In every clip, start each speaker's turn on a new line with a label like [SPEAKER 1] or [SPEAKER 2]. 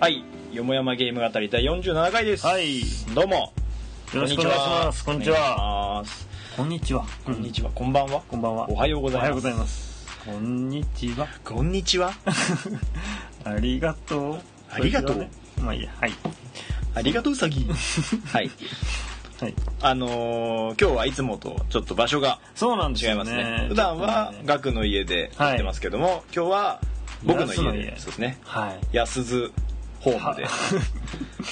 [SPEAKER 1] はいよもやまゲーム語り第47回です、
[SPEAKER 2] はい。よ
[SPEAKER 1] どうも
[SPEAKER 2] ろしくお願いします。こんにちは。
[SPEAKER 1] は
[SPEAKER 2] こんにちは。
[SPEAKER 1] こんにちはこんばんは
[SPEAKER 2] こんばんは。
[SPEAKER 1] おはようございます
[SPEAKER 2] おはようございます。こんにちは。
[SPEAKER 1] こんにちは
[SPEAKER 2] ありがとう。
[SPEAKER 1] ありがとう
[SPEAKER 2] それではねまあいいや。はい。
[SPEAKER 1] ありがとうさぎ はい
[SPEAKER 2] はい。
[SPEAKER 1] あのー今日はいつもとちょっと場所が
[SPEAKER 2] そうなんです
[SPEAKER 1] 違い
[SPEAKER 2] よ
[SPEAKER 1] ますね
[SPEAKER 2] ね。
[SPEAKER 1] 普段は
[SPEAKER 2] ね
[SPEAKER 1] 岳の家でやってますけども、今日は僕の家で
[SPEAKER 2] 安の家
[SPEAKER 1] そうですね
[SPEAKER 2] はい。
[SPEAKER 1] 安津ホームで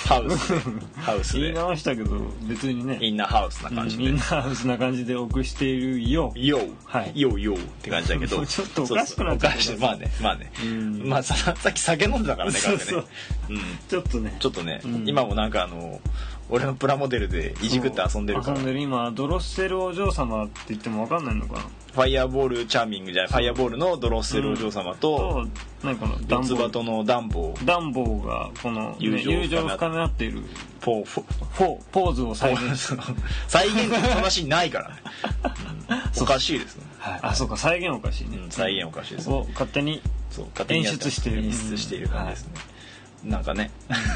[SPEAKER 1] ハウスでハウス
[SPEAKER 2] 言
[SPEAKER 1] で
[SPEAKER 2] い直したけど、別にね。
[SPEAKER 1] インナーハウスな感じ
[SPEAKER 2] う
[SPEAKER 1] で
[SPEAKER 2] んみんなそんな感じでお送りしているよ。
[SPEAKER 1] ヨー、
[SPEAKER 2] はい
[SPEAKER 1] ヨーヨーって感じだけ
[SPEAKER 2] も
[SPEAKER 1] ど
[SPEAKER 2] う ちょっとおかしくなっちゃった
[SPEAKER 1] そうそうおかしいまあねまあね
[SPEAKER 2] うん
[SPEAKER 1] まあさ さっき酒飲んでたからね
[SPEAKER 2] そう
[SPEAKER 1] ね
[SPEAKER 2] そう
[SPEAKER 1] うん
[SPEAKER 2] ちょっとね。
[SPEAKER 1] ちょっとね、
[SPEAKER 2] うん
[SPEAKER 1] 今もなんかあの俺のプラモデルでいじくって遊んでるから
[SPEAKER 2] 遊んでる今、ドロッセルお嬢様って言ってもわかんないのかな。
[SPEAKER 1] ファイアボールチャーミングじゃないファイアボールのドロッセルお嬢様と、
[SPEAKER 2] と、なんかこの
[SPEAKER 1] 四
[SPEAKER 2] 暖
[SPEAKER 1] つ葉
[SPEAKER 2] 房
[SPEAKER 1] と。の暖房
[SPEAKER 2] 暖房が、この、ね
[SPEAKER 1] 友情を深め合っ
[SPEAKER 2] 友情を深め合っている。
[SPEAKER 1] ポーフォ
[SPEAKER 2] ポポーズを再現し
[SPEAKER 1] その再現の話ないからね、 うんおかしいですね、
[SPEAKER 2] あそうか再現おかしいね、
[SPEAKER 1] うん再現おかしいです
[SPEAKER 2] を勝 手に
[SPEAKER 1] そう勝手にやっ
[SPEAKER 2] 演出してる
[SPEAKER 1] 演出している感じですね、なんかね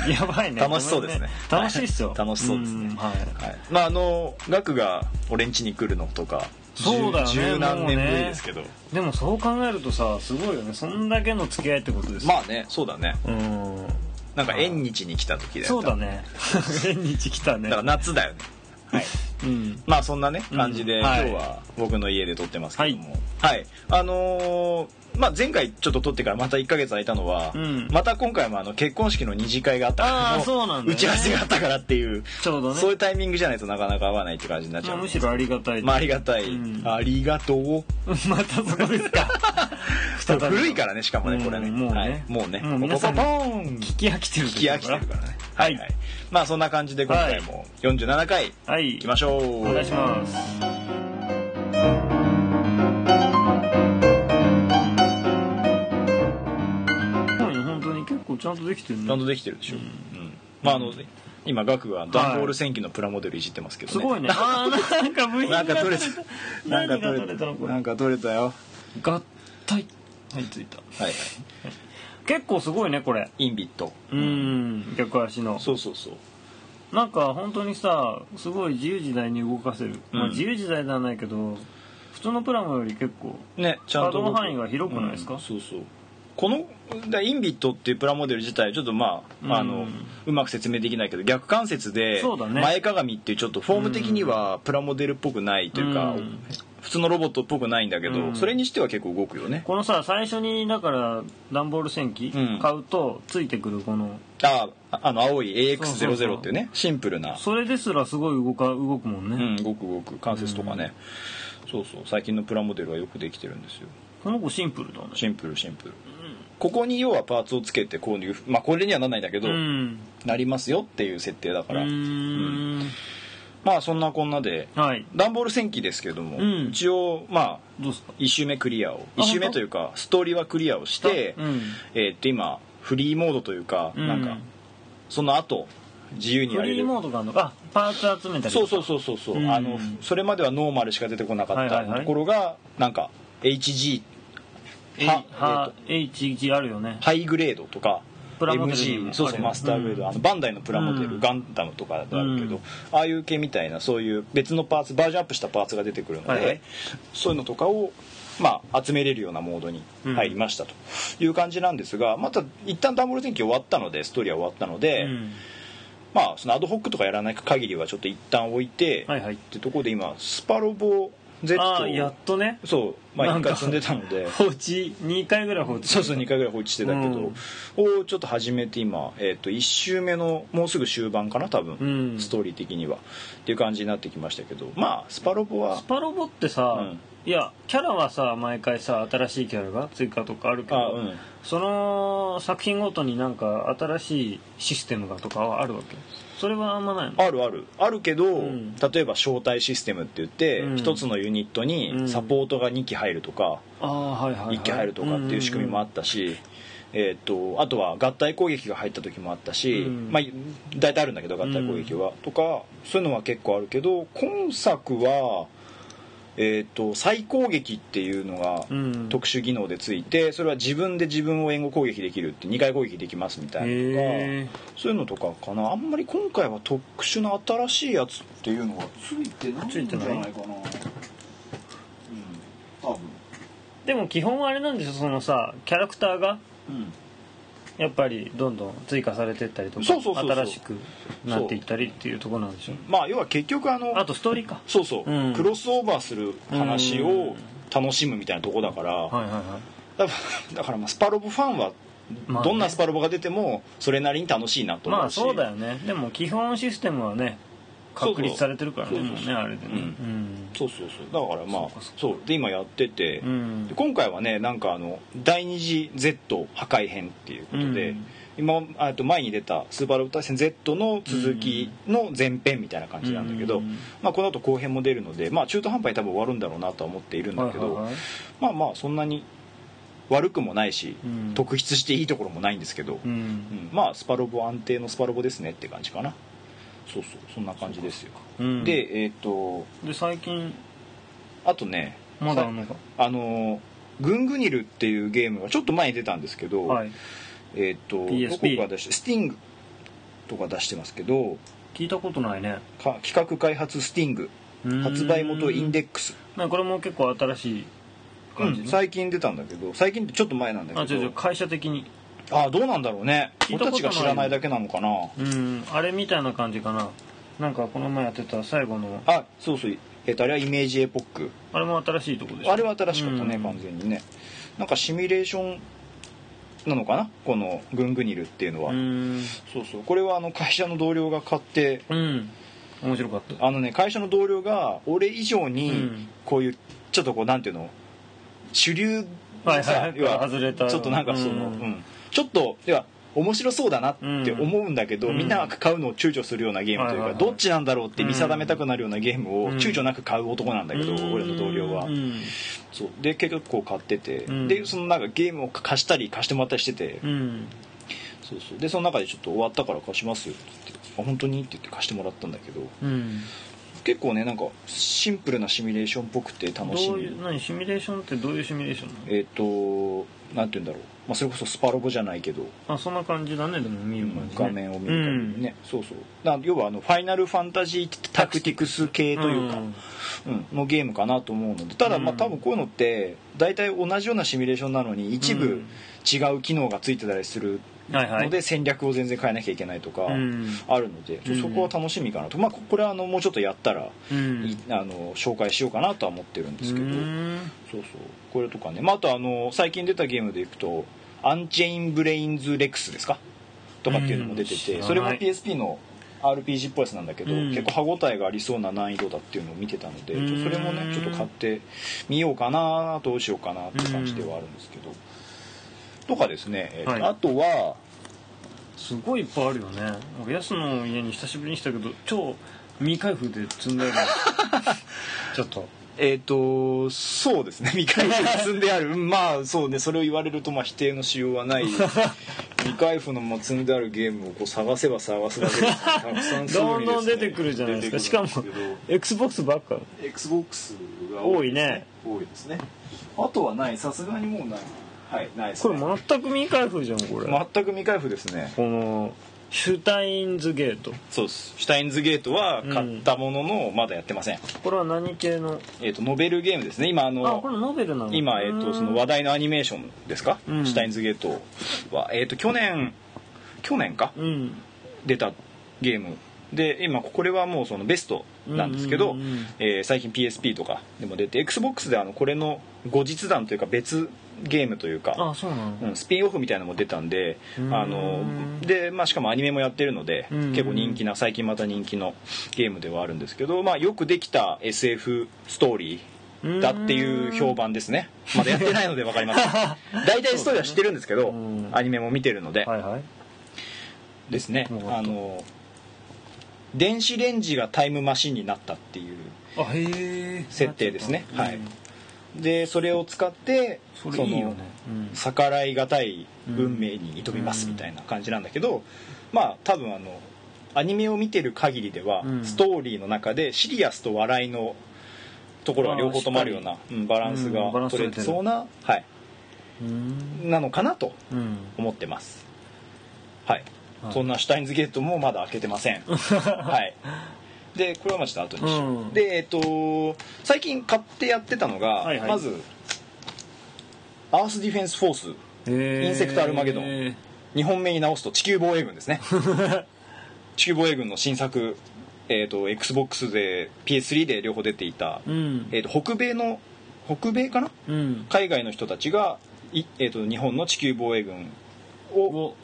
[SPEAKER 2] やばいね
[SPEAKER 1] 楽しそうですね
[SPEAKER 2] ごめん楽しいっすよ、
[SPEAKER 1] はい楽しそうですね
[SPEAKER 2] んはい
[SPEAKER 1] はい、まああのガクが俺ん家に来るのとか
[SPEAKER 2] そうだよね
[SPEAKER 1] 十十何年ぶ
[SPEAKER 2] もう
[SPEAKER 1] り
[SPEAKER 2] ね
[SPEAKER 1] ですけど、
[SPEAKER 2] でもそう考えるとさすごいよねそんだけの付き合いってことですよ
[SPEAKER 1] まあねそうだね
[SPEAKER 2] うん
[SPEAKER 1] なんか縁日に来た時だよ
[SPEAKER 2] そうだね 縁日来た
[SPEAKER 1] だ
[SPEAKER 2] ね
[SPEAKER 1] から夏だよねはい
[SPEAKER 2] うん
[SPEAKER 1] まあそんなね
[SPEAKER 2] うん
[SPEAKER 1] 感じで、
[SPEAKER 2] はい
[SPEAKER 1] 今日は僕の家で撮ってますけどもはい、あのーまあ、前回ちょっと撮ってからまた1ヶ月空いたのは、
[SPEAKER 2] うん
[SPEAKER 1] また今回もあの結婚式の二次会があったから
[SPEAKER 2] あー
[SPEAKER 1] の
[SPEAKER 2] そうなんだね
[SPEAKER 1] 打ち合わせがあったからっていう
[SPEAKER 2] ちょうどね
[SPEAKER 1] そういうタイミングじゃないとなかなか合わないって感じになっちゃ
[SPEAKER 2] まあ
[SPEAKER 1] う、
[SPEAKER 2] むしろありがたい、
[SPEAKER 1] まあありがたい、
[SPEAKER 2] うん
[SPEAKER 1] ありがとう
[SPEAKER 2] またそこで すか再び
[SPEAKER 1] 古いからねしかもね
[SPEAKER 2] うん
[SPEAKER 1] これね、
[SPEAKER 2] もうね
[SPEAKER 1] はい、もうね
[SPEAKER 2] もう皆さん
[SPEAKER 1] ポポポポーン
[SPEAKER 2] 聞き飽きてる
[SPEAKER 1] 聞き飽きてるからねはい、は
[SPEAKER 2] はい
[SPEAKER 1] い、まあそんな感じで今回も47回
[SPEAKER 2] はい
[SPEAKER 1] いきましょう、
[SPEAKER 2] お願いします本当に結構ちゃんとできてるね
[SPEAKER 1] ちゃんとできてるでしょ、うんまああの今ガクが段ボール戦記のプラモデルいじってますけど、
[SPEAKER 2] す
[SPEAKER 1] ね
[SPEAKER 2] ごいねあーなんか部品が
[SPEAKER 1] なんか取れたなんか
[SPEAKER 2] 何が
[SPEAKER 1] 取れ
[SPEAKER 2] 取れ
[SPEAKER 1] た
[SPEAKER 2] たのこれ
[SPEAKER 1] なんか取れたよ
[SPEAKER 2] 合体はいついた
[SPEAKER 1] はいはい
[SPEAKER 2] 結構すごいねこれ
[SPEAKER 1] インビット
[SPEAKER 2] うん逆足の
[SPEAKER 1] そうそうそう
[SPEAKER 2] なんか本当にさすごい自由自在に動かせる、ま
[SPEAKER 1] う
[SPEAKER 2] あ、
[SPEAKER 1] ん
[SPEAKER 2] 自由自在ではないけど普通のプラモより結構
[SPEAKER 1] ねちゃんと僕
[SPEAKER 2] 可動範囲が広くないですか
[SPEAKER 1] うんそうそうこのだインビットっていうプラモデル自体ちょっとまあ,、
[SPEAKER 2] うん
[SPEAKER 1] あのうまく説明できないけど逆関節で
[SPEAKER 2] そうだね
[SPEAKER 1] 前かがみっていうちょっとフォーム的にはプラモデルっぽくないというか、
[SPEAKER 2] うん
[SPEAKER 1] 普通のロボットっぽくないんだけど、
[SPEAKER 2] うん
[SPEAKER 1] それにしては結構動くよね
[SPEAKER 2] このさ最初にだから段ボール戦機
[SPEAKER 1] うん
[SPEAKER 2] 買うとついてくるこの
[SPEAKER 1] ああの青い
[SPEAKER 2] そうそうそう
[SPEAKER 1] AX00 っていうねシンプルな
[SPEAKER 2] それですらすごい動か動くもんね、
[SPEAKER 1] うんごくごく関節とかね、そうそう最近のプラモデルはよくできてるんですよ
[SPEAKER 2] この子シンプルだね
[SPEAKER 1] シンプルシンプル、ここに要はパーツをつけてこういうまあこれにはならないんだけど、
[SPEAKER 2] うん
[SPEAKER 1] なりますよっていう設定だから、
[SPEAKER 2] うーん
[SPEAKER 1] まあそんなこんなで
[SPEAKER 2] はい
[SPEAKER 1] 段ボール戦記ですけども、
[SPEAKER 2] うん
[SPEAKER 1] 一応まあ
[SPEAKER 2] どうっすか
[SPEAKER 1] 1周目クリアを
[SPEAKER 2] あ
[SPEAKER 1] 1周目というかストーリーはクリアをして、
[SPEAKER 2] うん
[SPEAKER 1] えーっと今フリーモードというか、
[SPEAKER 2] うん
[SPEAKER 1] なんかその後自由に
[SPEAKER 2] フ
[SPEAKER 1] やれ
[SPEAKER 2] リー
[SPEAKER 1] る
[SPEAKER 2] モードがあるのかあパーツ集めたり
[SPEAKER 1] そうそうそうそうそう、
[SPEAKER 2] うん
[SPEAKER 1] あのそれまではノーマルしか出てこなかっ
[SPEAKER 2] は
[SPEAKER 1] た
[SPEAKER 2] いはいはい
[SPEAKER 1] ところがなんか HG
[SPEAKER 2] え
[SPEAKER 1] は
[SPEAKER 2] は、HG あるよね
[SPEAKER 1] ハイグレードとか
[SPEAKER 2] プラモデルに
[SPEAKER 1] MG
[SPEAKER 2] も
[SPEAKER 1] そう
[SPEAKER 2] あ
[SPEAKER 1] そ
[SPEAKER 2] る
[SPEAKER 1] う
[SPEAKER 2] よ
[SPEAKER 1] マスターグレード、あのバンダイのプラモデル、
[SPEAKER 2] うん
[SPEAKER 1] ガンダムとかだとあるけど、
[SPEAKER 2] うん
[SPEAKER 1] ああいう系みたいなそういう別のパーツバージョンアップしたパーツが出てくるので、
[SPEAKER 2] はいはい
[SPEAKER 1] そういうのとかを、まあ、集めれるようなモードに入りましたという感じなんですがまた一旦ダンボール天気終わったのでストーリーは終わったの
[SPEAKER 2] う
[SPEAKER 1] で、
[SPEAKER 2] ん
[SPEAKER 1] まあそのアドホックとかやらない限りはちょっと一旦置いて、
[SPEAKER 2] はいはい
[SPEAKER 1] ってとこで今スパロボ Z
[SPEAKER 2] ああや
[SPEAKER 1] を
[SPEAKER 2] っとね
[SPEAKER 1] そうまあ
[SPEAKER 2] な
[SPEAKER 1] 一
[SPEAKER 2] んか
[SPEAKER 1] 回積んでたので
[SPEAKER 2] 放置2回ぐらい放置
[SPEAKER 1] そうそう2回ぐらい放置してたけど、をちょっと始めて今、えー、と1周目のもうすぐ終盤かな多分、
[SPEAKER 2] うん
[SPEAKER 1] ストーリー的にはっていう感じになってきましたけどまあスパロボは
[SPEAKER 2] スパロボってさ、
[SPEAKER 1] うん
[SPEAKER 2] いやキャラはさ毎回さ新しいキャラが追加とかあるけ
[SPEAKER 1] あ
[SPEAKER 2] ど、
[SPEAKER 1] うん
[SPEAKER 2] その作品ごとになんか新しいシステムがとかはあるわけそれはあんまないの
[SPEAKER 1] あるあるあるけど、
[SPEAKER 2] ん
[SPEAKER 1] 例えば招待システムって言って
[SPEAKER 2] うん
[SPEAKER 1] 一、つのユニットにサポートが2機入るとか、
[SPEAKER 2] ああはいはい、はい、
[SPEAKER 1] 1機入るとかっていう仕組みもあったし、えー、とあとは合体攻撃が入った時もあったし、
[SPEAKER 2] うん
[SPEAKER 1] まあ、大体あるんだけど合体攻撃は、とかそういうのは結構あるけど今作は、えー、と再攻撃っていうのが
[SPEAKER 2] うんうん
[SPEAKER 1] 特殊技能でついてそれは自分で自分を援護攻撃できるって2回攻撃できますみたいなのが。
[SPEAKER 2] へえ
[SPEAKER 1] そういうのとかかなあんまり今回は特殊な新しいやつっていうのがついてないん
[SPEAKER 2] つい
[SPEAKER 1] じ
[SPEAKER 2] て
[SPEAKER 1] ゃ
[SPEAKER 2] ない
[SPEAKER 1] ないかなうん多分
[SPEAKER 2] でも基本はあれなんでしょそのさキャラクターがやっぱりどんどん追加されてったりとか
[SPEAKER 1] そうそうそうそう
[SPEAKER 2] 新しくなっていったりっていうところなんでしょ
[SPEAKER 1] まあ要は結局あの
[SPEAKER 2] あとストーリーか
[SPEAKER 1] そうそう、
[SPEAKER 2] うん
[SPEAKER 1] クロスオーバーする話
[SPEAKER 2] う
[SPEAKER 1] を
[SPEAKER 2] ん
[SPEAKER 1] 楽しむみたいなとこだから、
[SPEAKER 2] はいはいはい
[SPEAKER 1] だからだからまあスパロボファンは
[SPEAKER 2] まあね
[SPEAKER 1] どんなスパロボが出てもそれなりに楽しいなと
[SPEAKER 2] ま
[SPEAKER 1] 思
[SPEAKER 2] あ
[SPEAKER 1] うし、
[SPEAKER 2] そうだよねでも基本システムはね確立されてるからね
[SPEAKER 1] そうそう
[SPEAKER 2] もうねあれでね
[SPEAKER 1] うん
[SPEAKER 2] うん
[SPEAKER 1] そうそうそうだからまあ
[SPEAKER 2] そうかそう
[SPEAKER 1] そうで今やってて、
[SPEAKER 2] うん
[SPEAKER 1] で今回はねなんかあの第二次 Z 破壊編っていうことで、
[SPEAKER 2] うん
[SPEAKER 1] 今あと前に出た「スーパーロボ対戦 Z」の続きの前編みたいな感じなんだけど、
[SPEAKER 2] うん
[SPEAKER 1] まあ、この後後編も出るので、まあ、中途半端に多分終わるんだろうなとは思っているんだけど、
[SPEAKER 2] はいはいはい
[SPEAKER 1] まあまあそんなに悪くもないし、
[SPEAKER 2] うん
[SPEAKER 1] 特筆していいところもないんですけど、
[SPEAKER 2] う
[SPEAKER 1] うんんまあスパロボ安定のスパロボですねって感じかなそうそうそんな感じですよ、
[SPEAKER 2] うん
[SPEAKER 1] でえっ、と
[SPEAKER 2] で最近
[SPEAKER 1] あとね
[SPEAKER 2] まだあんのか
[SPEAKER 1] あのグングニルっていうゲームがちょっと前に出たんですけど、
[SPEAKER 2] はい
[SPEAKER 1] えっ、と
[SPEAKER 2] PSP
[SPEAKER 1] どこが出してスティングとか出してますけど
[SPEAKER 2] 聞いたことないね
[SPEAKER 1] か企画開発スティング
[SPEAKER 2] うん
[SPEAKER 1] 発売元インデックス、
[SPEAKER 2] まあこれも結構新しい感じ
[SPEAKER 1] うん
[SPEAKER 2] ね
[SPEAKER 1] 最近出たんだけど最近ってちょっと前なんだけど
[SPEAKER 2] あ違う違う会社的に
[SPEAKER 1] あどうなんだろうね
[SPEAKER 2] 聞いた
[SPEAKER 1] 俺
[SPEAKER 2] ことな
[SPEAKER 1] た
[SPEAKER 2] い
[SPEAKER 1] ちが知らないだけなのかな
[SPEAKER 2] うんあれみたいな感じかななんかこの前やってた最後の
[SPEAKER 1] あそうそうえっとあれはイメージエポック
[SPEAKER 2] あれも新しいとこでしょ
[SPEAKER 1] あれは新しかったね
[SPEAKER 2] うん
[SPEAKER 1] 完全にねなんかシミュレーションなのかなこの「グングニル」っていうのは、
[SPEAKER 2] うん
[SPEAKER 1] そうそうこれはあの会社の同僚が買って
[SPEAKER 2] うん面白かった
[SPEAKER 1] あのね会社の同僚が俺以上
[SPEAKER 2] う
[SPEAKER 1] に
[SPEAKER 2] ん
[SPEAKER 1] こういうちょっとこうなんていうの主流
[SPEAKER 2] はい
[SPEAKER 1] さ
[SPEAKER 2] はい
[SPEAKER 1] 要は
[SPEAKER 2] 外れた
[SPEAKER 1] ちょっとなんかその、
[SPEAKER 2] うん
[SPEAKER 1] うんちょっと要は面白そうだなって思うんだけど、
[SPEAKER 2] うん
[SPEAKER 1] みんなが買うのを躊躇するようなゲームというか、
[SPEAKER 2] はいはいはい
[SPEAKER 1] どっちなんだろうって見定めたくなるようなゲームを
[SPEAKER 2] うん
[SPEAKER 1] 躊躇なく買う男なんだけど、俺の同僚は、
[SPEAKER 2] うん
[SPEAKER 1] そうで結構買ってて、
[SPEAKER 2] うん
[SPEAKER 1] でそのなんかゲームを貸したり貸してもらったりしてて、
[SPEAKER 2] うん
[SPEAKER 1] そうそうでその中でちょっと終わったから貸しますよって言って「あ本当に?」って言って貸してもらったんだけど、
[SPEAKER 2] うん
[SPEAKER 1] 結構ねなんかシンプルなシミュレーションっぽくて楽し
[SPEAKER 2] どう
[SPEAKER 1] み
[SPEAKER 2] いう何シミュレーションってどういうシミュレーションなの
[SPEAKER 1] えっ、となんて言うんだろう、まあ、それこそスパロボじゃないけど、
[SPEAKER 2] あそんな感じだねでも見る感じ、ね、
[SPEAKER 1] 画面を見る限りね、そうそうな要はあのファイナルファンタジータクティクス系
[SPEAKER 2] うん
[SPEAKER 1] というか、
[SPEAKER 2] ん
[SPEAKER 1] うんのゲームかなと思うのでただまあ
[SPEAKER 2] うん
[SPEAKER 1] 多分こういうのって大体同じようなシミュレーションなのに一
[SPEAKER 2] う
[SPEAKER 1] 部
[SPEAKER 2] ん
[SPEAKER 1] 違う機能がついてたりする
[SPEAKER 2] はいはい
[SPEAKER 1] ので戦略を全然変えなきゃいけないとか
[SPEAKER 2] うん
[SPEAKER 1] あるので、そう
[SPEAKER 2] うん
[SPEAKER 1] そこは楽しみかなと、まあ、ここれはあのもうちょっとやったら、
[SPEAKER 2] うん
[SPEAKER 1] いあの紹介しようかなとは思ってるんですけど。
[SPEAKER 2] うん
[SPEAKER 1] そうそうこれとかね、まあ、あとあの最近出たゲームでいくと「アンチェイン・ブレインズ・レックス」ですかとかっていうのも出てて、
[SPEAKER 2] うん
[SPEAKER 1] それも
[SPEAKER 2] 知らない
[SPEAKER 1] PSP の RPG っぽいやつなんだけど、
[SPEAKER 2] うん
[SPEAKER 1] 結構歯応えがありそうな難易度だっていうのを見てたので、
[SPEAKER 2] うん
[SPEAKER 1] ちょそれもねちょっと買ってみようかなどうしようかなっていう感じではあるんですけど、とかですね、えーと
[SPEAKER 2] はい
[SPEAKER 1] あとは
[SPEAKER 2] すごいいっぱいあるよね俺安の家に久しぶりに来たけど超未開封で積 んであるちょっと
[SPEAKER 1] えっ、とそうですね 未開封が積んである うんまあそうねそれを言われるとまあ否定のしようはない未開封のまあ積んであるゲームをこう探せば探すだけですねたくさんすぐ
[SPEAKER 2] どん
[SPEAKER 1] にですね
[SPEAKER 2] どん出てくるじゃないですかしかも XBOX ばっか
[SPEAKER 1] XBOX が
[SPEAKER 2] 多いね
[SPEAKER 1] 多いですねあとはないさすがにもうないはいないです
[SPEAKER 2] こ
[SPEAKER 1] ね
[SPEAKER 2] れ全く未開封じゃんこれ、
[SPEAKER 1] 全く未開封ですね
[SPEAKER 2] このシュタインズゲート
[SPEAKER 1] そうですシュタインズゲートは買ったもののまだやってません、
[SPEAKER 2] これは何系の
[SPEAKER 1] えっ、とノベルゲームですね今あの
[SPEAKER 2] あこれノベルなの
[SPEAKER 1] 今、えっとその話題のアニメーションですか「
[SPEAKER 2] うん
[SPEAKER 1] シュタインズゲートは」えっと去年去年か
[SPEAKER 2] うん
[SPEAKER 1] 出たゲームで今これはもうそのベストなんですけ
[SPEAKER 2] う
[SPEAKER 1] ど
[SPEAKER 2] んうんうんうん、
[SPEAKER 1] えー最近 PSP とかでも出て XBOX であのこれの後日談というか別ゲームというか、
[SPEAKER 2] あそうなの
[SPEAKER 1] うん、スピンオフみたいなのも出たんで
[SPEAKER 2] うん
[SPEAKER 1] あので、まあ、しかもアニメもやってるので
[SPEAKER 2] うん
[SPEAKER 1] 結構人気な最近また人気のゲームではあるんですけど、まあ、よくできた SF ストーリーだっていう評判ですねまだやってないので分かりません 大体ストーリーは知ってるんですけど
[SPEAKER 2] うん
[SPEAKER 1] アニメも見てるので、
[SPEAKER 2] はいはい
[SPEAKER 1] ですね
[SPEAKER 2] なるほど
[SPEAKER 1] あの電子レンジがタイムマシンになったっていう
[SPEAKER 2] あへえ
[SPEAKER 1] 設定ですねはいでそれを使って
[SPEAKER 2] それいいよね
[SPEAKER 1] その逆らいがたい運命に挑みます
[SPEAKER 2] うん
[SPEAKER 1] みたいな感じなんだけど、まあ多分あのアニメを見てる限りでは、
[SPEAKER 2] うん
[SPEAKER 1] ストーリーの中でシリアスと笑いのところが両方ともあるような、うんバランス
[SPEAKER 2] うんバラ
[SPEAKER 1] が
[SPEAKER 2] ンス
[SPEAKER 1] 取
[SPEAKER 2] 取れ
[SPEAKER 1] れ
[SPEAKER 2] て
[SPEAKER 1] て
[SPEAKER 2] る
[SPEAKER 1] そうな、はい、
[SPEAKER 2] うん
[SPEAKER 1] なのかなと
[SPEAKER 2] うん
[SPEAKER 1] 思ってますはい、
[SPEAKER 2] はい
[SPEAKER 1] そんなシュタインズゲートもまだ開けてませ んはいでこれはまあちょっと後にしよう、
[SPEAKER 2] うん
[SPEAKER 1] でえっと最近買ってやってたのが、
[SPEAKER 2] はいはい
[SPEAKER 1] まず「アースディフェンスフォース
[SPEAKER 2] イ
[SPEAKER 1] インセクトアルマゲドン」2本目に直すと「地球防衛軍」 ですね地球防衛軍の新作、えっと XBOX で PS3 で両方出ていた、
[SPEAKER 2] うん
[SPEAKER 1] えっと北米の北米かな
[SPEAKER 2] うん
[SPEAKER 1] 海外の人たちが、いえっと日本の地球防衛軍を、
[SPEAKER 2] お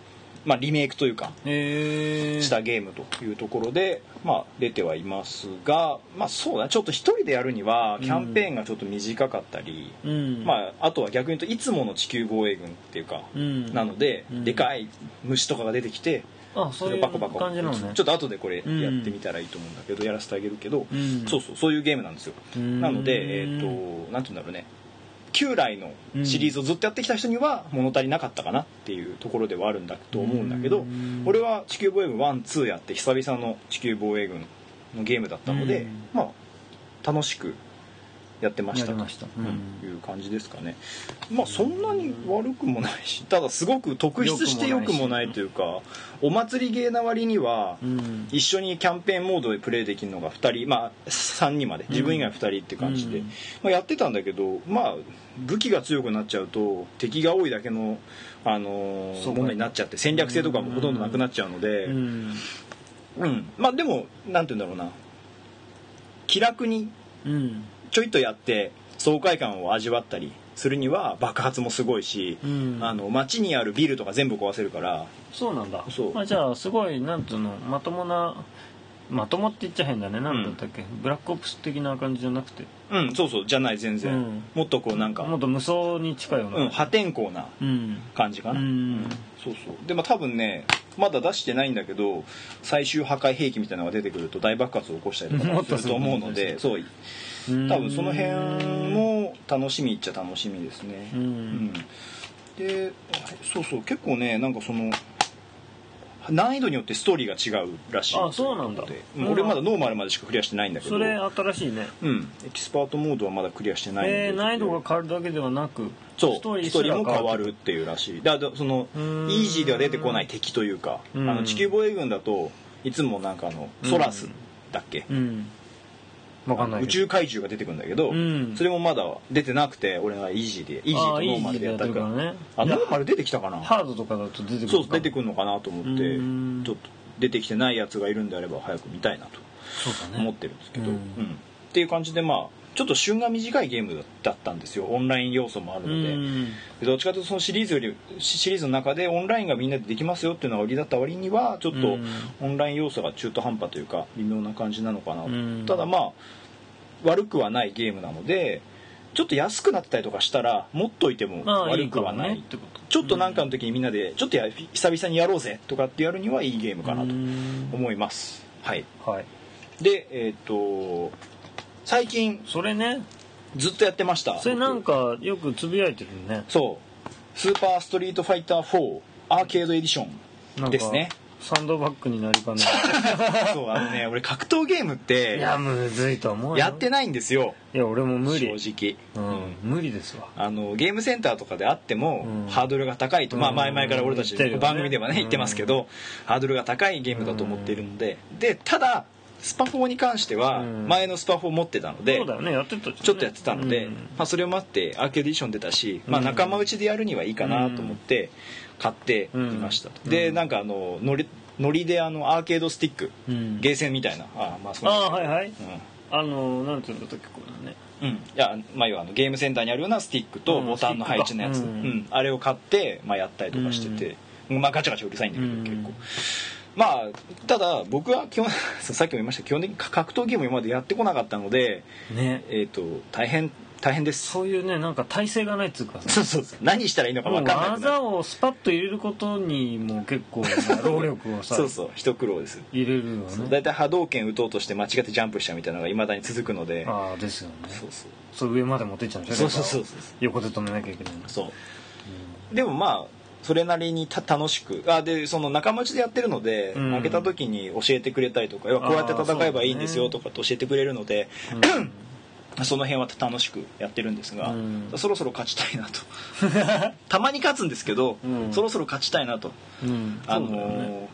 [SPEAKER 1] まあ、リメイクというか
[SPEAKER 2] えー
[SPEAKER 1] したゲームというところで、まあ、出てはいますが、まあ、そうだねちょっと一人でやるにはキャンペーンがちょっと短かったり、
[SPEAKER 2] うん
[SPEAKER 1] まあ、あとは逆に言うといつもの地球防衛軍っていうか、
[SPEAKER 2] うん
[SPEAKER 1] なので、
[SPEAKER 2] うん
[SPEAKER 1] でかい虫とかが出てきて
[SPEAKER 2] あそういう
[SPEAKER 1] バコバコ
[SPEAKER 2] 感じなのね
[SPEAKER 1] ちょっと後でこれやってみたらいいと思うんだけど、やらせてあげるけど、
[SPEAKER 2] うん
[SPEAKER 1] そうそうそういうゲームなんですよ、
[SPEAKER 2] うん
[SPEAKER 1] なので、えっとなんて言うんだろうね旧来のシリーズをずっとやってきた人には物足りなかったかなっていうところではあるんだと思うんだけど、
[SPEAKER 2] うん
[SPEAKER 1] 俺は地球防衛軍12やって久々の地球防衛軍のゲームだったので、
[SPEAKER 2] うん
[SPEAKER 1] まあ楽しくやってました
[SPEAKER 2] やり
[SPEAKER 1] と
[SPEAKER 2] ました
[SPEAKER 1] うんいう感じですかねまあそんなに悪くもないしただすごく特筆して良くもないというかお祭りゲーな割には
[SPEAKER 2] うん
[SPEAKER 1] 一緒にキャンペーンモードでプレイできるのが2人まあ3人まで自分以外2人って感じで、
[SPEAKER 2] うん
[SPEAKER 1] まあ、やってたんだけどまあ武器が強くなっちゃうと敵が多いだけの、あのー
[SPEAKER 2] そうか
[SPEAKER 1] ものになっちゃって戦略性とかもほとんどなくなっちゃうので、
[SPEAKER 2] う
[SPEAKER 1] うん
[SPEAKER 2] ん
[SPEAKER 1] まあでもなんて言うんだろうな気楽に
[SPEAKER 2] うん
[SPEAKER 1] ちょいとやって爽快感を味わったりするには爆発もすごいし、
[SPEAKER 2] うん
[SPEAKER 1] あの街にあるビルとか全部壊せるから
[SPEAKER 2] そうなんだ
[SPEAKER 1] そう
[SPEAKER 2] あじゃあすごいなんつうのまともなまともって言っちゃ変だねなんだったっけ、ブラックオプス的な感じじゃなくて
[SPEAKER 1] うんそうそうじゃない全然、
[SPEAKER 2] うん
[SPEAKER 1] もっとこうなんか、
[SPEAKER 2] もっと無双に近いような
[SPEAKER 1] うん、破天荒な
[SPEAKER 2] うん
[SPEAKER 1] 感じか
[SPEAKER 2] う
[SPEAKER 1] な、
[SPEAKER 2] ん
[SPEAKER 1] そうそうでまあ多分ねまだ出してないんだけど最終破壊兵器みたいなのが出てくると大爆発を起こしたりと
[SPEAKER 2] もっ
[SPEAKER 1] かす
[SPEAKER 2] と
[SPEAKER 1] ると思うのでそう
[SPEAKER 2] うん
[SPEAKER 1] 多分その辺も楽しみっちゃ楽しみですね
[SPEAKER 2] う
[SPEAKER 1] うんんでそうそう結構ねなんかその難易度によってストーリーが違うらしい
[SPEAKER 2] あそうなんだ
[SPEAKER 1] ということでうん俺まだノーマルまでしかクリアしてないんだけど
[SPEAKER 2] それ新しいね
[SPEAKER 1] うんエキスパートモードはまだクリアしてないんで
[SPEAKER 2] えー、難易度が変わるだけではなく
[SPEAKER 1] そうス
[SPEAKER 2] スト
[SPEAKER 1] トー
[SPEAKER 2] ーリ
[SPEAKER 1] リ
[SPEAKER 2] ー
[SPEAKER 1] ー
[SPEAKER 2] すら
[SPEAKER 1] も変わるっていうらしいだからそのイ
[SPEAKER 2] ーん
[SPEAKER 1] ージーでは出てこない敵というかあ
[SPEAKER 2] うん
[SPEAKER 1] の地球防衛軍だといつもなんかあのソラスだっけ
[SPEAKER 2] うんわかんない
[SPEAKER 1] 宇
[SPEAKER 2] けど
[SPEAKER 1] 宙怪獣が出てくるんだけど
[SPEAKER 2] うん
[SPEAKER 1] それもまだ出てなくて俺はイージーでイージーとノーマルでやったか
[SPEAKER 2] あーイージーでや
[SPEAKER 1] ら
[SPEAKER 2] ってるから
[SPEAKER 1] あ
[SPEAKER 2] ね
[SPEAKER 1] ノーマル出てきたかな
[SPEAKER 2] ハードとかだと出てくる
[SPEAKER 1] そう出て
[SPEAKER 2] る
[SPEAKER 1] くるのかなと思って
[SPEAKER 2] うん
[SPEAKER 1] ちょっと出てきてないやつがいるんであれば早く見たいなと
[SPEAKER 2] そうだ
[SPEAKER 1] 思っ
[SPEAKER 2] ね
[SPEAKER 1] てるんですけど、
[SPEAKER 2] う
[SPEAKER 1] うんんっていう感じでまあちょっと旬が短いゲームだったんですよオンライン要素もある
[SPEAKER 2] う
[SPEAKER 1] ので。
[SPEAKER 2] ん
[SPEAKER 1] でどっちかというとそのシリーズよりシシリーズの中でオンラインがみんなでできますよっていうのが売りだった割にはちょっ
[SPEAKER 2] う
[SPEAKER 1] と
[SPEAKER 2] ん
[SPEAKER 1] オンライン要素が中途半端というか微妙な感じなのかな
[SPEAKER 2] うん
[SPEAKER 1] ただまあ悪くはないゲームなのでちょっと安くなってたりとかしたら持っといても
[SPEAKER 2] まあい
[SPEAKER 1] 悪
[SPEAKER 2] いか
[SPEAKER 1] く
[SPEAKER 2] も
[SPEAKER 1] はない
[SPEAKER 2] ねってこと
[SPEAKER 1] ちょっとなんかの時にみんなでちょっとや久々にやろうぜとかってやるにはいいゲームかなと
[SPEAKER 2] うん
[SPEAKER 1] 思いますはい
[SPEAKER 2] はい
[SPEAKER 1] でえっ、と最近
[SPEAKER 2] それね
[SPEAKER 1] ずっとやってました
[SPEAKER 2] それなんかよくつぶやいてるね
[SPEAKER 1] そう「スーパーストリートファイター4アーケードエディション
[SPEAKER 2] なんか」
[SPEAKER 1] です ね
[SPEAKER 2] サンドバッグになりかね
[SPEAKER 1] そうあのね俺格闘ゲームっ
[SPEAKER 2] い
[SPEAKER 1] て
[SPEAKER 2] やむずいと思うよ
[SPEAKER 1] やってないんですよ
[SPEAKER 2] いや俺も無理
[SPEAKER 1] 正
[SPEAKER 2] う
[SPEAKER 1] 直、
[SPEAKER 2] ん、無理ですわ
[SPEAKER 1] あのゲームセンターとかであっても、
[SPEAKER 2] うん
[SPEAKER 1] ハードルが高いと、ま
[SPEAKER 2] う
[SPEAKER 1] あ、
[SPEAKER 2] ん
[SPEAKER 1] 前々から俺たち
[SPEAKER 2] 言ってるよね
[SPEAKER 1] 番組ではね言ってますけど、ハードルが高いゲームだと思っているので、でただスパ4に関しては
[SPEAKER 2] うん
[SPEAKER 1] 前のスパ4持ってたので、
[SPEAKER 2] そうだよねやってたね
[SPEAKER 1] ちょっとやってたので、
[SPEAKER 2] うん
[SPEAKER 1] まあ、それを待ってアーケードエディション出たし、まあ、
[SPEAKER 2] うん
[SPEAKER 1] 仲間内でやるにはいいかなと思って買っていましたと、
[SPEAKER 2] うんう
[SPEAKER 1] で
[SPEAKER 2] ん
[SPEAKER 1] なんかあのノリノリであのアーケードスティック、
[SPEAKER 2] うん
[SPEAKER 1] ゲーセンみたいなあまあそう
[SPEAKER 2] ああはいはい
[SPEAKER 1] い
[SPEAKER 2] あのなんていうんだったっけこれね
[SPEAKER 1] うん、うん、いやまあ要はあのゲームセンターにあるようなスティックと
[SPEAKER 2] うん
[SPEAKER 1] ボタンの配置のやつ、
[SPEAKER 2] ス
[SPEAKER 1] う
[SPEAKER 2] テ
[SPEAKER 1] ん
[SPEAKER 2] ィックか
[SPEAKER 1] あれを買って、まあ、やったりとかしてて、まあ、ガチャガチャうるさいんだけど、
[SPEAKER 2] うん
[SPEAKER 1] 結構まあただ僕は基本 そうさっきも言いましたけど基本的に格闘ゲームを今までやってこなかったので
[SPEAKER 2] ね
[SPEAKER 1] えー、と大変大変です
[SPEAKER 2] そういうねなんか体勢がないっていうかさ
[SPEAKER 1] そうそうそう何したらいいのか
[SPEAKER 2] も
[SPEAKER 1] 分
[SPEAKER 2] う
[SPEAKER 1] かんないくなる
[SPEAKER 2] 技をスパッと入れることにも結構な労力をさ
[SPEAKER 1] そうそう一苦労です
[SPEAKER 2] 入れるよ
[SPEAKER 1] そう
[SPEAKER 2] ね
[SPEAKER 1] 大体波動拳打とうとして間違ってジャンプしたみたいなのがいまだに続くので
[SPEAKER 2] ああですよね
[SPEAKER 1] そうそう
[SPEAKER 2] そう上まで持ってっちゃうんでし
[SPEAKER 1] そ
[SPEAKER 2] ょ
[SPEAKER 1] うそうそう
[SPEAKER 2] だから横で止めなきゃいけないんです
[SPEAKER 1] そうでもまあそれなりにた楽しくあでその仲間内でやってるので、
[SPEAKER 2] うん
[SPEAKER 1] 負けた時に教えてくれたりとかいやこうやって戦えばいいんですよとかって教えてくれるのでその辺は楽しくやってるんですが、
[SPEAKER 2] うん
[SPEAKER 1] そろそろ勝ちたいな とたまに勝つんですけど、
[SPEAKER 2] うん
[SPEAKER 1] そろそろ勝ちたいなと、
[SPEAKER 2] うん
[SPEAKER 1] あの
[SPEAKER 2] そうだよね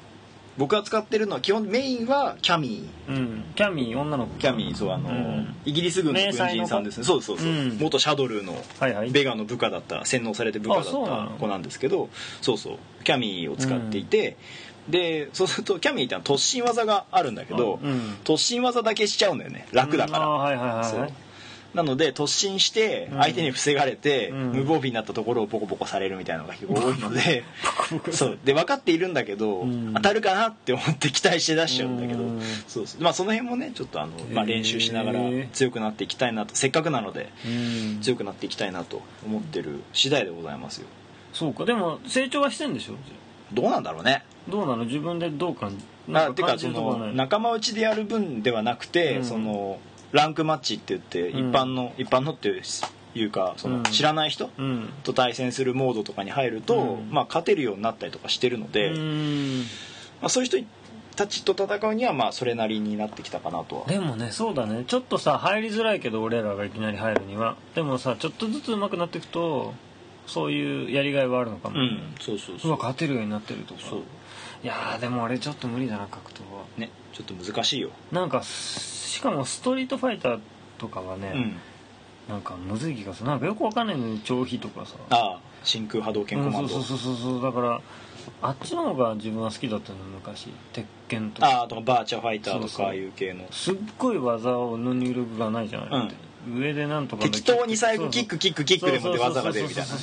[SPEAKER 1] 僕が使ってるのは基本メインはキャミー
[SPEAKER 2] うんキャミー女の子
[SPEAKER 1] キャミーそうあの、
[SPEAKER 2] うん
[SPEAKER 1] イギリス軍の軍人さんですねそうそうそう、
[SPEAKER 2] うん
[SPEAKER 1] 元シャドルの
[SPEAKER 2] はいはい
[SPEAKER 1] ベガの部下だった洗脳されて部下だっ
[SPEAKER 2] あそうな
[SPEAKER 1] た
[SPEAKER 2] の
[SPEAKER 1] 子なんですけどそうそうキャミーを使っていて、でそうするとキャミーってのは突進技があるんだけど、
[SPEAKER 2] うん
[SPEAKER 1] 突進技だけしちゃうんだよね楽だか
[SPEAKER 2] うん
[SPEAKER 1] ら、
[SPEAKER 2] ああはいはいはい
[SPEAKER 1] そ
[SPEAKER 2] は
[SPEAKER 1] う
[SPEAKER 2] い
[SPEAKER 1] なので突進して
[SPEAKER 2] うん
[SPEAKER 1] 相手に防がれて、
[SPEAKER 2] うん
[SPEAKER 1] 無防備になったところをボコボコされるみたいなのが結構多いので そうで分かっているんだけど、
[SPEAKER 2] うん
[SPEAKER 1] 当たるかなって思って期待して出しちゃうんだけど、
[SPEAKER 2] うん
[SPEAKER 1] そうそうまあ、その辺もねちょっとあの、まあ、
[SPEAKER 2] へー
[SPEAKER 1] 練習しながら強くなっていきたいなとせっかくなので
[SPEAKER 2] うん
[SPEAKER 1] 強くなっていきたいなと思ってる次第でございますよ
[SPEAKER 2] そうかでも成長はしてんでしょ
[SPEAKER 1] どうなんだろうね
[SPEAKER 2] どうなの自分でどう感じ
[SPEAKER 1] あてかそ
[SPEAKER 2] るとこ
[SPEAKER 1] の
[SPEAKER 2] ない
[SPEAKER 1] 仲間内でやる分ではなくて、
[SPEAKER 2] うん
[SPEAKER 1] そのランクマッチって言って一
[SPEAKER 2] うん
[SPEAKER 1] 般の、一般のっていうかその、
[SPEAKER 2] うん
[SPEAKER 1] 知らない人
[SPEAKER 2] うん
[SPEAKER 1] と対戦するモードとかに入ると、
[SPEAKER 2] うん
[SPEAKER 1] まあ、勝てるようになったりとかしてるので、
[SPEAKER 2] う
[SPEAKER 1] ま
[SPEAKER 2] ん
[SPEAKER 1] あ、そういう人たちと戦うにはまあそれなりになってきたかなとは、
[SPEAKER 2] でもねそうだねちょっとさ入りづらいけど俺らがいきなり入るにはでもさちょっとずつ上手くなっていくとそういうやりがいはあるのかも、
[SPEAKER 1] う、んそうそう
[SPEAKER 2] う
[SPEAKER 1] そう
[SPEAKER 2] わ勝てるようになってるとか
[SPEAKER 1] そう
[SPEAKER 2] いやーでも俺ちょっと無理だな格闘は
[SPEAKER 1] ねちょっと難しいよ、
[SPEAKER 2] なんかすしかもストリートファイターとかはね、
[SPEAKER 1] うん、
[SPEAKER 2] なんかむずい気がするなんかよくわかんないのに超費とかさ
[SPEAKER 1] ああ真空波動拳コマンド、
[SPEAKER 2] うんそうそうそうそうそうだからあっちの方が自分は好きだったの昔鉄拳とか
[SPEAKER 1] ああとかバーチャファイターと
[SPEAKER 2] そうそう
[SPEAKER 1] かいう系の
[SPEAKER 2] すっごい技の入力がないじゃない、上でなんとかの
[SPEAKER 1] 適当に最後キックキックキックでもって
[SPEAKER 2] そうそ
[SPEAKER 1] 技
[SPEAKER 2] うそう
[SPEAKER 1] が出るみたいな
[SPEAKER 2] そう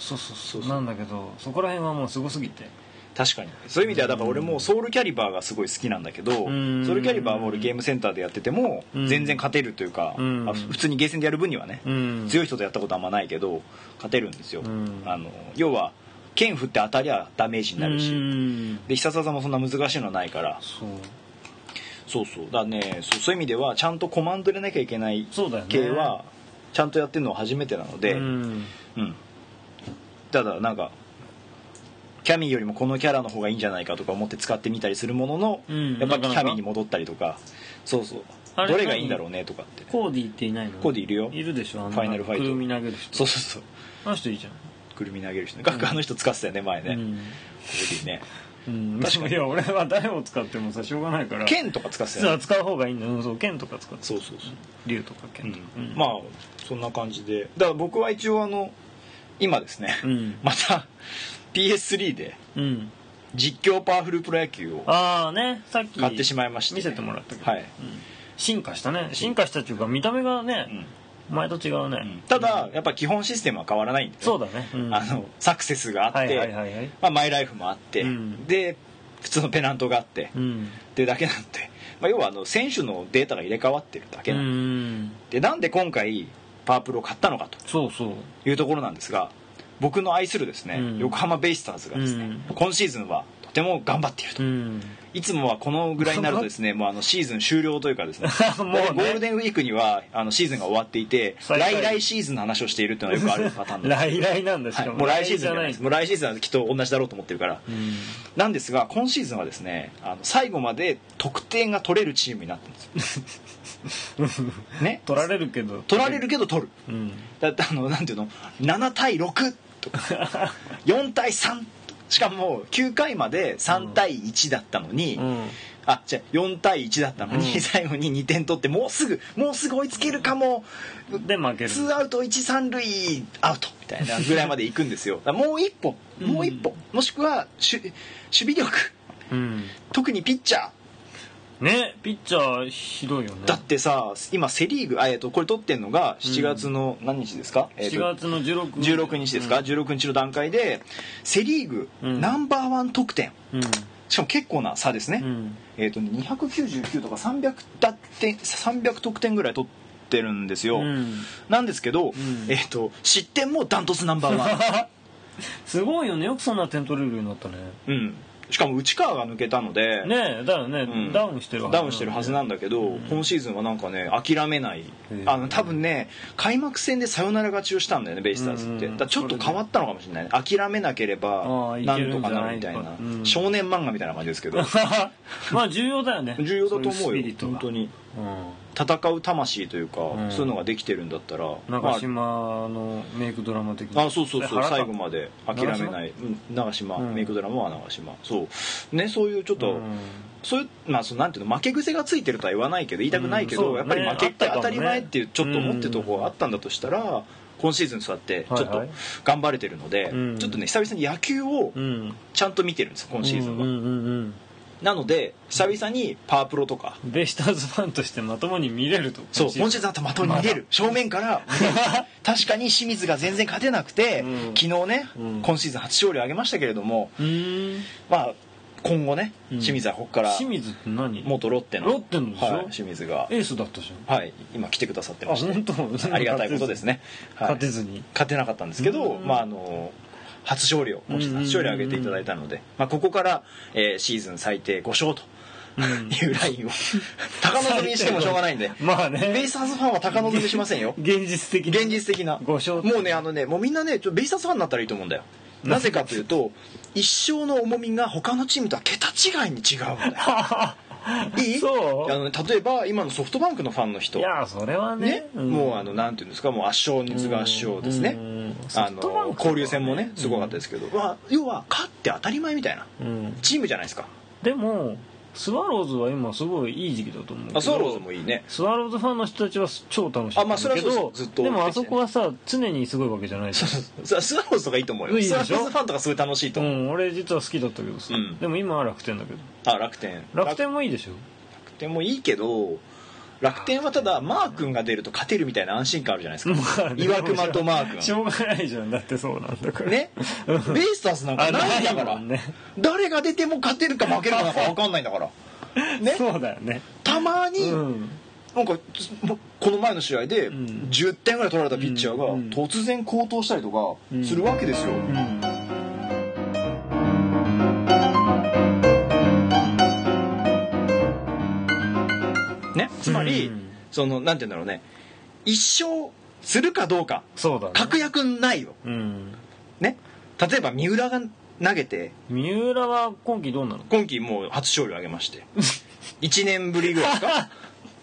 [SPEAKER 2] そうそ
[SPEAKER 1] そううそう
[SPEAKER 2] そ
[SPEAKER 1] う
[SPEAKER 2] なんだけどそこら辺はもうすごすぎて
[SPEAKER 1] 確かにそういう意味ではだから俺もソウルキャリバーがすごい好きなんだけどソウ
[SPEAKER 2] うん
[SPEAKER 1] ルキャリバーも俺ゲームセンターでやってても
[SPEAKER 2] うん
[SPEAKER 1] 全然勝てるというか
[SPEAKER 2] うん
[SPEAKER 1] あ普通にゲーセンでやる分にはね
[SPEAKER 2] うん
[SPEAKER 1] 強い人とやったことあんまないけど勝てるんですよ
[SPEAKER 2] うん
[SPEAKER 1] あの要は剣振って当たりゃダメージになる
[SPEAKER 2] う
[SPEAKER 1] し
[SPEAKER 2] ん
[SPEAKER 1] で必殺技もそんな難しいのはないから
[SPEAKER 2] そう
[SPEAKER 1] そうそうだからねそうそういう意味ではちゃんとコマンド入れなきゃいけない
[SPEAKER 2] そうだよね
[SPEAKER 1] 系はちゃんとやってるのは初めてなので、
[SPEAKER 2] うん
[SPEAKER 1] うん、ただなんかキャミーよりもこのキャラの方がいいんじゃないかとか思って使ってみたりするものの、
[SPEAKER 2] うん
[SPEAKER 1] やっぱりキ
[SPEAKER 2] なかなか
[SPEAKER 1] ャミーに戻ったりとかそうそう
[SPEAKER 2] あれ
[SPEAKER 1] どれがいいんだろうねとかって
[SPEAKER 2] コーディっていないの
[SPEAKER 1] コーディいるよ
[SPEAKER 2] いるでしょあの
[SPEAKER 1] ファイナルファイト
[SPEAKER 2] くるみ投げる人
[SPEAKER 1] そうそうそう
[SPEAKER 2] あの人いいじゃん
[SPEAKER 1] くるみ投げる人ね学科の人使ってたよね前ね、
[SPEAKER 2] う
[SPEAKER 1] こ
[SPEAKER 2] ん
[SPEAKER 1] れでね
[SPEAKER 2] うん、
[SPEAKER 1] 確かに
[SPEAKER 2] いや俺は誰を使ってもさしょうがないから
[SPEAKER 1] 剣とか使ってた
[SPEAKER 2] 実
[SPEAKER 1] よ
[SPEAKER 2] は
[SPEAKER 1] ね
[SPEAKER 2] 使う方がいいんだよ、うん、そう剣とか使って
[SPEAKER 1] そうそうそう
[SPEAKER 2] 竜とか剣とか、うん
[SPEAKER 1] まあそんな感じでだから僕は一応あの今ですね、
[SPEAKER 2] うん
[SPEAKER 1] また PS3 で
[SPEAKER 2] うん
[SPEAKER 1] 実況パワフルプロ野球を
[SPEAKER 2] ああねさっき
[SPEAKER 1] 買ってしまいまして
[SPEAKER 2] 見せてもらったけど、
[SPEAKER 1] はい
[SPEAKER 2] 進化したね進化したっていうか見た目がね、前と違うね、
[SPEAKER 1] ただやっぱ基本システムは変わらないんで、ね、
[SPEAKER 2] そうだね、うん
[SPEAKER 1] あのサクセスがあって、
[SPEAKER 2] はいはいはいはい
[SPEAKER 1] まあ、マイライフもあって、
[SPEAKER 2] うん
[SPEAKER 1] で普通のペナントがあって、
[SPEAKER 2] うん
[SPEAKER 1] でだけなんで、まあ、要はあの選手のデータが入れ替わってるだけ
[SPEAKER 2] う
[SPEAKER 1] なんで,、で
[SPEAKER 2] ん
[SPEAKER 1] なんで今回パワープロを買ったのかと
[SPEAKER 2] そうそう
[SPEAKER 1] いうところなんですが僕の愛するですね、
[SPEAKER 2] うん
[SPEAKER 1] 横浜ベイスターズがですね、
[SPEAKER 2] うん
[SPEAKER 1] 今シーズンはとても頑張っていると、
[SPEAKER 2] うん
[SPEAKER 1] いつもはこのぐらいになるとです ねもうあのシーズン終了というかですね
[SPEAKER 2] もうね
[SPEAKER 1] ゴールデンウィークにはあのシーズンが終わっていて
[SPEAKER 2] 最下位
[SPEAKER 1] 来来シーズンの話をしているっていうのはよくあるパターンなんです
[SPEAKER 2] 来 来なんです
[SPEAKER 1] は
[SPEAKER 2] け
[SPEAKER 1] い、
[SPEAKER 2] ど、
[SPEAKER 1] もう来シーズンじゃないで
[SPEAKER 2] 来じ
[SPEAKER 1] す
[SPEAKER 2] ゃ
[SPEAKER 1] もう来シーズンはきっと同じだろうと思ってるから、
[SPEAKER 2] うん
[SPEAKER 1] なんですが今シーズンはですねあの最後まで得点が取れるチームになってるんですよね
[SPEAKER 2] 取られるけど
[SPEAKER 1] 取られるけど取る
[SPEAKER 2] うん
[SPEAKER 1] だってあのなんていうの7対6とか 4対3しかも9回まで3対1だったのに、
[SPEAKER 2] うん
[SPEAKER 1] あじゃ4対1だったのに、
[SPEAKER 2] うん
[SPEAKER 1] 最後に2点取ってもうすぐもうすぐ追いつけるかも
[SPEAKER 2] で負ける
[SPEAKER 1] ツーアウト一三塁アウトみたいなぐらいまで行くん ですよだからもう一歩もう一歩、もしくはしゅ守備力
[SPEAKER 2] うん
[SPEAKER 1] 特にピッチャー
[SPEAKER 2] ねピッチャーひどいよね
[SPEAKER 1] だってさ今セ・リーグあ、えっとこれ取ってんのが7月の何日ですか、えっと
[SPEAKER 2] 7月の16
[SPEAKER 1] 16日ですか、16日の段階でセ・リーグ、
[SPEAKER 2] うん
[SPEAKER 1] ナンバーワン得点
[SPEAKER 2] うん
[SPEAKER 1] しかも結構な差ですね、
[SPEAKER 2] うん
[SPEAKER 1] えっとね299とか300だって300得点ぐらい取っってるんですよ、
[SPEAKER 2] うん
[SPEAKER 1] なんですけど、
[SPEAKER 2] ん
[SPEAKER 1] えっ、と失点もダントツナンバーワン
[SPEAKER 2] すごいよねよくそんな点取れるようになったね
[SPEAKER 1] うん、しかも内川が抜けたので、
[SPEAKER 2] ねえだよね、
[SPEAKER 1] うん
[SPEAKER 2] ダウンしてるはず
[SPEAKER 1] ダウンしてるはずなんだけど、今シーズンはなんかね諦めない
[SPEAKER 2] へえ
[SPEAKER 1] あの多分ね開幕戦でサヨナラ勝ちをしたんだよねベイスターズって、
[SPEAKER 2] うんうん
[SPEAKER 1] だからちょっと変わったのかもしれないね諦めなけれ
[SPEAKER 2] ああ
[SPEAKER 1] ば
[SPEAKER 2] い
[SPEAKER 1] な
[SPEAKER 2] ける
[SPEAKER 1] んと
[SPEAKER 2] んじ
[SPEAKER 1] かな
[SPEAKER 2] ゃな
[SPEAKER 1] る
[SPEAKER 2] い
[SPEAKER 1] みたいな
[SPEAKER 2] うん
[SPEAKER 1] 少年漫画みたいな感じですけ ど
[SPEAKER 2] まあ重要だよね
[SPEAKER 1] 重要だと思
[SPEAKER 2] そうい
[SPEAKER 1] よ
[SPEAKER 2] スピリットが
[SPEAKER 1] 本当に
[SPEAKER 2] うん
[SPEAKER 1] 戦う魂というか、
[SPEAKER 2] ん
[SPEAKER 1] そういうのができてるんだったら
[SPEAKER 2] 長島のメイクドラマ的に
[SPEAKER 1] あそうそうそう
[SPEAKER 2] 原田
[SPEAKER 1] 最後まで諦めないうん長島、
[SPEAKER 2] うん
[SPEAKER 1] メイクドラマは長島そうねそういうちょっと、
[SPEAKER 2] うん
[SPEAKER 1] そういうまあそのなんていうの負け癖がついてるとは言わないけど言いたくないけ
[SPEAKER 2] う
[SPEAKER 1] ど、
[SPEAKER 2] ん
[SPEAKER 1] やっぱり
[SPEAKER 2] そうだ
[SPEAKER 1] 負
[SPEAKER 2] ね
[SPEAKER 1] けって
[SPEAKER 2] あった
[SPEAKER 1] 当
[SPEAKER 2] かもね
[SPEAKER 1] たり前っていうちょっと思ってるとこがあったんだとしたら、今シーズンそうやってちょっ
[SPEAKER 2] はい
[SPEAKER 1] と
[SPEAKER 2] はい
[SPEAKER 1] 頑張れてるので、
[SPEAKER 2] うん
[SPEAKER 1] ちょっとね久々に野球を
[SPEAKER 2] うん
[SPEAKER 1] ちゃんと見てるんです今シーズンは、
[SPEAKER 2] うんうんうん
[SPEAKER 1] なので久々にパワープロとか
[SPEAKER 2] うんベイスターズファンとしてまともに見れると
[SPEAKER 1] そう今シー
[SPEAKER 2] ズ
[SPEAKER 1] ズンだったら的に逃げる正面 から見れる確かに清水が全然勝てなくて、
[SPEAKER 2] うん
[SPEAKER 1] 昨日ね、
[SPEAKER 2] うん
[SPEAKER 1] 今シーズン初勝利を挙げましたけれども
[SPEAKER 2] うーん
[SPEAKER 1] まあ今後ね
[SPEAKER 2] うん
[SPEAKER 1] 清水はここから
[SPEAKER 2] 清水って何
[SPEAKER 1] 元ロッテの
[SPEAKER 2] ロッテのでしょ
[SPEAKER 1] はい、清水が、
[SPEAKER 2] エースだったじゃ
[SPEAKER 1] はい、今来てくださって
[SPEAKER 2] んあ
[SPEAKER 1] まして
[SPEAKER 2] 本 当
[SPEAKER 1] ありがたいことですね、はい、
[SPEAKER 2] 勝てずに
[SPEAKER 1] 勝てなかったんですけど、
[SPEAKER 2] うん
[SPEAKER 1] まああの初勝利をもう一つ
[SPEAKER 2] うん
[SPEAKER 1] 初勝利を挙げていただいたので、まあ、ここから、えーシーズン最低5勝と
[SPEAKER 2] うん
[SPEAKER 1] いうラインを高望みにしてもしょうがないんで
[SPEAKER 2] まあ
[SPEAKER 1] ベ
[SPEAKER 2] ね
[SPEAKER 1] イスターズファンは高望みしませんよ
[SPEAKER 2] 現実的に
[SPEAKER 1] 現実的な
[SPEAKER 2] 5勝
[SPEAKER 1] もうねあのねもうみんなねちょベイスターズファンになったらいいと思うんだよなぜかというと一生の重みが他のチームとは桁違いに違うんだ よいい
[SPEAKER 2] そう
[SPEAKER 1] あの、ね、例えば今のソフトバンクのファンの人
[SPEAKER 2] いやそれは
[SPEAKER 1] ね
[SPEAKER 2] ねうん
[SPEAKER 1] もうあのなんていうんですかもう圧勝熱が圧勝ですね、
[SPEAKER 2] うんソ
[SPEAKER 1] あ
[SPEAKER 2] フトバン
[SPEAKER 1] の
[SPEAKER 2] ク
[SPEAKER 1] 交流戦もねすごかったですけど、まあ、要は勝って当たり前みたいな
[SPEAKER 2] うん
[SPEAKER 1] チームじゃないですか
[SPEAKER 2] でもスワローズは今すごいいい時期だと思うけど
[SPEAKER 1] あソローズもいいね
[SPEAKER 2] スワローズファンの人たちは超楽しみ
[SPEAKER 1] あまあそれはそうですずっと
[SPEAKER 2] でもあそこはさ常にすごいわけじゃないじゃん
[SPEAKER 1] ススワローズとかいいと思うよ
[SPEAKER 2] いいで
[SPEAKER 1] ス
[SPEAKER 2] し
[SPEAKER 1] ワ
[SPEAKER 2] ょ
[SPEAKER 1] ローズファンとかすごい楽しいと
[SPEAKER 2] う
[SPEAKER 1] 思う、
[SPEAKER 2] ん俺実は好きだったけどさ、
[SPEAKER 1] うん
[SPEAKER 2] でも今は楽天だけど
[SPEAKER 1] あ楽天
[SPEAKER 2] 楽天もいいでしょ
[SPEAKER 1] 楽天もいいけど楽天はただマー君が出ると勝てるみたいな安心感あるじゃないですか、岩隈とマー
[SPEAKER 2] し
[SPEAKER 1] 君
[SPEAKER 2] ょうがないじゃんだってそうなんだから
[SPEAKER 1] ねベイスターズなんか
[SPEAKER 2] あ
[SPEAKER 1] ないんだか
[SPEAKER 2] ない
[SPEAKER 1] ら、
[SPEAKER 2] もんね
[SPEAKER 1] 誰が出ても勝てるか負けるかなんか分かんないんだからね
[SPEAKER 2] そうだよね
[SPEAKER 1] たまに、
[SPEAKER 2] うん
[SPEAKER 1] なんかもうこの前の試合で
[SPEAKER 2] ん
[SPEAKER 1] 10点ぐらい取られたピッチャーが
[SPEAKER 2] うん
[SPEAKER 1] 突然好投したりとかするわけですよ、
[SPEAKER 2] うん
[SPEAKER 1] ね、つまり、
[SPEAKER 2] うん
[SPEAKER 1] そのなんて言うんだろうね一勝するかどうか
[SPEAKER 2] そうだね
[SPEAKER 1] 確約ないよ、
[SPEAKER 2] うん
[SPEAKER 1] ね、例えば三浦が投げて
[SPEAKER 2] 三浦は今季どうなの
[SPEAKER 1] 今季もう初勝利を挙げまして 1年ぶりぐらいですか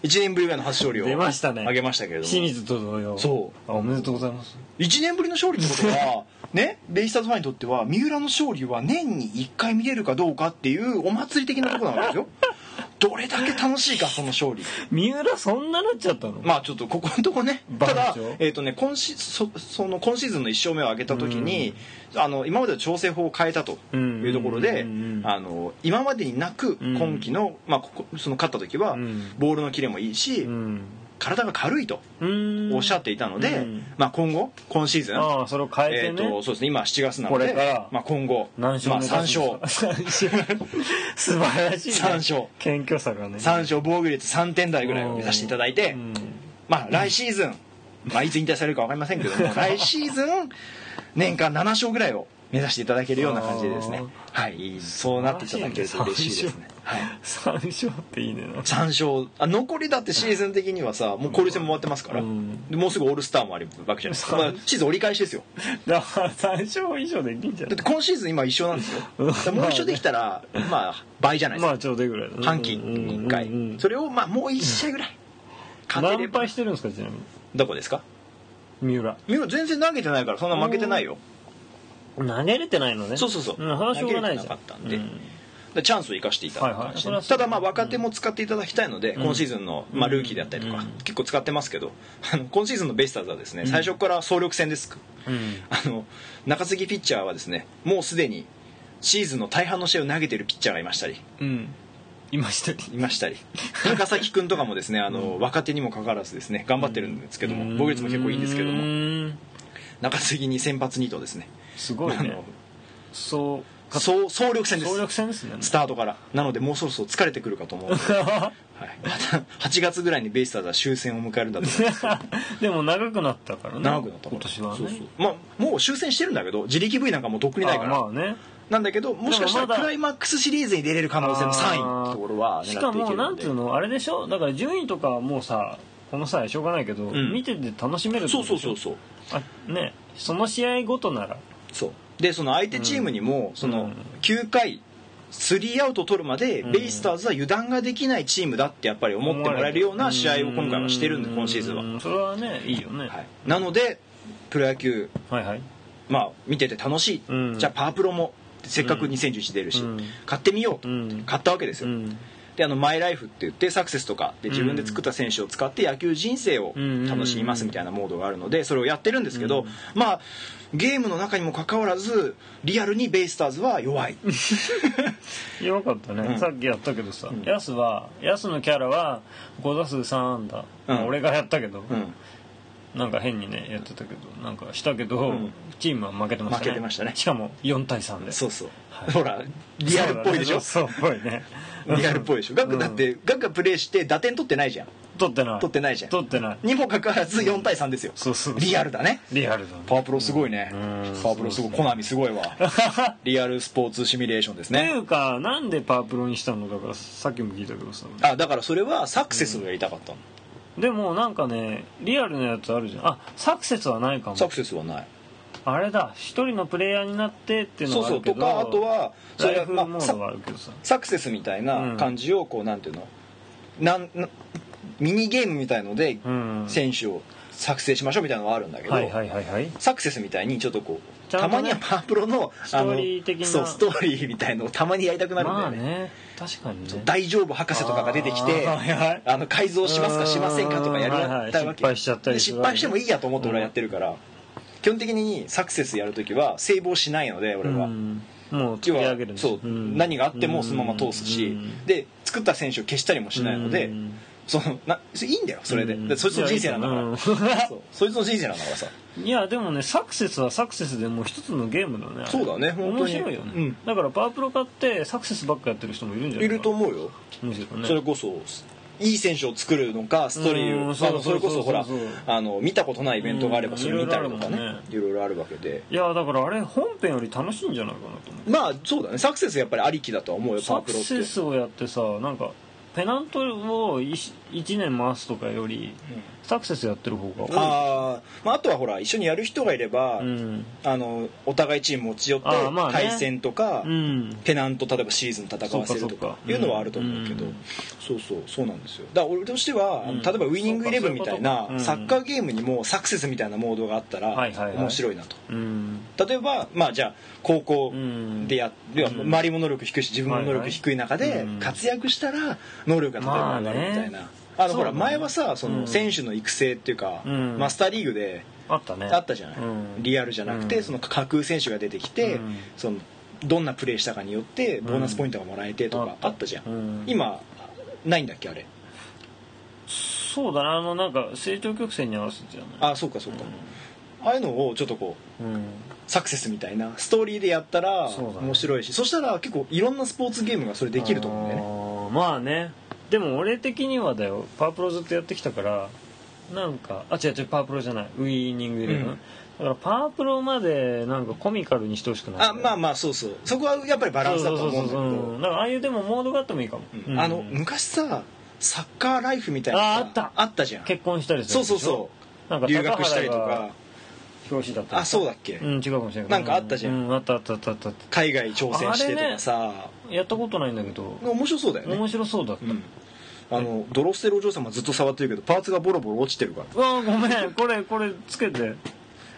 [SPEAKER 1] 1年ぶりぐらいの初勝利を
[SPEAKER 2] 出ましたね
[SPEAKER 1] 挙げましたけれども
[SPEAKER 2] 清水と同様
[SPEAKER 1] そう
[SPEAKER 2] あおめでとうございます
[SPEAKER 1] 1年ぶりの勝利ってこと はねベイスターズファンにとっては三浦の勝利は年に1回見れるかどうかっていうお祭り的なところなんですよ どれだけ楽しいかその勝利
[SPEAKER 2] 三浦そんななっちゃったの
[SPEAKER 1] まあちょっとここのとこね
[SPEAKER 2] バ
[SPEAKER 1] た
[SPEAKER 2] カで
[SPEAKER 1] だ
[SPEAKER 2] しょ、
[SPEAKER 1] えーとね、今シそその今シーズンの1勝目を挙げた時に、あの今までの調整法を変えたと
[SPEAKER 2] うん
[SPEAKER 1] いうところで、
[SPEAKER 2] うんうん
[SPEAKER 1] あの今までになく
[SPEAKER 2] うん
[SPEAKER 1] 今季の、まあ、ここその勝った時は、
[SPEAKER 2] うん
[SPEAKER 1] ボールのキレもいいし、
[SPEAKER 2] うん
[SPEAKER 1] 体が軽いと
[SPEAKER 2] うん
[SPEAKER 1] おっしゃっていたので、
[SPEAKER 2] うん
[SPEAKER 1] まあ、今後今シーズン
[SPEAKER 2] ああそれを変え
[SPEAKER 1] え
[SPEAKER 2] て
[SPEAKER 1] ー
[SPEAKER 2] ね、
[SPEAKER 1] とそうですね今7月なの
[SPEAKER 2] これ
[SPEAKER 1] で
[SPEAKER 2] から、
[SPEAKER 1] まあ、今後
[SPEAKER 2] 何勝
[SPEAKER 1] ま
[SPEAKER 2] 目
[SPEAKER 1] あ、
[SPEAKER 2] 指
[SPEAKER 1] 3
[SPEAKER 2] すんです
[SPEAKER 1] 勝
[SPEAKER 2] か三勝 素晴らしい、ね、
[SPEAKER 1] 三勝
[SPEAKER 2] 謙虚さがね
[SPEAKER 1] 3勝防御率3点台ぐらいを目指していただいて、
[SPEAKER 2] うん
[SPEAKER 1] まあ、来シーズン、まあ、いつ引退されるか分かりませんけど も来シーズン年間7勝ぐらいを目指していただけるような感じでですねはいそうなっていただけると嬉しいですね、はい、
[SPEAKER 2] 三勝っていいねな
[SPEAKER 1] 3勝あ残りだってシーズン的にはさもう交流戦も終わってますから、
[SPEAKER 2] うん
[SPEAKER 1] でもうすぐオールスターもあるわけじゃないですか、まあ、シーズン折り返しですよ
[SPEAKER 2] だから三勝以上できんじゃ
[SPEAKER 1] だっ
[SPEAKER 2] な
[SPEAKER 1] て今シーズン今一勝なんですよだからもう一勝できたらまあ倍じゃない
[SPEAKER 2] い
[SPEAKER 1] です
[SPEAKER 2] ま
[SPEAKER 1] か
[SPEAKER 2] あちょうどいいぐらいだね
[SPEAKER 1] 半期に1
[SPEAKER 2] うんうんうん
[SPEAKER 1] 回それをまあもう1試合ぐらい勝てれ
[SPEAKER 2] 何
[SPEAKER 1] ば
[SPEAKER 2] 敗してるんですかちなみに
[SPEAKER 1] どこですか
[SPEAKER 2] 三浦
[SPEAKER 1] みんな全然投げてないからそんな負けてないよ
[SPEAKER 2] 投げれてないのね
[SPEAKER 1] そうそうそう
[SPEAKER 2] うん、それはしょうがないじゃ
[SPEAKER 1] 投げれてな
[SPEAKER 2] ん
[SPEAKER 1] かったんで
[SPEAKER 2] うん
[SPEAKER 1] でチャンスを生かしていただく感じで
[SPEAKER 2] はいはい
[SPEAKER 1] ただまあ若手も使っていただきたいので、今シーズンの、まあ、ルーキーだったりとか、
[SPEAKER 2] うん
[SPEAKER 1] 結構使ってますけど あの今シーズンのベイスターズはですね最初から総力戦です、
[SPEAKER 2] うん
[SPEAKER 1] あの中継ぎピッチャーはですねもうすでにシーズンの大半の試合を投げてるピッチャーがいましたり
[SPEAKER 2] うんいました
[SPEAKER 1] いましたり 高崎君とかもですねあの、若手にもかかわらずですね頑張ってるんですけども防御率も結構いいんですけども
[SPEAKER 2] も
[SPEAKER 1] 中継ぎに先発2とですね
[SPEAKER 2] すごい
[SPEAKER 1] あ
[SPEAKER 2] ね
[SPEAKER 1] の
[SPEAKER 2] そ
[SPEAKER 1] 総総力戦です
[SPEAKER 2] 総力戦ですね
[SPEAKER 1] スタートからなのでもうそろそろ疲れてくるかと思うので、 はい、また8月ぐらいにベイスターズは終戦を迎えるんだと思います
[SPEAKER 2] でも長くなったからね
[SPEAKER 1] 長くなったから
[SPEAKER 2] 今年はね
[SPEAKER 1] そうそうまあもう終戦してるんだけど自力 V なんかもうとっくにないから
[SPEAKER 2] あまあね
[SPEAKER 1] なんだけどもしかした
[SPEAKER 2] でもま
[SPEAKER 1] ら
[SPEAKER 2] だ
[SPEAKER 1] クライマックスシリーズに出れる可能性の3位のところは
[SPEAKER 2] し
[SPEAKER 1] 狙
[SPEAKER 2] か
[SPEAKER 1] ってい
[SPEAKER 2] も
[SPEAKER 1] け
[SPEAKER 2] な
[SPEAKER 1] るん
[SPEAKER 2] んて
[SPEAKER 1] で
[SPEAKER 2] いうのあれでしょだから順位とかはもうさこの際しょうがないけど、
[SPEAKER 1] ん
[SPEAKER 2] 見てて楽しめるって
[SPEAKER 1] そ
[SPEAKER 2] こ
[SPEAKER 1] うそ
[SPEAKER 2] とで
[SPEAKER 1] う
[SPEAKER 2] しょ
[SPEAKER 1] そうそう
[SPEAKER 2] あねその試合ごとなら
[SPEAKER 1] そうでその相手チームにも、そうの
[SPEAKER 2] ん
[SPEAKER 1] 9回3アウト取るまで、
[SPEAKER 2] ん
[SPEAKER 1] ベイスターズは油断ができないチームだってやっぱり思ってもらえるような試合を今回はしてるんで
[SPEAKER 2] う
[SPEAKER 1] 今シーズンは、
[SPEAKER 2] それはねいいよね、
[SPEAKER 1] はい、なのでプロ野球、
[SPEAKER 2] はいはい
[SPEAKER 1] まあ、見てて楽しい、
[SPEAKER 2] うん
[SPEAKER 1] じゃあパワープロもせっかく2011出るし、
[SPEAKER 2] うん
[SPEAKER 1] 買ってみようと、
[SPEAKER 2] うん
[SPEAKER 1] 買ったわけです
[SPEAKER 2] う
[SPEAKER 1] よ、
[SPEAKER 2] ん
[SPEAKER 1] であのマイライフって言ってサクセスとかで自分で作った選手を使って野球人生を楽しみますみたいなモードがあるのでそれをやってるんですけど、まあゲームの中にもかかわらずリアルにベイスターズは弱い
[SPEAKER 2] 弱かったね、
[SPEAKER 1] うん
[SPEAKER 2] さっきやったけどさ、
[SPEAKER 1] ん
[SPEAKER 2] ヤスはヤスのキャラは5打数3安打、
[SPEAKER 1] うん
[SPEAKER 2] 俺がやったけど、
[SPEAKER 1] うん
[SPEAKER 2] なんか変にねやってたけどなんかしたけど、
[SPEAKER 1] ん
[SPEAKER 2] チームは負けてましたね
[SPEAKER 1] 負けてましたね
[SPEAKER 2] しかも4対3で
[SPEAKER 1] そうそう、
[SPEAKER 2] はい
[SPEAKER 1] ほらリアルっぽいでしょ
[SPEAKER 2] そうだねそうっぽいね
[SPEAKER 1] リアルっぽいでしょガク
[SPEAKER 2] うん
[SPEAKER 1] だってガクがプレーして打点取ってないじゃん
[SPEAKER 2] 取ってない
[SPEAKER 1] 取ってないじゃん
[SPEAKER 2] 取ってない
[SPEAKER 1] にもかかわらず4対3ですよ
[SPEAKER 2] そうそう
[SPEAKER 1] リアルだね
[SPEAKER 2] リアルだね
[SPEAKER 1] パワープロすごいね
[SPEAKER 2] うん
[SPEAKER 1] パワープロすごい
[SPEAKER 2] そう
[SPEAKER 1] コナミす ごいわリアルスポーツシミュレーションです
[SPEAKER 2] と
[SPEAKER 1] ね
[SPEAKER 2] いうかなんでパワープロにしたのだからさっきも聞いたけどさ
[SPEAKER 1] あだからそれはサクセスをやりたかったの、
[SPEAKER 2] でもなんかねリアルなやつあるじゃんあサクセスはないかも
[SPEAKER 1] サクセスはない
[SPEAKER 2] あれだ一人のプレイヤーになってっていう
[SPEAKER 1] そ
[SPEAKER 2] の
[SPEAKER 1] う
[SPEAKER 2] があ
[SPEAKER 1] そう
[SPEAKER 2] るけ
[SPEAKER 1] と
[SPEAKER 2] ど
[SPEAKER 1] かあとはそ
[SPEAKER 2] ラ
[SPEAKER 1] れ
[SPEAKER 2] イ
[SPEAKER 1] は
[SPEAKER 2] フ
[SPEAKER 1] ま
[SPEAKER 2] モ
[SPEAKER 1] あ
[SPEAKER 2] ードがあ
[SPEAKER 1] サ
[SPEAKER 2] るけどさ
[SPEAKER 1] サクセスみたいな感じをこうなんていうのなんなミニゲームみたいので
[SPEAKER 2] うん
[SPEAKER 1] 選手を作成しましょうみたいなのはあるんだけど、
[SPEAKER 2] はいはいはいはい
[SPEAKER 1] サクセスみたいにちょっとこう
[SPEAKER 2] ちゃんと
[SPEAKER 1] た
[SPEAKER 2] ね
[SPEAKER 1] まにはパワープロの
[SPEAKER 2] ストーリー的
[SPEAKER 1] あ
[SPEAKER 2] な
[SPEAKER 1] のそうストーリーみたいのをたまにやりたくなるんだ
[SPEAKER 2] ま
[SPEAKER 1] よ
[SPEAKER 2] あ
[SPEAKER 1] ね,、
[SPEAKER 2] ね確かにね
[SPEAKER 1] 大丈夫博士とかが出てきて
[SPEAKER 2] あー
[SPEAKER 1] あ、
[SPEAKER 2] はいはい
[SPEAKER 1] の改造しますかしませんかとかやり
[SPEAKER 2] うんはいは
[SPEAKER 1] や
[SPEAKER 2] い
[SPEAKER 1] ったわけ
[SPEAKER 2] 失敗しちゃったり
[SPEAKER 1] です
[SPEAKER 2] る
[SPEAKER 1] 失敗してもいいやと思って俺はやってるから、基本的にサクセスやるときはセーブをしないので俺は、
[SPEAKER 2] うんもう突き
[SPEAKER 1] 要は
[SPEAKER 2] 上げるんです
[SPEAKER 1] そう、
[SPEAKER 2] うん
[SPEAKER 1] 何があってもそのまま通すし、
[SPEAKER 2] うん
[SPEAKER 1] で作った選手を消したりもしないので、
[SPEAKER 2] うん
[SPEAKER 1] そのなそれいいんだよそれで,、
[SPEAKER 2] うん
[SPEAKER 1] でそいつの人生なんだから
[SPEAKER 2] いやいいと
[SPEAKER 1] そ
[SPEAKER 2] 思う
[SPEAKER 1] う そいつの人生なんだからさ
[SPEAKER 2] いやでもねサクセスはサクセスでもう一つのゲームだねあれ
[SPEAKER 1] そうだね本当に
[SPEAKER 2] 面白いよね、
[SPEAKER 1] うん
[SPEAKER 2] だからパワープロ買ってサクセスばっかやってる人もいるんじゃないいかな
[SPEAKER 1] ると思うよ、
[SPEAKER 2] むしろね
[SPEAKER 1] それこそいい選手を作るのかストーリーを
[SPEAKER 2] うん
[SPEAKER 1] あのそ
[SPEAKER 2] そうそ
[SPEAKER 1] れ
[SPEAKER 2] うそ
[SPEAKER 1] こ
[SPEAKER 2] う
[SPEAKER 1] そほら
[SPEAKER 2] そうそう
[SPEAKER 1] あの見たことないイベントがあれば
[SPEAKER 2] うん
[SPEAKER 1] それ見たりとかね
[SPEAKER 2] いろいろあるもんね
[SPEAKER 1] いろいろあるわけで
[SPEAKER 2] いやだからあれ本編より楽しいんじゃないかなと思う
[SPEAKER 1] まあそうだねサクセスやっぱりありきだとは思うよパワ
[SPEAKER 2] サ
[SPEAKER 1] ープ
[SPEAKER 2] ク
[SPEAKER 1] ロって
[SPEAKER 2] セスをやってさなんかペナントを 1, 年回すとかより、サクセスやってる方が多
[SPEAKER 1] あー、まあ、あとはほら一緒にやる人がいれば、
[SPEAKER 2] いうん
[SPEAKER 1] あのお互いチーム持ち寄って
[SPEAKER 2] あーまあね
[SPEAKER 1] 対戦とか、
[SPEAKER 2] うん
[SPEAKER 1] ペナント例えばシーズン戦わせると
[SPEAKER 2] そう
[SPEAKER 1] か
[SPEAKER 2] かそうか
[SPEAKER 1] いうのはあると思うけど、
[SPEAKER 2] うん
[SPEAKER 1] そうそうそうなんですよだから俺としては、あ
[SPEAKER 2] うん
[SPEAKER 1] の例えばウイニングイレブンみたい
[SPEAKER 2] そう
[SPEAKER 1] な
[SPEAKER 2] かそういうことうん
[SPEAKER 1] サッカーゲームにもサクセスみたいなモードがあったら
[SPEAKER 2] はいはいはい
[SPEAKER 1] 面白いなと。
[SPEAKER 2] うん
[SPEAKER 1] 例えば、まあ、じゃあ高校
[SPEAKER 2] うん
[SPEAKER 1] でや、要は周りも能力低いし自分も能力低い中
[SPEAKER 2] はいは
[SPEAKER 1] で
[SPEAKER 2] いうん
[SPEAKER 1] 活躍したら能力が例えば上がるみたいな、
[SPEAKER 2] ま
[SPEAKER 1] あの
[SPEAKER 2] そう
[SPEAKER 1] ほ
[SPEAKER 2] だ
[SPEAKER 1] ら
[SPEAKER 2] ね
[SPEAKER 1] 前はさそ
[SPEAKER 2] うん
[SPEAKER 1] の選手の育成っていうか、
[SPEAKER 2] うん
[SPEAKER 1] マスターリーグで
[SPEAKER 2] あったね
[SPEAKER 1] あったじゃない、
[SPEAKER 2] うん
[SPEAKER 1] リアルじゃなくて、
[SPEAKER 2] うん
[SPEAKER 1] その架空選手が出てきて、
[SPEAKER 2] うん
[SPEAKER 1] そのどんなプレーしたかによってボーナスポイントがもらえてと
[SPEAKER 2] うん
[SPEAKER 1] かあったじゃん、
[SPEAKER 2] うん
[SPEAKER 1] 今ないんだっけあれ
[SPEAKER 2] そうだなあのなんか成長曲線に合わせてじゃない
[SPEAKER 1] あそうかそうか、ああいうのをちょっとこう
[SPEAKER 2] うん
[SPEAKER 1] サクセスみたいなストーリーでやったら
[SPEAKER 2] そうだね
[SPEAKER 1] 面白いしそ,、したら結構いろんなスポーツゲームがそれできると思うんだよね
[SPEAKER 2] あーまあねでも俺的にはだよパワープロずっとやってきたからなんかあ違う違うパワープロじゃないウイニングイレブン、
[SPEAKER 1] うん
[SPEAKER 2] だからパワープロまでなんかコミカルにしてほしくない
[SPEAKER 1] あまあまあそうそうそこはやっぱりバ
[SPEAKER 2] バ
[SPEAKER 1] ランスだと思うんだけど
[SPEAKER 2] だからああいうでもモードがあってもいいかも、
[SPEAKER 1] う
[SPEAKER 2] うんん
[SPEAKER 1] あの昔さサッカーライフみたいな
[SPEAKER 2] あ
[SPEAKER 1] さ
[SPEAKER 2] あった
[SPEAKER 1] あったじゃん
[SPEAKER 2] 結婚したりす
[SPEAKER 1] そ
[SPEAKER 2] る
[SPEAKER 1] う
[SPEAKER 2] でし
[SPEAKER 1] そ
[SPEAKER 2] ょ
[SPEAKER 1] うそう
[SPEAKER 2] なんか
[SPEAKER 1] 留学したりと
[SPEAKER 2] 高原
[SPEAKER 1] か
[SPEAKER 2] が表紙だった
[SPEAKER 1] あそうだ
[SPEAKER 2] っ
[SPEAKER 1] っけ、
[SPEAKER 2] うん違うかもしれない
[SPEAKER 1] なんかあったじゃん
[SPEAKER 2] うあったあったあったあったあっ
[SPEAKER 1] 海外挑戦してとかさ、
[SPEAKER 2] たやったことないんだけど
[SPEAKER 1] 面白そうだよね
[SPEAKER 2] 面白そうだった、
[SPEAKER 1] うんあのドロステルお嬢様ずっと触ってるけどパーツがボロボロ落ちてるから
[SPEAKER 2] うわごめんこれこれつけて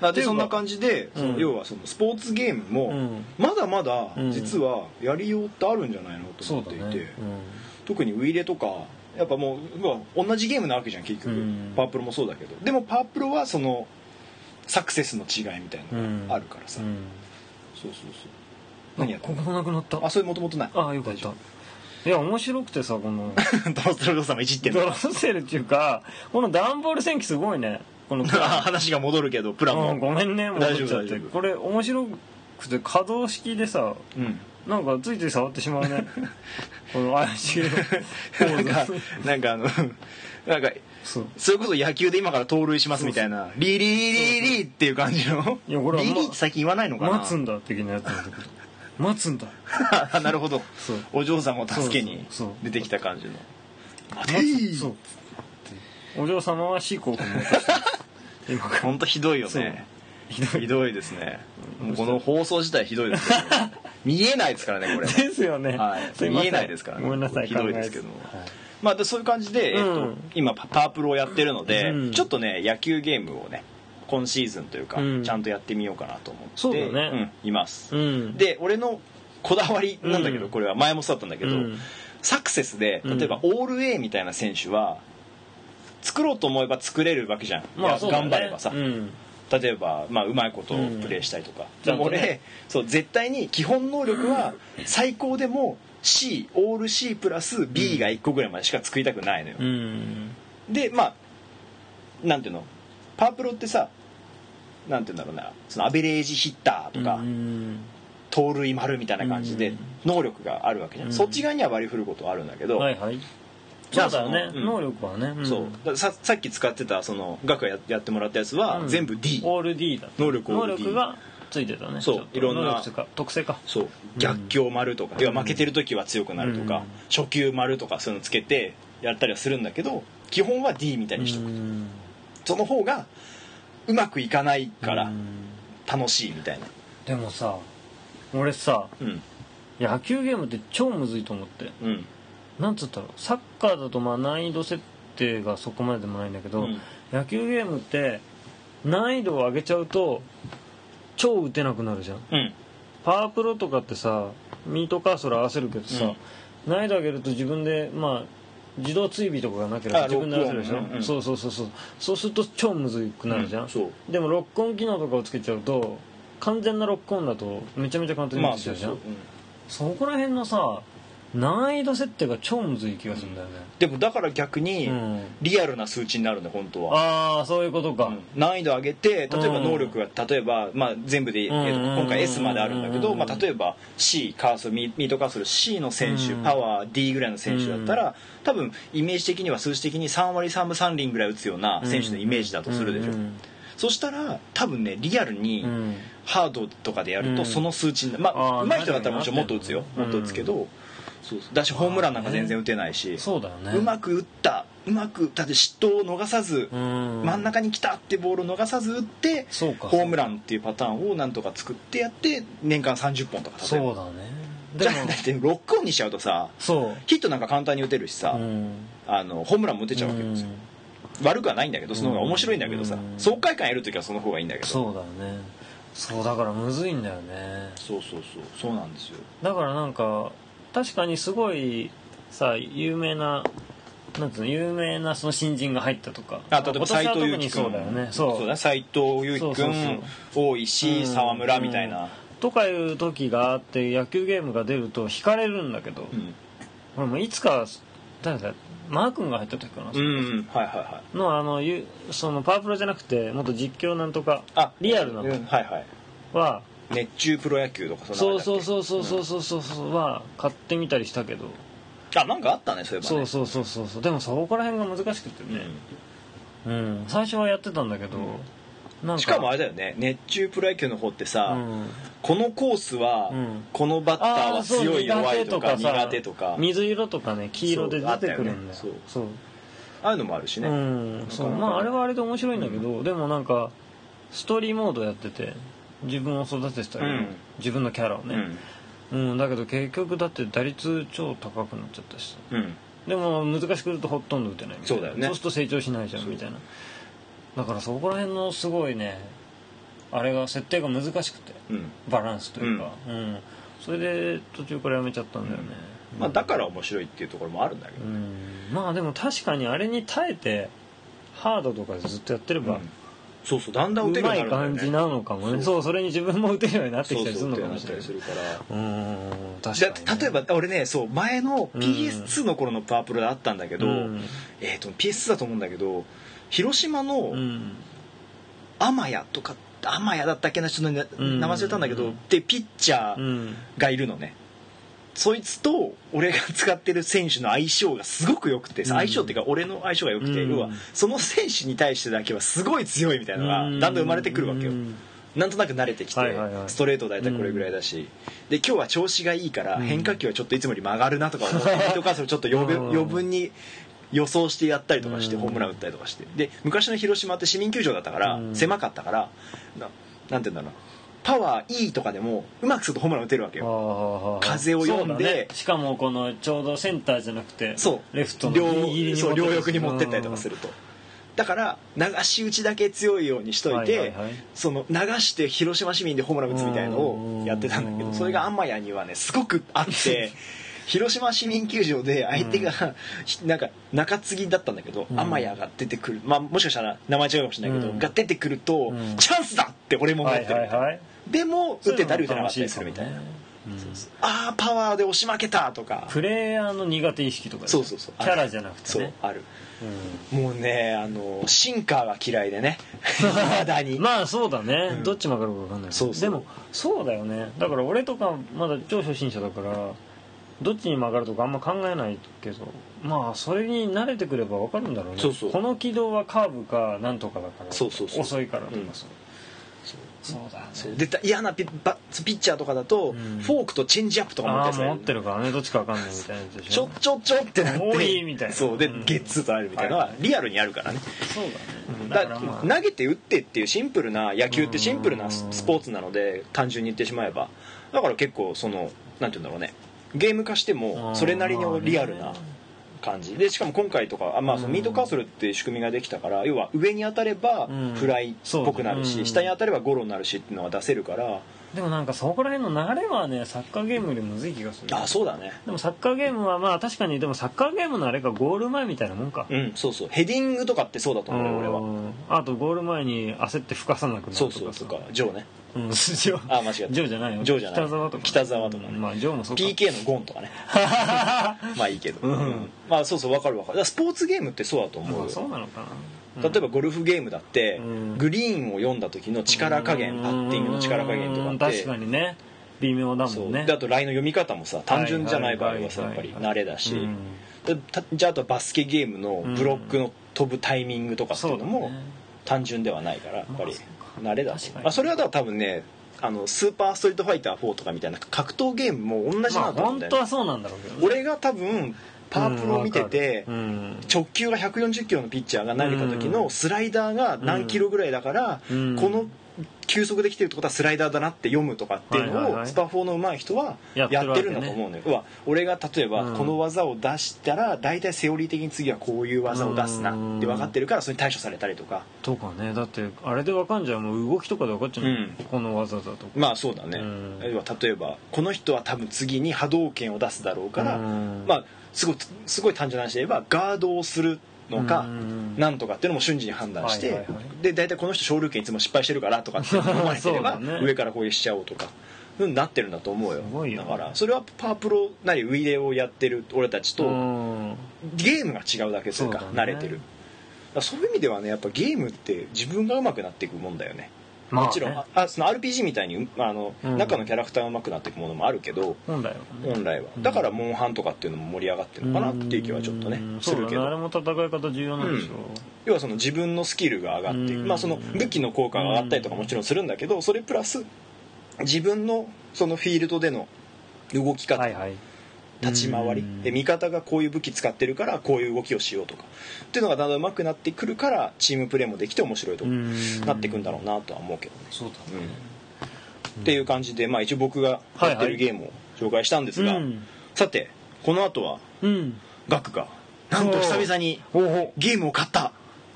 [SPEAKER 1] だってそんな感じで、
[SPEAKER 2] うん
[SPEAKER 1] その要はそのスポーツゲームも、
[SPEAKER 2] うん
[SPEAKER 1] まだまだ
[SPEAKER 2] うん
[SPEAKER 1] 実はやりようってあるんじゃないのと
[SPEAKER 2] そう
[SPEAKER 1] 思っ
[SPEAKER 2] だ
[SPEAKER 1] てい
[SPEAKER 2] ね
[SPEAKER 1] て、特にウイイレとかやっぱもうまあ同じゲームなわけじゃん結局、
[SPEAKER 2] うん
[SPEAKER 1] パワープロもそうだけどでもパワープロはそのサクセスの違いみたいなのがあるからさ、
[SPEAKER 2] うんうん
[SPEAKER 1] そうそうそう何やった
[SPEAKER 2] ここなくなった
[SPEAKER 1] あそれもともと ない
[SPEAKER 2] あよかったいや面白くてさこ の
[SPEAKER 1] ドロステルお嬢様いじってん
[SPEAKER 2] ド
[SPEAKER 1] の
[SPEAKER 2] ロッセルっていうかこの段ボール戦記すごいねこ の
[SPEAKER 1] 話が戻るけどプラ
[SPEAKER 2] うん
[SPEAKER 1] も
[SPEAKER 2] ごめんね戻っち
[SPEAKER 1] 大丈
[SPEAKER 2] ゃっ
[SPEAKER 1] 夫
[SPEAKER 2] て
[SPEAKER 1] 大丈夫
[SPEAKER 2] これ面白クスって可動式でさ
[SPEAKER 1] うん
[SPEAKER 2] なんかついつい触ってしまう ねこの怪しいポ
[SPEAKER 1] なん
[SPEAKER 2] ー
[SPEAKER 1] か
[SPEAKER 2] ズ
[SPEAKER 1] なんかあの なんか
[SPEAKER 2] そう
[SPEAKER 1] それこそ野球で今から盗塁しますみたいなリリリリリっていう感じの
[SPEAKER 2] いやこれは
[SPEAKER 1] リ
[SPEAKER 2] ま
[SPEAKER 1] リって最近言わないのかな
[SPEAKER 2] 待つんだ的なやつなんだけど待つんだ
[SPEAKER 1] なるほど
[SPEAKER 2] そう
[SPEAKER 1] お嬢様を助けに
[SPEAKER 2] そうそうそう
[SPEAKER 1] 出てきた感じの待て
[SPEAKER 2] 待
[SPEAKER 1] い
[SPEAKER 2] つそうお嬢様はシーコー君を落とした 今から
[SPEAKER 1] 本当ひどいよ
[SPEAKER 2] そう
[SPEAKER 1] ね
[SPEAKER 2] ひどい
[SPEAKER 1] ひどいですねもうこの放送自体ひどいですけど ね見えないですからねこれ
[SPEAKER 2] ですよね、
[SPEAKER 1] はい
[SPEAKER 2] すません
[SPEAKER 1] 見えないですからね
[SPEAKER 2] ごめんなさい
[SPEAKER 1] ひどいですけど
[SPEAKER 2] 考えずはい
[SPEAKER 1] まあでそういう感じで、えっ
[SPEAKER 2] う
[SPEAKER 1] と
[SPEAKER 2] ん、
[SPEAKER 1] 今パパープロをやってるので、
[SPEAKER 2] うん
[SPEAKER 1] ちょっとね野球ゲームをね今シーズンというか、
[SPEAKER 2] うん
[SPEAKER 1] ちゃんとやってみようかなと思って
[SPEAKER 2] そうだね
[SPEAKER 1] うんいます、
[SPEAKER 2] うん
[SPEAKER 1] で俺のこだわりなんだけど、
[SPEAKER 2] うん
[SPEAKER 1] これは前もそうだったんだけど、
[SPEAKER 2] うん
[SPEAKER 1] サクセスで例えばオール A みたいな選手は作ろうと思えば作れるわけじゃん、いや
[SPEAKER 2] そうだね
[SPEAKER 1] 頑張ればさ、
[SPEAKER 2] うん
[SPEAKER 1] 例えば、まあ、うまいことをプレーしたりとか、
[SPEAKER 2] うん
[SPEAKER 1] でも俺、
[SPEAKER 2] ちゃんとね
[SPEAKER 1] そう絶対に基本能力は最高でも C オール C プラス B が1個ぐらいまでしか作りたくないのよ、
[SPEAKER 2] うん
[SPEAKER 1] でまあなんていうのパープロってさなんていうんだろうなそのアベレージヒッターとか、
[SPEAKER 2] うん
[SPEAKER 1] 盗塁丸みたいな感じ
[SPEAKER 2] う
[SPEAKER 1] で
[SPEAKER 2] ん
[SPEAKER 1] 能力があるわけじゃん、
[SPEAKER 2] うん
[SPEAKER 1] そっち側には割り振ることはあるんだけど、
[SPEAKER 2] はいはい
[SPEAKER 1] じ
[SPEAKER 2] そ
[SPEAKER 1] ゃあ
[SPEAKER 2] うだよね、
[SPEAKER 1] そのうん
[SPEAKER 2] 能力はね、ん
[SPEAKER 1] そうだからささっき使ってたその額ややってもらったやつは
[SPEAKER 2] うん
[SPEAKER 1] 全部 D、
[SPEAKER 2] オール D だ
[SPEAKER 1] 能力オー
[SPEAKER 2] 能
[SPEAKER 1] ル D
[SPEAKER 2] 力がついてたね
[SPEAKER 1] そう
[SPEAKER 2] ちょっと
[SPEAKER 1] いろんな
[SPEAKER 2] 能力というか特性か
[SPEAKER 1] そう逆境丸とか、要は負けてる時は強くなるとか、
[SPEAKER 2] うん
[SPEAKER 1] 初級丸とかそういうのつけてやったりはするんだけど基本は D みたいにしとく、
[SPEAKER 2] うん
[SPEAKER 1] その方がうまくいかないから
[SPEAKER 2] うん
[SPEAKER 1] 楽しいみたいな
[SPEAKER 2] でもさ俺さ
[SPEAKER 1] うん
[SPEAKER 2] 野球ゲームって超むずいと思って
[SPEAKER 1] うん
[SPEAKER 2] なんつったのサッカーだとまあ難易度設定がそこまででもないんだけど、
[SPEAKER 1] うん
[SPEAKER 2] 野球ゲームって難易度を上げちゃうと超打てなくなるじゃん
[SPEAKER 1] うん
[SPEAKER 2] パワープロとかってさミートカーソル合わせるけどさ、難易度上げると自分でまあ自動追尾とかがなければ
[SPEAKER 1] あ
[SPEAKER 2] 自分で合わせるでしょ、
[SPEAKER 1] 録音うんうん
[SPEAKER 2] そうそうそうそうそうすると超むずくなるじゃん、
[SPEAKER 1] うんそう
[SPEAKER 2] でもロックオン機能とかをつけちゃうと完全なロックオンだとめちゃめちゃ簡単に
[SPEAKER 1] ま
[SPEAKER 2] で
[SPEAKER 1] あ
[SPEAKER 2] きち
[SPEAKER 1] そ
[SPEAKER 2] ゃ
[SPEAKER 1] う
[SPEAKER 2] うじゃん、
[SPEAKER 1] そう、うん
[SPEAKER 2] そこら辺のさ難易度設定が超むずい気がするんだよね、
[SPEAKER 1] でもだから逆に、
[SPEAKER 2] うん
[SPEAKER 1] リアルな数値になるね本当は、
[SPEAKER 2] ああそういうことか、
[SPEAKER 1] うん難易度上げて例えば
[SPEAKER 2] うん
[SPEAKER 1] 能力が例えば、まあ、全部で、えっと
[SPEAKER 2] うんうんうんうん
[SPEAKER 1] 今回 S まであるんだけど、ま
[SPEAKER 2] う
[SPEAKER 1] あ、
[SPEAKER 2] ん
[SPEAKER 1] 例えば C カーソルミミートカーソル C の選手、
[SPEAKER 2] うん
[SPEAKER 1] パワー D ぐらいの選手だったら、多分イメージ的には数値的に3割3分3厘ぐらい打つような選手のイメージだとするでしょ、
[SPEAKER 2] うん
[SPEAKER 1] そしたら多分ねリアルに、
[SPEAKER 2] うん
[SPEAKER 1] ハードとかでやる
[SPEAKER 2] う
[SPEAKER 1] と
[SPEAKER 2] ん
[SPEAKER 1] その数値になまあ
[SPEAKER 2] あー
[SPEAKER 1] 上手い人だったらもちろんもっと打つよもっ
[SPEAKER 2] なるほ
[SPEAKER 1] と
[SPEAKER 2] どね
[SPEAKER 1] 打つけど、そうそうだしホームランなんか全然打てないし、
[SPEAKER 2] そうだよね
[SPEAKER 1] うまく打ったうまくだって失投を逃さず、
[SPEAKER 2] うん
[SPEAKER 1] 真ん中に来たってボールを逃さず打って
[SPEAKER 2] そうか
[SPEAKER 1] ホームランっていうパターンをなんとか作ってやって年間30本とか例え
[SPEAKER 2] そう
[SPEAKER 1] ば
[SPEAKER 2] だね
[SPEAKER 1] じ
[SPEAKER 2] で
[SPEAKER 1] ゃあ
[SPEAKER 2] も
[SPEAKER 1] だってロックオンにしちゃうとさ
[SPEAKER 2] そう
[SPEAKER 1] ヒットなんか簡単に打てるしさ、
[SPEAKER 2] うん
[SPEAKER 1] あのホームランも打てちゃうわけですよ、
[SPEAKER 2] うん
[SPEAKER 1] 悪くはないんだけどその方が面白いんだけどさ、
[SPEAKER 2] うん
[SPEAKER 1] 爽快感やるときはその方がいいんだけどそう
[SPEAKER 2] そうだよねそうだからむずいんだよね
[SPEAKER 1] そうそうそうなんですよ
[SPEAKER 2] だからなんか確かにすごいさ有名ななんつうの有名なその新人が入ったとか
[SPEAKER 1] あ例えば斎藤佑樹
[SPEAKER 2] 今年は特
[SPEAKER 1] 君
[SPEAKER 2] にそうだよねそう
[SPEAKER 1] だ斎藤佑樹
[SPEAKER 2] そうそう
[SPEAKER 1] 君大石
[SPEAKER 2] うん
[SPEAKER 1] 沢村みたいな、
[SPEAKER 2] とかいう時があって野球ゲームが出ると惹かれるんだけど、
[SPEAKER 1] うん
[SPEAKER 2] 俺もいつか誰だマー君が入った時かな、
[SPEAKER 1] うんうんはいはいはい
[SPEAKER 2] のあのゆそのパワープロじゃなくてもっと実況なんとか
[SPEAKER 1] あ
[SPEAKER 2] リアルな
[SPEAKER 1] うん
[SPEAKER 2] の
[SPEAKER 1] はいはい
[SPEAKER 2] は、
[SPEAKER 1] 熱中プロ野球とかそん
[SPEAKER 2] そ
[SPEAKER 1] な
[SPEAKER 2] うそう
[SPEAKER 1] う
[SPEAKER 2] そうそうそうそうそうそうは買ってみたりしたけど、
[SPEAKER 1] あなんかあったねそういえば、ね、
[SPEAKER 2] そうそうそうそうそうでもそこら辺が難しくてね、うん、最初はやってたんだけど、なん
[SPEAKER 1] しかもあれだよね熱中プロ野球の方ってさ、
[SPEAKER 2] うん
[SPEAKER 1] このコースは、
[SPEAKER 2] うん
[SPEAKER 1] このバッターは
[SPEAKER 2] ーそう
[SPEAKER 1] 強い弱いとか
[SPEAKER 2] さ
[SPEAKER 1] 苦手とか
[SPEAKER 2] 水色とかね黄色で
[SPEAKER 1] そうあ
[SPEAKER 2] 出
[SPEAKER 1] った
[SPEAKER 2] て
[SPEAKER 1] よ
[SPEAKER 2] く
[SPEAKER 1] ね
[SPEAKER 2] るんだよ
[SPEAKER 1] そう
[SPEAKER 2] そう
[SPEAKER 1] ああいうのもあるしね、
[SPEAKER 2] うんそう
[SPEAKER 1] なかなかね
[SPEAKER 2] まああれはあれで面白いんだけど、でもなんかストーリーモードやってて自分を育ててたり、
[SPEAKER 1] うん
[SPEAKER 2] 自分のキャラを
[SPEAKER 1] う
[SPEAKER 2] ね、
[SPEAKER 1] ん
[SPEAKER 2] うんだけど結局だって打率超高くなっちゃったしさ
[SPEAKER 1] うん
[SPEAKER 2] でも難しくするとほとんど打てないみたい
[SPEAKER 1] そう
[SPEAKER 2] な
[SPEAKER 1] だよね
[SPEAKER 2] そうすると成長しないじゃんみたいなだからそこら辺のすごいねあれが設定が難しくて
[SPEAKER 1] うん
[SPEAKER 2] バランスというか、うんそれで途中からやめちゃったんだよね、
[SPEAKER 1] まあ、だから面白いっていうところもあるんだけど、
[SPEAKER 2] うんまあでも確かにあれに耐えてハードとかでずっとやってれば、
[SPEAKER 1] うんそうそうだんだん打
[SPEAKER 2] う
[SPEAKER 1] てるよう
[SPEAKER 2] ま
[SPEAKER 1] にないるんだよね
[SPEAKER 2] 感じなのかもねそう
[SPEAKER 1] そ
[SPEAKER 2] それに自分も打てるようになっ
[SPEAKER 1] そ
[SPEAKER 2] てき
[SPEAKER 1] う
[SPEAKER 2] たりす
[SPEAKER 1] そ
[SPEAKER 2] る
[SPEAKER 1] うっ
[SPEAKER 2] の
[SPEAKER 1] てな
[SPEAKER 2] か
[SPEAKER 1] っ
[SPEAKER 2] もしたれ
[SPEAKER 1] り
[SPEAKER 2] ない
[SPEAKER 1] するから
[SPEAKER 2] うん確
[SPEAKER 1] じ
[SPEAKER 2] か
[SPEAKER 1] ゃ
[SPEAKER 2] にね、
[SPEAKER 1] 例えば俺ねそう前の
[SPEAKER 2] うん
[SPEAKER 1] PS2 の頃のパワープロだったんだけど、
[SPEAKER 2] うん
[SPEAKER 1] えー、と PS2 だと思うんだけど広島の
[SPEAKER 2] うん
[SPEAKER 1] 天谷とかっあんまやだったっけなちょっとね
[SPEAKER 2] うん
[SPEAKER 1] 名前忘れたんだけどでピッチャ
[SPEAKER 2] う
[SPEAKER 1] ー
[SPEAKER 2] ん
[SPEAKER 1] がいるのねそいつと俺が使ってる選手の相性がすごく良くて
[SPEAKER 2] うん
[SPEAKER 1] 相性っていうか俺の相性が良くて
[SPEAKER 2] うん
[SPEAKER 1] 要はその選手に対してだけはすごい強いみたいなのがだ
[SPEAKER 2] うんん
[SPEAKER 1] だん生まれてくるわけよ
[SPEAKER 2] うん
[SPEAKER 1] なんとなく慣れてきて
[SPEAKER 2] はいはいはい
[SPEAKER 1] ストレート大体これぐらいだしで今日は調子がいいから
[SPEAKER 2] うん
[SPEAKER 1] 変化球はちょっといつもより曲がるなとか思ったりとかそれちょっと余分
[SPEAKER 2] うん
[SPEAKER 1] 余分に予想してやったりとかして
[SPEAKER 2] うん
[SPEAKER 1] ホームラン打ったりとかしてで昔の広島って市民球場だったから
[SPEAKER 2] うん
[SPEAKER 1] 狭かったからななんて言うんだろうなパワーいいとかでもうまくするとホームラン打てるわけ
[SPEAKER 2] あー
[SPEAKER 1] よ
[SPEAKER 2] はーはー
[SPEAKER 1] 風を読んで
[SPEAKER 2] そうだねしかもこのちょうどセンターじゃなくて
[SPEAKER 1] そう
[SPEAKER 2] レフトの
[SPEAKER 1] 両
[SPEAKER 2] ギリギリに
[SPEAKER 1] そう
[SPEAKER 2] 持って
[SPEAKER 1] 両翼に持ってったりとかす
[SPEAKER 2] る
[SPEAKER 1] るとだから流し打ちだけ強いようにしとい
[SPEAKER 2] はい
[SPEAKER 1] て
[SPEAKER 2] はいはい
[SPEAKER 1] その流して広島市民でホームラン打つみたいのをやってたんだけ
[SPEAKER 2] う
[SPEAKER 1] ど
[SPEAKER 2] ん
[SPEAKER 1] それが天谷にはねすごくあって 広島市民球場で相手がなんか中継ぎだったんだけど
[SPEAKER 2] うん
[SPEAKER 1] 天谷が出てくるまあもしかしたら名前違うかもしれないけど
[SPEAKER 2] うん
[SPEAKER 1] が出てくると
[SPEAKER 2] うん
[SPEAKER 1] チャンスだって俺も思っ
[SPEAKER 2] はい
[SPEAKER 1] て
[SPEAKER 2] は
[SPEAKER 1] る
[SPEAKER 2] いはい
[SPEAKER 1] でも打てたり打てなかったりするみたいな
[SPEAKER 2] そううのも楽しいかもねうん
[SPEAKER 1] ああパワーで押し負けたとか
[SPEAKER 2] プレイヤーの苦手意識とかね
[SPEAKER 1] そうそうそう
[SPEAKER 2] キャラじゃなくて
[SPEAKER 1] そう
[SPEAKER 2] ね
[SPEAKER 1] ある
[SPEAKER 2] うん
[SPEAKER 1] もうねあのシンカーが嫌いで ね未だに、
[SPEAKER 2] まあそうだね、
[SPEAKER 1] ん
[SPEAKER 2] どっち曲がるか分かんない
[SPEAKER 1] そうそう
[SPEAKER 2] でもそうだよねだから俺とかまだ超初心者だからどっちに曲がるとかあんま考えないけどまあそれに慣れてくれば分かるんだろうね
[SPEAKER 1] そうそう
[SPEAKER 2] この軌道はカーブかなんとかだから
[SPEAKER 1] そうそうそう
[SPEAKER 2] 遅いからとか
[SPEAKER 1] うん
[SPEAKER 2] そう、そうだね
[SPEAKER 1] そうでた嫌なピバピッチャーとかだと、
[SPEAKER 2] うん
[SPEAKER 1] フォークとチェンジアップとか持って
[SPEAKER 2] ああ
[SPEAKER 1] やつがい
[SPEAKER 2] 持
[SPEAKER 1] る
[SPEAKER 2] ってるからねどっちか分かんないみたいなやつでし
[SPEAKER 1] ち
[SPEAKER 2] ょ
[SPEAKER 1] ょちょちょってなって
[SPEAKER 2] 多いみたいな
[SPEAKER 1] そうで、
[SPEAKER 2] うん
[SPEAKER 1] ゲッツーとあるみたいなのは
[SPEAKER 2] はい
[SPEAKER 1] リアルにあるからね、
[SPEAKER 2] そうだ
[SPEAKER 1] だ
[SPEAKER 2] ねだからまあ
[SPEAKER 1] 投げて打ってっていうシンプルな野球ってシンプルなス
[SPEAKER 2] うん
[SPEAKER 1] スポーツなので単純に言ってしまえばだから結構そのなんて言うんだろうねゲーム化して
[SPEAKER 2] う
[SPEAKER 1] も
[SPEAKER 2] ん
[SPEAKER 1] それなり
[SPEAKER 2] まあ
[SPEAKER 1] の
[SPEAKER 2] ね
[SPEAKER 1] リアルな感じでしかも今回とかあ、まあ、その
[SPEAKER 2] うん
[SPEAKER 1] ミートカーソルっていう仕組みができたから要は上に当たれば
[SPEAKER 2] うん
[SPEAKER 1] フライっぽくなる
[SPEAKER 2] そう
[SPEAKER 1] し、
[SPEAKER 2] だね
[SPEAKER 1] 下に当たればゴロになるしっていうのが出せるから
[SPEAKER 2] でもなんかそこら辺の流れはねサッカーゲームよりむずい気がする
[SPEAKER 1] あそうだね
[SPEAKER 2] でもサッカーゲームはまあ確かにでもサッカーゲームのあれがゴール前みたいなもんか、
[SPEAKER 1] うんそうそうヘディングとかってそうだと思うよ俺は
[SPEAKER 2] うんあとゴール前に焦ってふかさなくなるとか
[SPEAKER 1] そうそうとかジョーね
[SPEAKER 2] うんジョー
[SPEAKER 1] あ間違えた
[SPEAKER 2] ジョーじゃないよ
[SPEAKER 1] ジョーじゃない
[SPEAKER 2] 北沢とか
[SPEAKER 1] 北沢とかね
[SPEAKER 2] うんまあジョーもそうか
[SPEAKER 1] PK のゴンと かねまあいいけど、
[SPEAKER 2] うん
[SPEAKER 1] まあそうそうわかるわかるだからスポーツゲームってそうだと思う
[SPEAKER 2] ま
[SPEAKER 1] よ
[SPEAKER 2] あそうなのかな
[SPEAKER 1] 例えばゴルフゲームだって、
[SPEAKER 2] うん
[SPEAKER 1] グリーンを読んだ時の力加減
[SPEAKER 2] うん
[SPEAKER 1] パッティングの力加減とかって
[SPEAKER 2] 確かにね微妙だも
[SPEAKER 1] そ
[SPEAKER 2] ん
[SPEAKER 1] う
[SPEAKER 2] ね
[SPEAKER 1] であとラインの読み方もさ単純じゃない場合はさや
[SPEAKER 2] はい
[SPEAKER 1] っ
[SPEAKER 2] はい
[SPEAKER 1] ぱ
[SPEAKER 2] はい
[SPEAKER 1] り慣れだし、
[SPEAKER 2] うん
[SPEAKER 1] でたじゃああとバスケゲームのブロックの飛ぶタイミングとかっていうの
[SPEAKER 2] そ
[SPEAKER 1] も
[SPEAKER 2] うだね
[SPEAKER 1] 単純ではないからやっぱ
[SPEAKER 2] ま
[SPEAKER 1] り
[SPEAKER 2] あそう
[SPEAKER 1] 慣れだし
[SPEAKER 2] 確かに
[SPEAKER 1] あそれはだから多分ねあのスーパーストリートファイター4とかみたいな格闘ゲームも同じ
[SPEAKER 2] ま
[SPEAKER 1] な
[SPEAKER 2] あ
[SPEAKER 1] んだと思うん
[SPEAKER 2] 本
[SPEAKER 1] だよ
[SPEAKER 2] 当
[SPEAKER 1] ね
[SPEAKER 2] はそうなんだろうけどね
[SPEAKER 1] 俺が多分パワープロを見てて
[SPEAKER 2] うんわかる
[SPEAKER 1] 直球が140キロのピッチャーが投げた時
[SPEAKER 2] う
[SPEAKER 1] の
[SPEAKER 2] ん
[SPEAKER 1] スライダーが何キロぐらいだからこ
[SPEAKER 2] うん
[SPEAKER 1] の球速できてるってことはスライダーだなって読むとかっていう
[SPEAKER 2] はいはい
[SPEAKER 1] の
[SPEAKER 2] は
[SPEAKER 1] を
[SPEAKER 2] い
[SPEAKER 1] スパ4の上手い人はや
[SPEAKER 2] や
[SPEAKER 1] っ
[SPEAKER 2] っててる
[SPEAKER 1] るん
[SPEAKER 2] わけね
[SPEAKER 1] だと思うのよ。要は俺が例えば
[SPEAKER 2] うん
[SPEAKER 1] この技を出したら大体セオリー的に次はこういう技を出すなって分かってるからそれに対処されたりとか
[SPEAKER 2] とかねだってあれでわかんじゃうもう動きとかでわかっちゃうの
[SPEAKER 1] うん
[SPEAKER 2] この技だとか
[SPEAKER 1] まあそうだね
[SPEAKER 2] うん
[SPEAKER 1] 要は例えばこの人は多分次に波動拳を出すだろうから
[SPEAKER 2] うん
[SPEAKER 1] まあすごいすごい単純な話で言えばガードをするのか
[SPEAKER 2] うん
[SPEAKER 1] なんとかっていうのも瞬時に判断して、
[SPEAKER 2] はいはいはい
[SPEAKER 1] で大体この人小ルーいつも失敗してるからと かって思われてれば、
[SPEAKER 2] そうだね
[SPEAKER 1] 上から攻撃しちゃおうとか。うんなってるんだと思うよ
[SPEAKER 2] すごいよ
[SPEAKER 1] だからそれはパワープロなりウイレをやってる俺たち
[SPEAKER 2] う
[SPEAKER 1] と
[SPEAKER 2] ん
[SPEAKER 1] ゲームが違うだけというか
[SPEAKER 2] そうだ
[SPEAKER 1] 慣
[SPEAKER 2] ね
[SPEAKER 1] れてるだからそういう意味ではねやっぱゲームって自分が上手くなっていくもんだよね
[SPEAKER 2] まあね
[SPEAKER 1] もちろんああその RPG みたいにあの、
[SPEAKER 2] うん
[SPEAKER 1] 中のキャラクターが上手くなっていくものもあるけど
[SPEAKER 2] 本来はね
[SPEAKER 1] 本来は
[SPEAKER 2] うん
[SPEAKER 1] だからモンハンとかっていうのも盛り上がってるのかなっていう気はちょっとね
[SPEAKER 2] うん
[SPEAKER 1] するけ
[SPEAKER 2] そう
[SPEAKER 1] ど
[SPEAKER 2] だねあれも戦い方重要なんでしょ
[SPEAKER 1] 要はその自分のスキルが上がっていく、
[SPEAKER 2] うん
[SPEAKER 1] まあ、その武器の効果が上がったりとかもちろんするんだけどそれプラス自分のそのフィールドでの動き方、
[SPEAKER 2] はいはい
[SPEAKER 1] 立ち回り
[SPEAKER 2] うん
[SPEAKER 1] で味方がこういう武器使ってるからこういう動きをしようとかっていうのがだんだん上手くなってくるからチームプレーもできて面白いとなっていくんだろうなとは思うけどね、
[SPEAKER 2] そうだね
[SPEAKER 1] うんっていう感じで、まあ、一応僕がやってるゲームを紹介したんですが、
[SPEAKER 2] うん
[SPEAKER 1] さてこの後は
[SPEAKER 2] うん
[SPEAKER 1] ガクがなんと久々に
[SPEAKER 2] おお
[SPEAKER 1] ゲームを買った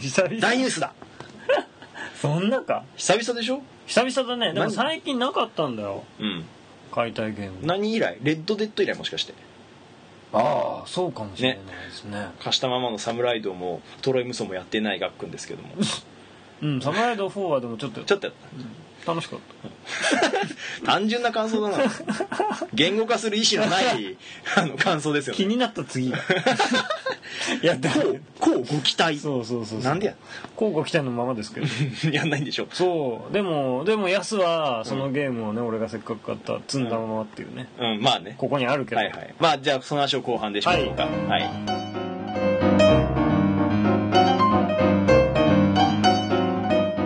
[SPEAKER 2] 久々
[SPEAKER 1] 大ニュースだ
[SPEAKER 2] そんなか
[SPEAKER 1] 久々でしょ
[SPEAKER 2] 久々だねでも
[SPEAKER 1] 何
[SPEAKER 2] 最近なかったんだよ
[SPEAKER 1] うん
[SPEAKER 2] 解体ゲーム
[SPEAKER 1] 何以来レッドデッド以来もしかして
[SPEAKER 2] ああそうかもしれないですね
[SPEAKER 1] 貸したままのサムライドも トロイムソもやってないガックンですけども
[SPEAKER 2] うんサムライド4はでもちょっと
[SPEAKER 1] ちょっとやっ
[SPEAKER 2] 楽しかっ
[SPEAKER 1] 単純な感想だな言語化する意思のない あの感想です
[SPEAKER 2] た
[SPEAKER 1] よ
[SPEAKER 2] 気
[SPEAKER 1] ね
[SPEAKER 2] になった 次がいやだ
[SPEAKER 1] こうこうご期待
[SPEAKER 2] そうそうそうそう
[SPEAKER 1] なんでや
[SPEAKER 2] 交互期待のままですけど
[SPEAKER 1] や んないんでしょう
[SPEAKER 2] そうでもでもヤスはそのゲームをね、俺がせっかく買った積んだままっていうね、
[SPEAKER 1] うんまあね
[SPEAKER 2] ここにあるけど、
[SPEAKER 1] はいはいまあじゃあその話を後半でしましょうかはい、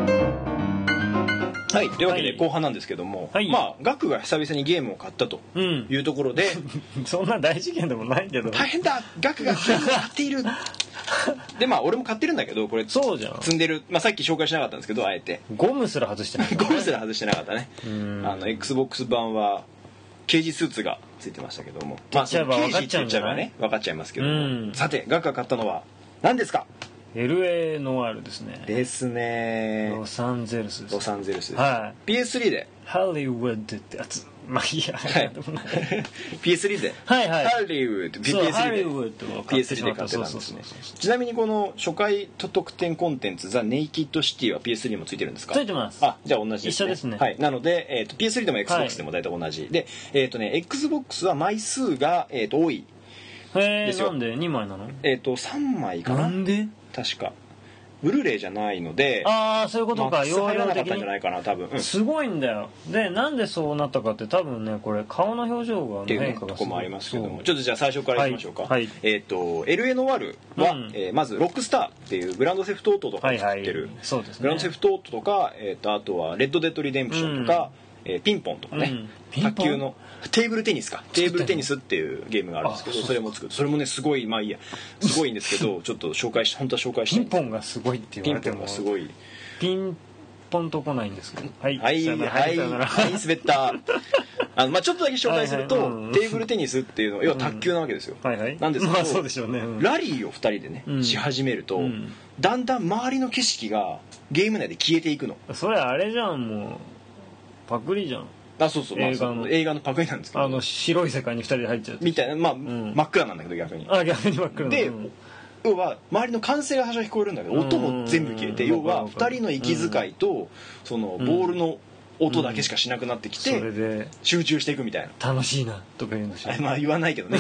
[SPEAKER 1] はいというわけ
[SPEAKER 2] は
[SPEAKER 1] で
[SPEAKER 2] い
[SPEAKER 1] 後半なんですけども、
[SPEAKER 2] はい
[SPEAKER 1] まあガクが久々にゲームを買ったと
[SPEAKER 2] うん
[SPEAKER 1] いうとこ ろで
[SPEAKER 2] そんな大事件でもないけど
[SPEAKER 1] 大変だガクがゲームを買っているでまあ俺も買ってるんだけどこれ
[SPEAKER 2] そうじゃん
[SPEAKER 1] 積んでる、まあ、さっき紹介しなかったんですけどあえて
[SPEAKER 2] ゴムすら外してない
[SPEAKER 1] ゴムすら外してなかったね
[SPEAKER 2] うん
[SPEAKER 1] あの XBOX 版はケージスーツがついてましたけどもまあ
[SPEAKER 2] ちゃえば
[SPEAKER 1] その
[SPEAKER 2] 分かっちゃうんじゃない
[SPEAKER 1] ケージって言っちゃえばね分かっちゃいますけども
[SPEAKER 2] うん
[SPEAKER 1] さて額が買ったのは何ですか
[SPEAKER 2] LA ノワールですね
[SPEAKER 1] ですね
[SPEAKER 2] ロサンゼルスです
[SPEAKER 1] ロサンゼルスです、
[SPEAKER 2] はい
[SPEAKER 1] PS3 で
[SPEAKER 2] ハリウッドってやつ まあいいや、
[SPEAKER 1] はい
[SPEAKER 2] でもない
[SPEAKER 1] PS3 で
[SPEAKER 2] はいはい
[SPEAKER 1] ハリウッド
[SPEAKER 2] そうハリ
[SPEAKER 1] PS3
[SPEAKER 2] ウ
[SPEAKER 1] で
[SPEAKER 2] ッドを買ってし
[SPEAKER 1] PS3
[SPEAKER 2] ま
[SPEAKER 1] で買
[SPEAKER 2] った
[SPEAKER 1] ってたんですね
[SPEAKER 2] そうそうそう
[SPEAKER 1] ちなみにこの初回と特典コンテンツ「ザ・ネイキッド・シティ」は PS3 にもついてるんですか
[SPEAKER 2] ついてます
[SPEAKER 1] あじゃあ同じ
[SPEAKER 2] 一緒ですね
[SPEAKER 1] はい、なので、えー、と PS3 でも XBOX でも大体同じ、で、えっとね、XBOX は枚数が、えー、と多い、
[SPEAKER 2] そうへえ
[SPEAKER 1] ですよ
[SPEAKER 2] なんで2枚なの
[SPEAKER 1] えー、と3枚かな
[SPEAKER 2] なんで
[SPEAKER 1] 確かブルーレイじゃないので
[SPEAKER 2] ああそういうこと
[SPEAKER 1] マッ
[SPEAKER 2] か
[SPEAKER 1] クス
[SPEAKER 2] 容
[SPEAKER 1] 入ら
[SPEAKER 2] 量
[SPEAKER 1] なかっ
[SPEAKER 2] 的
[SPEAKER 1] たん
[SPEAKER 2] に
[SPEAKER 1] じゃないかな多分、うん
[SPEAKER 2] すごいんだよでなんでそうなったかって多分ねこれ顔の表情が
[SPEAKER 1] ってい
[SPEAKER 2] ね
[SPEAKER 1] うね
[SPEAKER 2] 変化
[SPEAKER 1] と
[SPEAKER 2] が
[SPEAKER 1] こ
[SPEAKER 2] す
[SPEAKER 1] も
[SPEAKER 2] ご
[SPEAKER 1] あ
[SPEAKER 2] い
[SPEAKER 1] りますけども
[SPEAKER 2] そう
[SPEAKER 1] ちょっとじゃあ最初からいきましょうか、
[SPEAKER 2] はいはい
[SPEAKER 1] えっ、と LNOR は、
[SPEAKER 2] うん
[SPEAKER 1] えーまずロックスターっていうグランドセフトオートとか
[SPEAKER 2] は
[SPEAKER 1] を
[SPEAKER 2] い
[SPEAKER 1] 作
[SPEAKER 2] は
[SPEAKER 1] ってる、
[SPEAKER 2] いそうですね
[SPEAKER 1] グランドセフトオートとか、えー、とあとはレッド・デッド・リデンプションとか、えーピンポンとかね、
[SPEAKER 2] うんピンポン
[SPEAKER 1] 卓球のテーブルテニスか
[SPEAKER 2] た
[SPEAKER 1] テ
[SPEAKER 2] の
[SPEAKER 1] ーブルテニスっていうゲームがあるんですけ
[SPEAKER 2] あ
[SPEAKER 1] ど
[SPEAKER 2] そう
[SPEAKER 1] それも作ってそれもねすごいまあいいやすごいんです けどちょっと紹介し本当は紹介し
[SPEAKER 2] ピ
[SPEAKER 1] たい
[SPEAKER 2] ンポンがすごいって
[SPEAKER 1] ピ
[SPEAKER 2] 言わ
[SPEAKER 1] ン
[SPEAKER 2] れて
[SPEAKER 1] ポン
[SPEAKER 2] も
[SPEAKER 1] がすごい
[SPEAKER 2] ピンポンとこないんですけどはい
[SPEAKER 1] はい、
[SPEAKER 2] さよなら
[SPEAKER 1] は
[SPEAKER 2] さよなら
[SPEAKER 1] い、はい、滑った。あの、まあ、ちょっとだけ紹介すると、
[SPEAKER 2] はいはいうん
[SPEAKER 1] テーブルテニスっていうのは、要は卓球なわけですよ。
[SPEAKER 2] はいはい
[SPEAKER 1] なんですけど
[SPEAKER 2] まあそうでしょうねうん
[SPEAKER 1] ラリーを二人でね、
[SPEAKER 2] うん
[SPEAKER 1] し始めると、
[SPEAKER 2] うん
[SPEAKER 1] だんだん周りの景色がゲーム内で消えていくの。
[SPEAKER 2] それあれじゃんもうパクリじゃん
[SPEAKER 1] あ、そうそう、まあ、
[SPEAKER 2] 映画の
[SPEAKER 1] その映画のパクリなんですけ
[SPEAKER 2] あ
[SPEAKER 1] ど
[SPEAKER 2] の。白い世界に二人で入っちゃう
[SPEAKER 1] みたいな、まあ、
[SPEAKER 2] ん
[SPEAKER 1] 真っ暗なんだけど、逆に。
[SPEAKER 2] あ逆に真っ暗な
[SPEAKER 1] で
[SPEAKER 2] うん
[SPEAKER 1] 要は周りの歓声が最初は聞こえるんだけど
[SPEAKER 2] うん
[SPEAKER 1] 音も全部消えて
[SPEAKER 2] うん
[SPEAKER 1] 要は
[SPEAKER 2] わかるわか
[SPEAKER 1] 2
[SPEAKER 2] る
[SPEAKER 1] 人の息遣いとそのボールの音だけしかしなくなってき
[SPEAKER 2] それ
[SPEAKER 1] て
[SPEAKER 2] で
[SPEAKER 1] 集中していくみたいな
[SPEAKER 2] 楽しいなとか言うんでしょ
[SPEAKER 1] あまあ言わないけど ね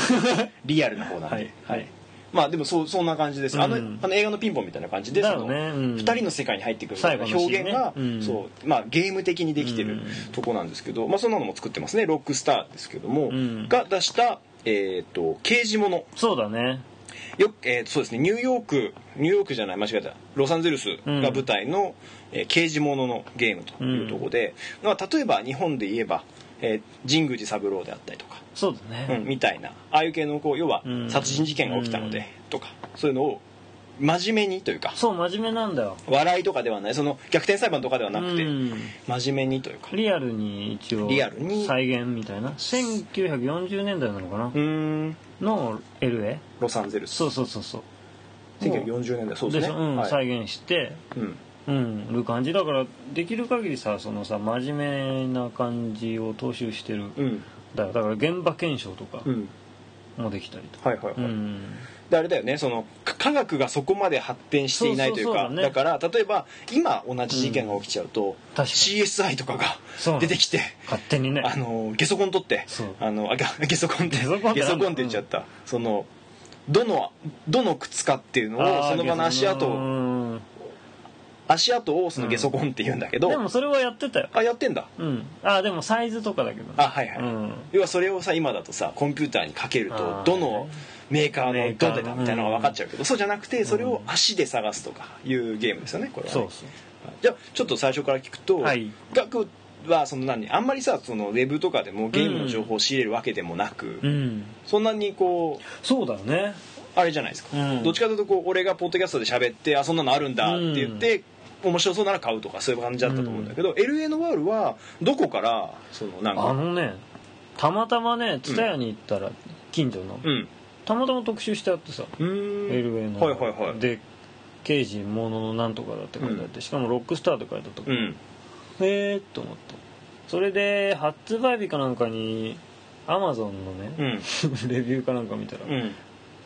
[SPEAKER 1] リアルな方なんで、
[SPEAKER 2] はいはい
[SPEAKER 1] まあでもそうそんな感じです、あの
[SPEAKER 2] うん
[SPEAKER 1] あの映画のピンポンみたいな感じで、
[SPEAKER 2] だ
[SPEAKER 1] そ
[SPEAKER 2] よ
[SPEAKER 1] の
[SPEAKER 2] ねうん
[SPEAKER 1] 2人の世界に入ってくる
[SPEAKER 2] 最後のシーンね
[SPEAKER 1] 表現が、
[SPEAKER 2] うん
[SPEAKER 1] そうまあ、ゲーム的にできて
[SPEAKER 2] う
[SPEAKER 1] る
[SPEAKER 2] ん
[SPEAKER 1] とこなんですけど、まあ、そんなのも作ってますねロックスターですけども、
[SPEAKER 2] うん
[SPEAKER 1] が出した、えー、と刑事もの
[SPEAKER 2] そうだね
[SPEAKER 1] よ、えーそうですねニューヨークニューヨークじゃない間違えたロサンゼルスが舞台の、えー刑事もののゲームというところで、まあ、例えば日本で言えば、えー神宮寺三郎であったりとか。
[SPEAKER 2] そうだ
[SPEAKER 1] う
[SPEAKER 2] ね
[SPEAKER 1] ん、みたいなああいう系のこう要は
[SPEAKER 2] うん
[SPEAKER 1] 殺人事件が起きたのでとかそういうのを真面目にというか
[SPEAKER 2] そう真面目なんだよ
[SPEAKER 1] 笑いとかではないその逆転裁判とかではなくて
[SPEAKER 2] うん
[SPEAKER 1] 真面目にというか
[SPEAKER 2] リアルに一応
[SPEAKER 1] リアルに
[SPEAKER 2] 再現みたいな1940年代なのかな
[SPEAKER 1] うーん
[SPEAKER 2] の LA
[SPEAKER 1] ロサンゼルス
[SPEAKER 2] そうそうそうそう
[SPEAKER 1] 1940年代そうです
[SPEAKER 2] し
[SPEAKER 1] ね
[SPEAKER 2] ょうん
[SPEAKER 1] はい
[SPEAKER 2] 再現して
[SPEAKER 1] うん
[SPEAKER 2] うんる感じだからできる限りさそのさ真面目な感じを踏襲してる
[SPEAKER 1] うん
[SPEAKER 2] だよだから現場検証とか
[SPEAKER 1] うん
[SPEAKER 2] もできたりとか
[SPEAKER 1] はいはいはい、
[SPEAKER 2] うん
[SPEAKER 1] であれだよねそのか科学がそこまで発展していないというか
[SPEAKER 2] そうそうそうだね
[SPEAKER 1] から例えば今同じ事件が起きちゃうと、
[SPEAKER 2] 確かに
[SPEAKER 1] CSI とか
[SPEAKER 2] そうな
[SPEAKER 1] が出
[SPEAKER 2] の
[SPEAKER 1] てきて
[SPEAKER 2] 勝手にね
[SPEAKER 1] あのゲソコン取って
[SPEAKER 2] そう
[SPEAKER 1] あのあゲゲソコンって
[SPEAKER 2] ゲソコンってなんだ
[SPEAKER 1] ゲソコンって言っちゃった、そのどのどの靴かっていうのを
[SPEAKER 2] あー
[SPEAKER 1] その場の足跡
[SPEAKER 2] う
[SPEAKER 1] を
[SPEAKER 2] ん
[SPEAKER 1] 足跡をそのゲソコンって言うんだけど、
[SPEAKER 2] でもそれはやってたよ
[SPEAKER 1] あやってんだ
[SPEAKER 2] うんあでもサイズとかだけどね
[SPEAKER 1] あはいはい、
[SPEAKER 2] うん
[SPEAKER 1] 要はそれをさ今だとさコンピューターにかけると
[SPEAKER 2] あー
[SPEAKER 1] どのメーカーのどれだみたいなのが分かっちゃうけど、そうじゃなくてそれを足で探すとかいうゲームですよねこれはね、
[SPEAKER 2] そうそう
[SPEAKER 1] じゃあちょっと最初から聞くと、
[SPEAKER 2] はい
[SPEAKER 1] 学はその何あんまりさそのウェブとかでもゲームの情報を仕入れるわけでもなく、
[SPEAKER 2] うん
[SPEAKER 1] そんなにこう
[SPEAKER 2] そうだよね
[SPEAKER 1] あれじゃないですか、
[SPEAKER 2] うん
[SPEAKER 1] どっちかというとこう俺がポッドキャストで喋ってあそんなのあるんだって言って、面白そうなら買うとかそういう感じだったと思うんだけど、LA のワールはどこからそのなん
[SPEAKER 2] あ
[SPEAKER 1] か
[SPEAKER 2] のねたまたまね蔦屋に行ったら近所の、
[SPEAKER 1] うん
[SPEAKER 2] たまたま特集してあってさ、
[SPEAKER 1] うーん
[SPEAKER 2] LA の、
[SPEAKER 1] はいはいはい
[SPEAKER 2] で「刑事もののなんとか」だって書いてあって、しかも「ロックスター」って書いてあったか
[SPEAKER 1] う
[SPEAKER 2] ら、
[SPEAKER 1] ん
[SPEAKER 2] えーっと思ってそれで発売日かなんかにアマゾンの
[SPEAKER 1] う
[SPEAKER 2] ね、
[SPEAKER 1] ん
[SPEAKER 2] レビューかなんか見たら、
[SPEAKER 1] うん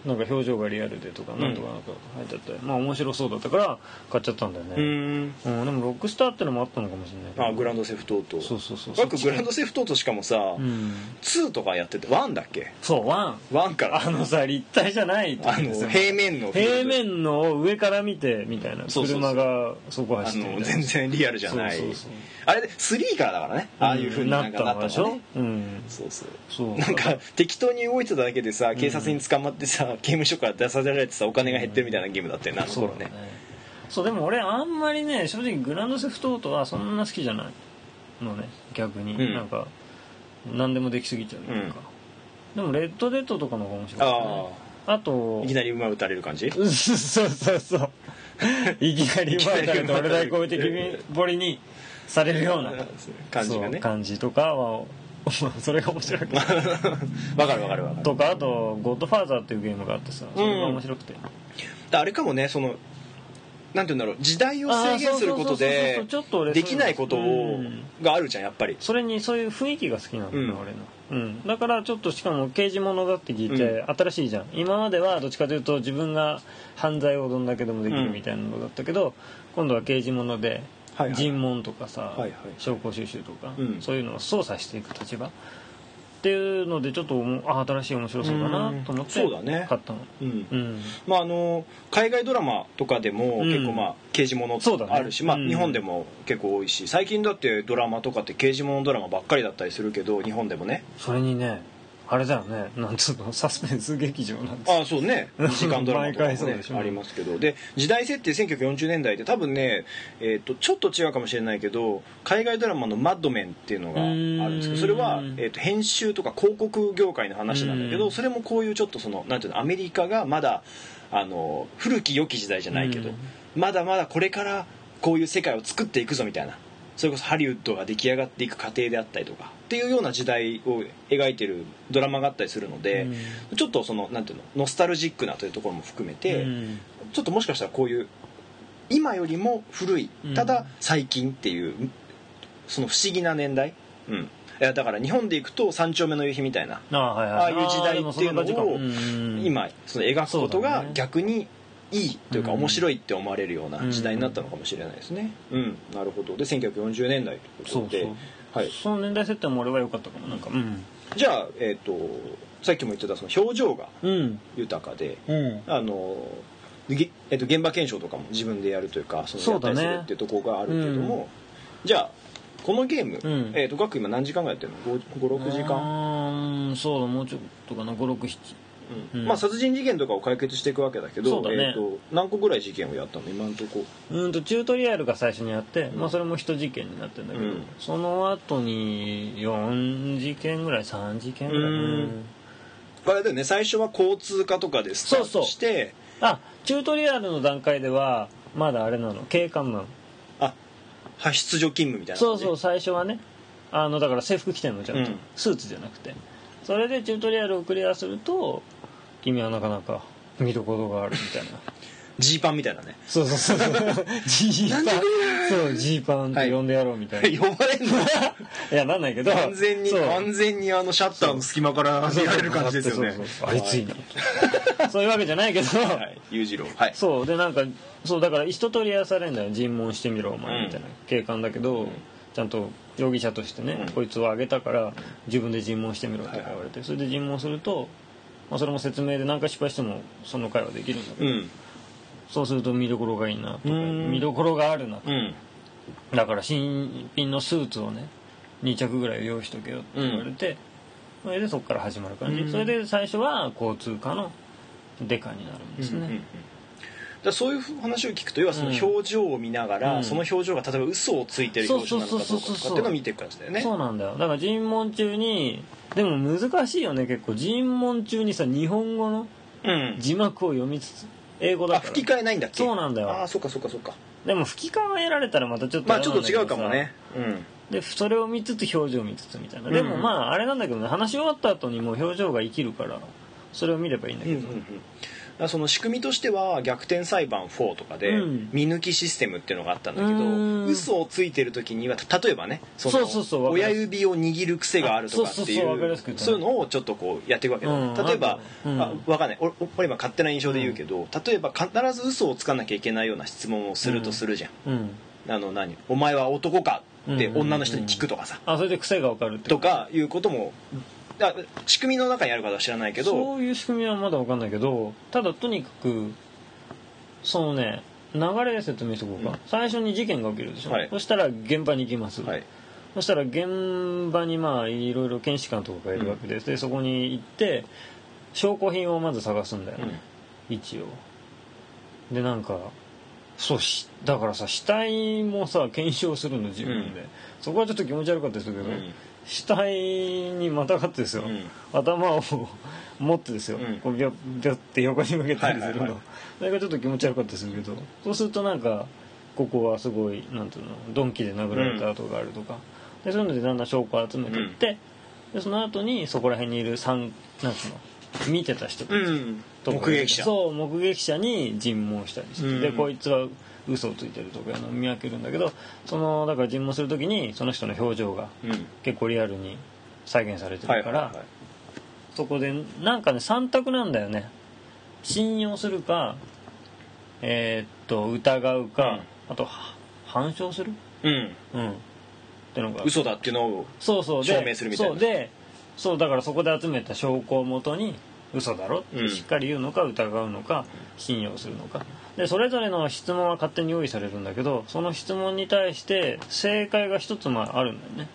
[SPEAKER 2] なんか表情がリアルでとかなんとかなんか書いてあって、まあ面白そうだったから買っちゃったんだよ
[SPEAKER 1] う
[SPEAKER 2] ね、
[SPEAKER 1] ん
[SPEAKER 2] うんでもロックスターってのもあったのかもしれないけど
[SPEAKER 1] あグランドセフトオート
[SPEAKER 2] そうそうそう
[SPEAKER 1] バックグランドセフトオートしかもさ、
[SPEAKER 2] うん
[SPEAKER 1] 2とかやってて1だっけ
[SPEAKER 2] そうワン
[SPEAKER 1] 1から
[SPEAKER 2] あのさ立体じゃないと
[SPEAKER 1] あの平面の
[SPEAKER 2] 平面の上から見てみたいな
[SPEAKER 1] そうそうそう
[SPEAKER 2] 車がそこ
[SPEAKER 1] あ
[SPEAKER 2] 走って
[SPEAKER 1] の
[SPEAKER 2] みたい
[SPEAKER 1] 全然リアルじゃない
[SPEAKER 2] そうそうそう
[SPEAKER 1] あれで3からだからねああいうふうになんかなったの
[SPEAKER 2] で
[SPEAKER 1] ね
[SPEAKER 2] しょうん
[SPEAKER 1] そうそう
[SPEAKER 2] そう
[SPEAKER 1] なんか適当に動いてただけでさ警察に捕まってさ、 刑務所から出させられてさお金が減ってるみたいなゲームだったよねあの
[SPEAKER 2] そう
[SPEAKER 1] 頃
[SPEAKER 2] だね
[SPEAKER 1] ね
[SPEAKER 2] そうでも俺あんまりね正直グランドセフトオートはそんな好きじゃないのね逆に、
[SPEAKER 1] うん
[SPEAKER 2] なんか何でもできすぎちゃうというか、でもレッドデッドとかの方が面白かった、
[SPEAKER 1] あ
[SPEAKER 2] ね、あと
[SPEAKER 1] あいきなり馬打たれる感じ
[SPEAKER 2] うんそうそうそういきなり奪われて俺だけ置いて君ぼりにされるような
[SPEAKER 1] 感じが
[SPEAKER 2] そ
[SPEAKER 1] ね
[SPEAKER 2] う感じとかは それが面白い
[SPEAKER 1] わかるわかるわかる
[SPEAKER 2] とかあと「ゴッドファーザー」っていうゲームがあってさそれが面白くて、
[SPEAKER 1] あれかもねそのなんて言うんだろう時代を制限することで
[SPEAKER 2] あーそうそうそうそうちょっと俺
[SPEAKER 1] できないことを
[SPEAKER 2] うん
[SPEAKER 1] があるじゃんやっぱり
[SPEAKER 2] それにそういう雰囲気が好きなんだよね、
[SPEAKER 1] うん
[SPEAKER 2] 俺の、うん、だからちょっとしかも刑事ものだって聞いて新しいじゃん、今まではどっちかというと自分が犯罪をどんだけでもできるみたいなのだったけど、今度は刑事もので
[SPEAKER 1] はいはい
[SPEAKER 2] 尋問とかさ、
[SPEAKER 1] はいはい
[SPEAKER 2] 証拠収集とか、
[SPEAKER 1] うん
[SPEAKER 2] そういうのを捜査していく立場っていうのでちょっとおもあ新しい面白そうだなと思って
[SPEAKER 1] うんそうだね
[SPEAKER 2] 買ったの、
[SPEAKER 1] うん
[SPEAKER 2] うん
[SPEAKER 1] まあ、あの海外ドラマとかでも
[SPEAKER 2] うん
[SPEAKER 1] 結構まあ刑事もの
[SPEAKER 2] そうだね
[SPEAKER 1] あるし、まあ、
[SPEAKER 2] うん
[SPEAKER 1] 日本でも結構多いし最近だってドラマとかって刑事ものドラマばっかりだったりするけど日本でもね
[SPEAKER 2] それにねあれだよねなんつうのサスペンス劇場なんて
[SPEAKER 1] ああそうね時間ドラマとかも、
[SPEAKER 2] 毎回そう
[SPEAKER 1] ね
[SPEAKER 2] でし、ょ
[SPEAKER 1] ありますけどで時代設定1940年代で多分ね、えー、とちょっと違うかもしれないけど海外ドラマの「マッドメン」っていうのがあるんですけどそれは
[SPEAKER 2] う、ん
[SPEAKER 1] えー、と編集とか広告業界の話なんだけ
[SPEAKER 2] う
[SPEAKER 1] ど
[SPEAKER 2] ん
[SPEAKER 1] それもこういうちょっとそのなんていうのアメリカがまだあの古き良き時代じゃないけど
[SPEAKER 2] うん
[SPEAKER 1] まだまだこれからこういう世界を作っていくぞみたいな。それこそハリウッドが出来上がっていく過程であったりとかっていうような時代を描いてるドラマがあったりするので、
[SPEAKER 2] うん
[SPEAKER 1] ちょっとそのなんていうのノスタルジックなというところも含めて、
[SPEAKER 2] うん
[SPEAKER 1] ちょっともしかしたらこういう今よりも古い
[SPEAKER 2] うん
[SPEAKER 1] ただ最近っていう、その不思議な年代、うん、いやだから日本でいくと「三丁目の夕日」みたいな、
[SPEAKER 2] あ,、はいはい、
[SPEAKER 1] ああいう時代っていうのを
[SPEAKER 2] あーでもそんな感じかうん
[SPEAKER 1] 今その描くこと
[SPEAKER 2] そうだ
[SPEAKER 1] が
[SPEAKER 2] ね
[SPEAKER 1] 逆にいいというか
[SPEAKER 2] うん
[SPEAKER 1] 面白いって思われるような時代になったのかもしれないですね。うん、なるほどで1940年代という
[SPEAKER 2] そ
[SPEAKER 1] こと
[SPEAKER 2] うそ
[SPEAKER 1] で
[SPEAKER 2] う、
[SPEAKER 1] はい、
[SPEAKER 2] その年代設定も俺は良かったかもなんかうん
[SPEAKER 1] じゃあ、えっとさっきも言ってたその表情が
[SPEAKER 2] うん
[SPEAKER 1] 豊かで
[SPEAKER 2] うん
[SPEAKER 1] あのげえっと、現場検証とかも自分でやるというかその
[SPEAKER 2] そうだね
[SPEAKER 1] やったりするっていうところがあるけども、じゃあこのゲーム、
[SPEAKER 2] うん
[SPEAKER 1] えっと学今何時間ぐらいやってるの56時間、
[SPEAKER 2] うーんそうだもうちょっとかな567
[SPEAKER 1] うん
[SPEAKER 2] うん
[SPEAKER 1] まあ、殺人事件とかを解決していくわけだけ
[SPEAKER 2] そ
[SPEAKER 1] ど
[SPEAKER 2] うだね
[SPEAKER 1] えっと何個ぐらい事件をやったの今のとこ
[SPEAKER 2] うんとチュートリアルが最初にあって、
[SPEAKER 1] うん
[SPEAKER 2] まあ、それも1事件になってるんだけど、
[SPEAKER 1] うん
[SPEAKER 2] その後に4事件ぐらい3事件ぐらい、
[SPEAKER 1] うんあれだよね最初は交通課とかでスタートして
[SPEAKER 2] あチュートリアルの段階ではまだあれなの警官マン
[SPEAKER 1] あは出場勤務みたいな
[SPEAKER 2] そ
[SPEAKER 1] 感
[SPEAKER 2] う
[SPEAKER 1] じ
[SPEAKER 2] そう最初はねあのだから制服着てんのちゃんと、
[SPEAKER 1] うん
[SPEAKER 2] スーツじゃなくてそれでチュートリアルをクリアすると君はなかなか見どころがあるみたいな
[SPEAKER 1] ジーパンみたいなね
[SPEAKER 2] そうそうそうそうジーパンそうジーパンって呼んでやろうみたいな、い、
[SPEAKER 1] 呼ばれんの
[SPEAKER 2] やなんないけど
[SPEAKER 1] 完全に
[SPEAKER 2] そう
[SPEAKER 1] 完全にあのシャッターの隙間から見られる感じですよね
[SPEAKER 2] そうそうそうあいついなそういうわけじゃないけど、
[SPEAKER 1] はい裕次郎はい
[SPEAKER 2] そうでなんかそうだから一通りやらされるんだよ尋問してみろお前みたいな警官だけど、
[SPEAKER 1] うん
[SPEAKER 2] ちゃんと容疑者としてね、
[SPEAKER 1] うん
[SPEAKER 2] こいつを挙げたから自分で尋問してみろって言われて、それで尋問すると、まあ、それも説明で何か失敗してもその会話できるんだけ
[SPEAKER 1] う
[SPEAKER 2] ど、
[SPEAKER 1] ん
[SPEAKER 2] そうすると見どころがいいな
[SPEAKER 1] う
[SPEAKER 2] とか
[SPEAKER 1] ん
[SPEAKER 2] 見どころがあるなと
[SPEAKER 1] うん
[SPEAKER 2] だから新品のスーツをね2着ぐらい用意しとけよって言われて、それでそこから始まる感じ、
[SPEAKER 1] うん
[SPEAKER 2] それで最初は交通課のデカになるんですね、
[SPEAKER 1] うんうんうんだからそういう話を聞くと要はその
[SPEAKER 2] うん
[SPEAKER 1] 表情を見ながら、
[SPEAKER 2] うん
[SPEAKER 1] その表情が例えば嘘をついてる表情なのかどうかとかっていうのを見ていく感じだよね
[SPEAKER 2] そうなんだよだから尋問中にでも難しいよね結構尋問中にさ日本語の
[SPEAKER 1] うん
[SPEAKER 2] 字幕を読みつつ英語
[SPEAKER 1] あ
[SPEAKER 2] だから
[SPEAKER 1] 吹き替えないんだっけ
[SPEAKER 2] そうなんだよ
[SPEAKER 1] ああそっかそっかそっか
[SPEAKER 2] でも吹き替えを得られたらまたちょっと
[SPEAKER 1] まあ
[SPEAKER 2] れな
[SPEAKER 1] ち
[SPEAKER 2] ん
[SPEAKER 1] ょ
[SPEAKER 2] だ
[SPEAKER 1] っと
[SPEAKER 2] け
[SPEAKER 1] 違
[SPEAKER 2] ど
[SPEAKER 1] うかもねうん
[SPEAKER 2] でそれを見つつ表情を見つつみたいな、
[SPEAKER 1] うん
[SPEAKER 2] でもまああれなんだけどね話し終わった後にもう表情が生きるからそれを見ればいいんだ
[SPEAKER 1] うん
[SPEAKER 2] け
[SPEAKER 1] うんう
[SPEAKER 2] ど、
[SPEAKER 1] んからその仕組みとしては「逆転裁判4」とかで
[SPEAKER 2] うん
[SPEAKER 1] 見抜きシステムっていうのがあったんだけど、
[SPEAKER 2] うん
[SPEAKER 1] 嘘をついてる時にはた例えばねその
[SPEAKER 2] そうそうそうわかりや
[SPEAKER 1] 親
[SPEAKER 2] すい
[SPEAKER 1] 指を握る癖があるとかってい
[SPEAKER 2] あそうそうそうわかりや
[SPEAKER 1] う
[SPEAKER 2] すく言ったね
[SPEAKER 1] そういうのをちょっとこうやっていくわけだ、ね
[SPEAKER 2] うん
[SPEAKER 1] 例えば、
[SPEAKER 2] うん
[SPEAKER 1] あわかんない俺俺今勝手な印象で言うけど、例えば必ず嘘をつかなきゃいけないような質問をするとするじゃん。
[SPEAKER 2] うん
[SPEAKER 1] あの何お前は男かって女の人に聞くとかさ、
[SPEAKER 2] あそれで癖がわかるって
[SPEAKER 1] と
[SPEAKER 2] こと
[SPEAKER 1] かいうこともだ仕組みの中にあるかは知らないけど
[SPEAKER 2] そういう仕組みはまだわかんないけどただとにかくそのね流れで説明しておこうか、
[SPEAKER 1] うん
[SPEAKER 2] 最初に事件が起きるでしょ、
[SPEAKER 1] はい
[SPEAKER 2] そしたら現場に行きます、
[SPEAKER 1] はい
[SPEAKER 2] そしたら現場にまあいろいろ検視官とかがいるわけです、でそこに行って証拠品をまず探すんだよね、一応でなんかそうしだからさ死体もさ検証するの自分で、
[SPEAKER 1] うん
[SPEAKER 2] そこはちょっと気持ち悪かったですけど、
[SPEAKER 1] うん
[SPEAKER 2] 死体にまたがってですよ、
[SPEAKER 1] うん
[SPEAKER 2] 頭を持ってですよ、
[SPEAKER 1] うん
[SPEAKER 2] こうビョッビョッて横に向けたりする
[SPEAKER 1] はい
[SPEAKER 2] の、
[SPEAKER 1] はいはい
[SPEAKER 2] それがちょっと気持ち悪かったですけどそうするとなんかここはすごいなんていうの鈍器で殴られた跡があるとか、でそういうのでだんだん証拠を集めてって、でその後にそこら辺にいる三なんつうの見てた人たち、
[SPEAKER 1] うん目撃者
[SPEAKER 2] そう目撃者に尋問したりして、
[SPEAKER 1] うん
[SPEAKER 2] でこいつは嘘をついてるとかいうのを見分けるんだけどそのだから尋問する時にその人の表情が
[SPEAKER 1] うん
[SPEAKER 2] 結構リアルに再現されて
[SPEAKER 1] はいは
[SPEAKER 2] るか
[SPEAKER 1] い
[SPEAKER 2] ら、
[SPEAKER 1] は
[SPEAKER 2] そこでなんかね3択なんだよね信用するかえーっと疑うか、あとは反証する
[SPEAKER 1] いうん
[SPEAKER 2] うんってのが
[SPEAKER 1] 嘘だっていうのを
[SPEAKER 2] そうそうで
[SPEAKER 1] 証明するみたいな
[SPEAKER 2] そうでそうだからそこで集めた証拠をもとに嘘だろっ
[SPEAKER 1] うん
[SPEAKER 2] てしっかり言うのか疑うのか信用するのかでそれぞれの質問は勝手に用意されるんだけどその質問に対して正解が一つまああるんだよね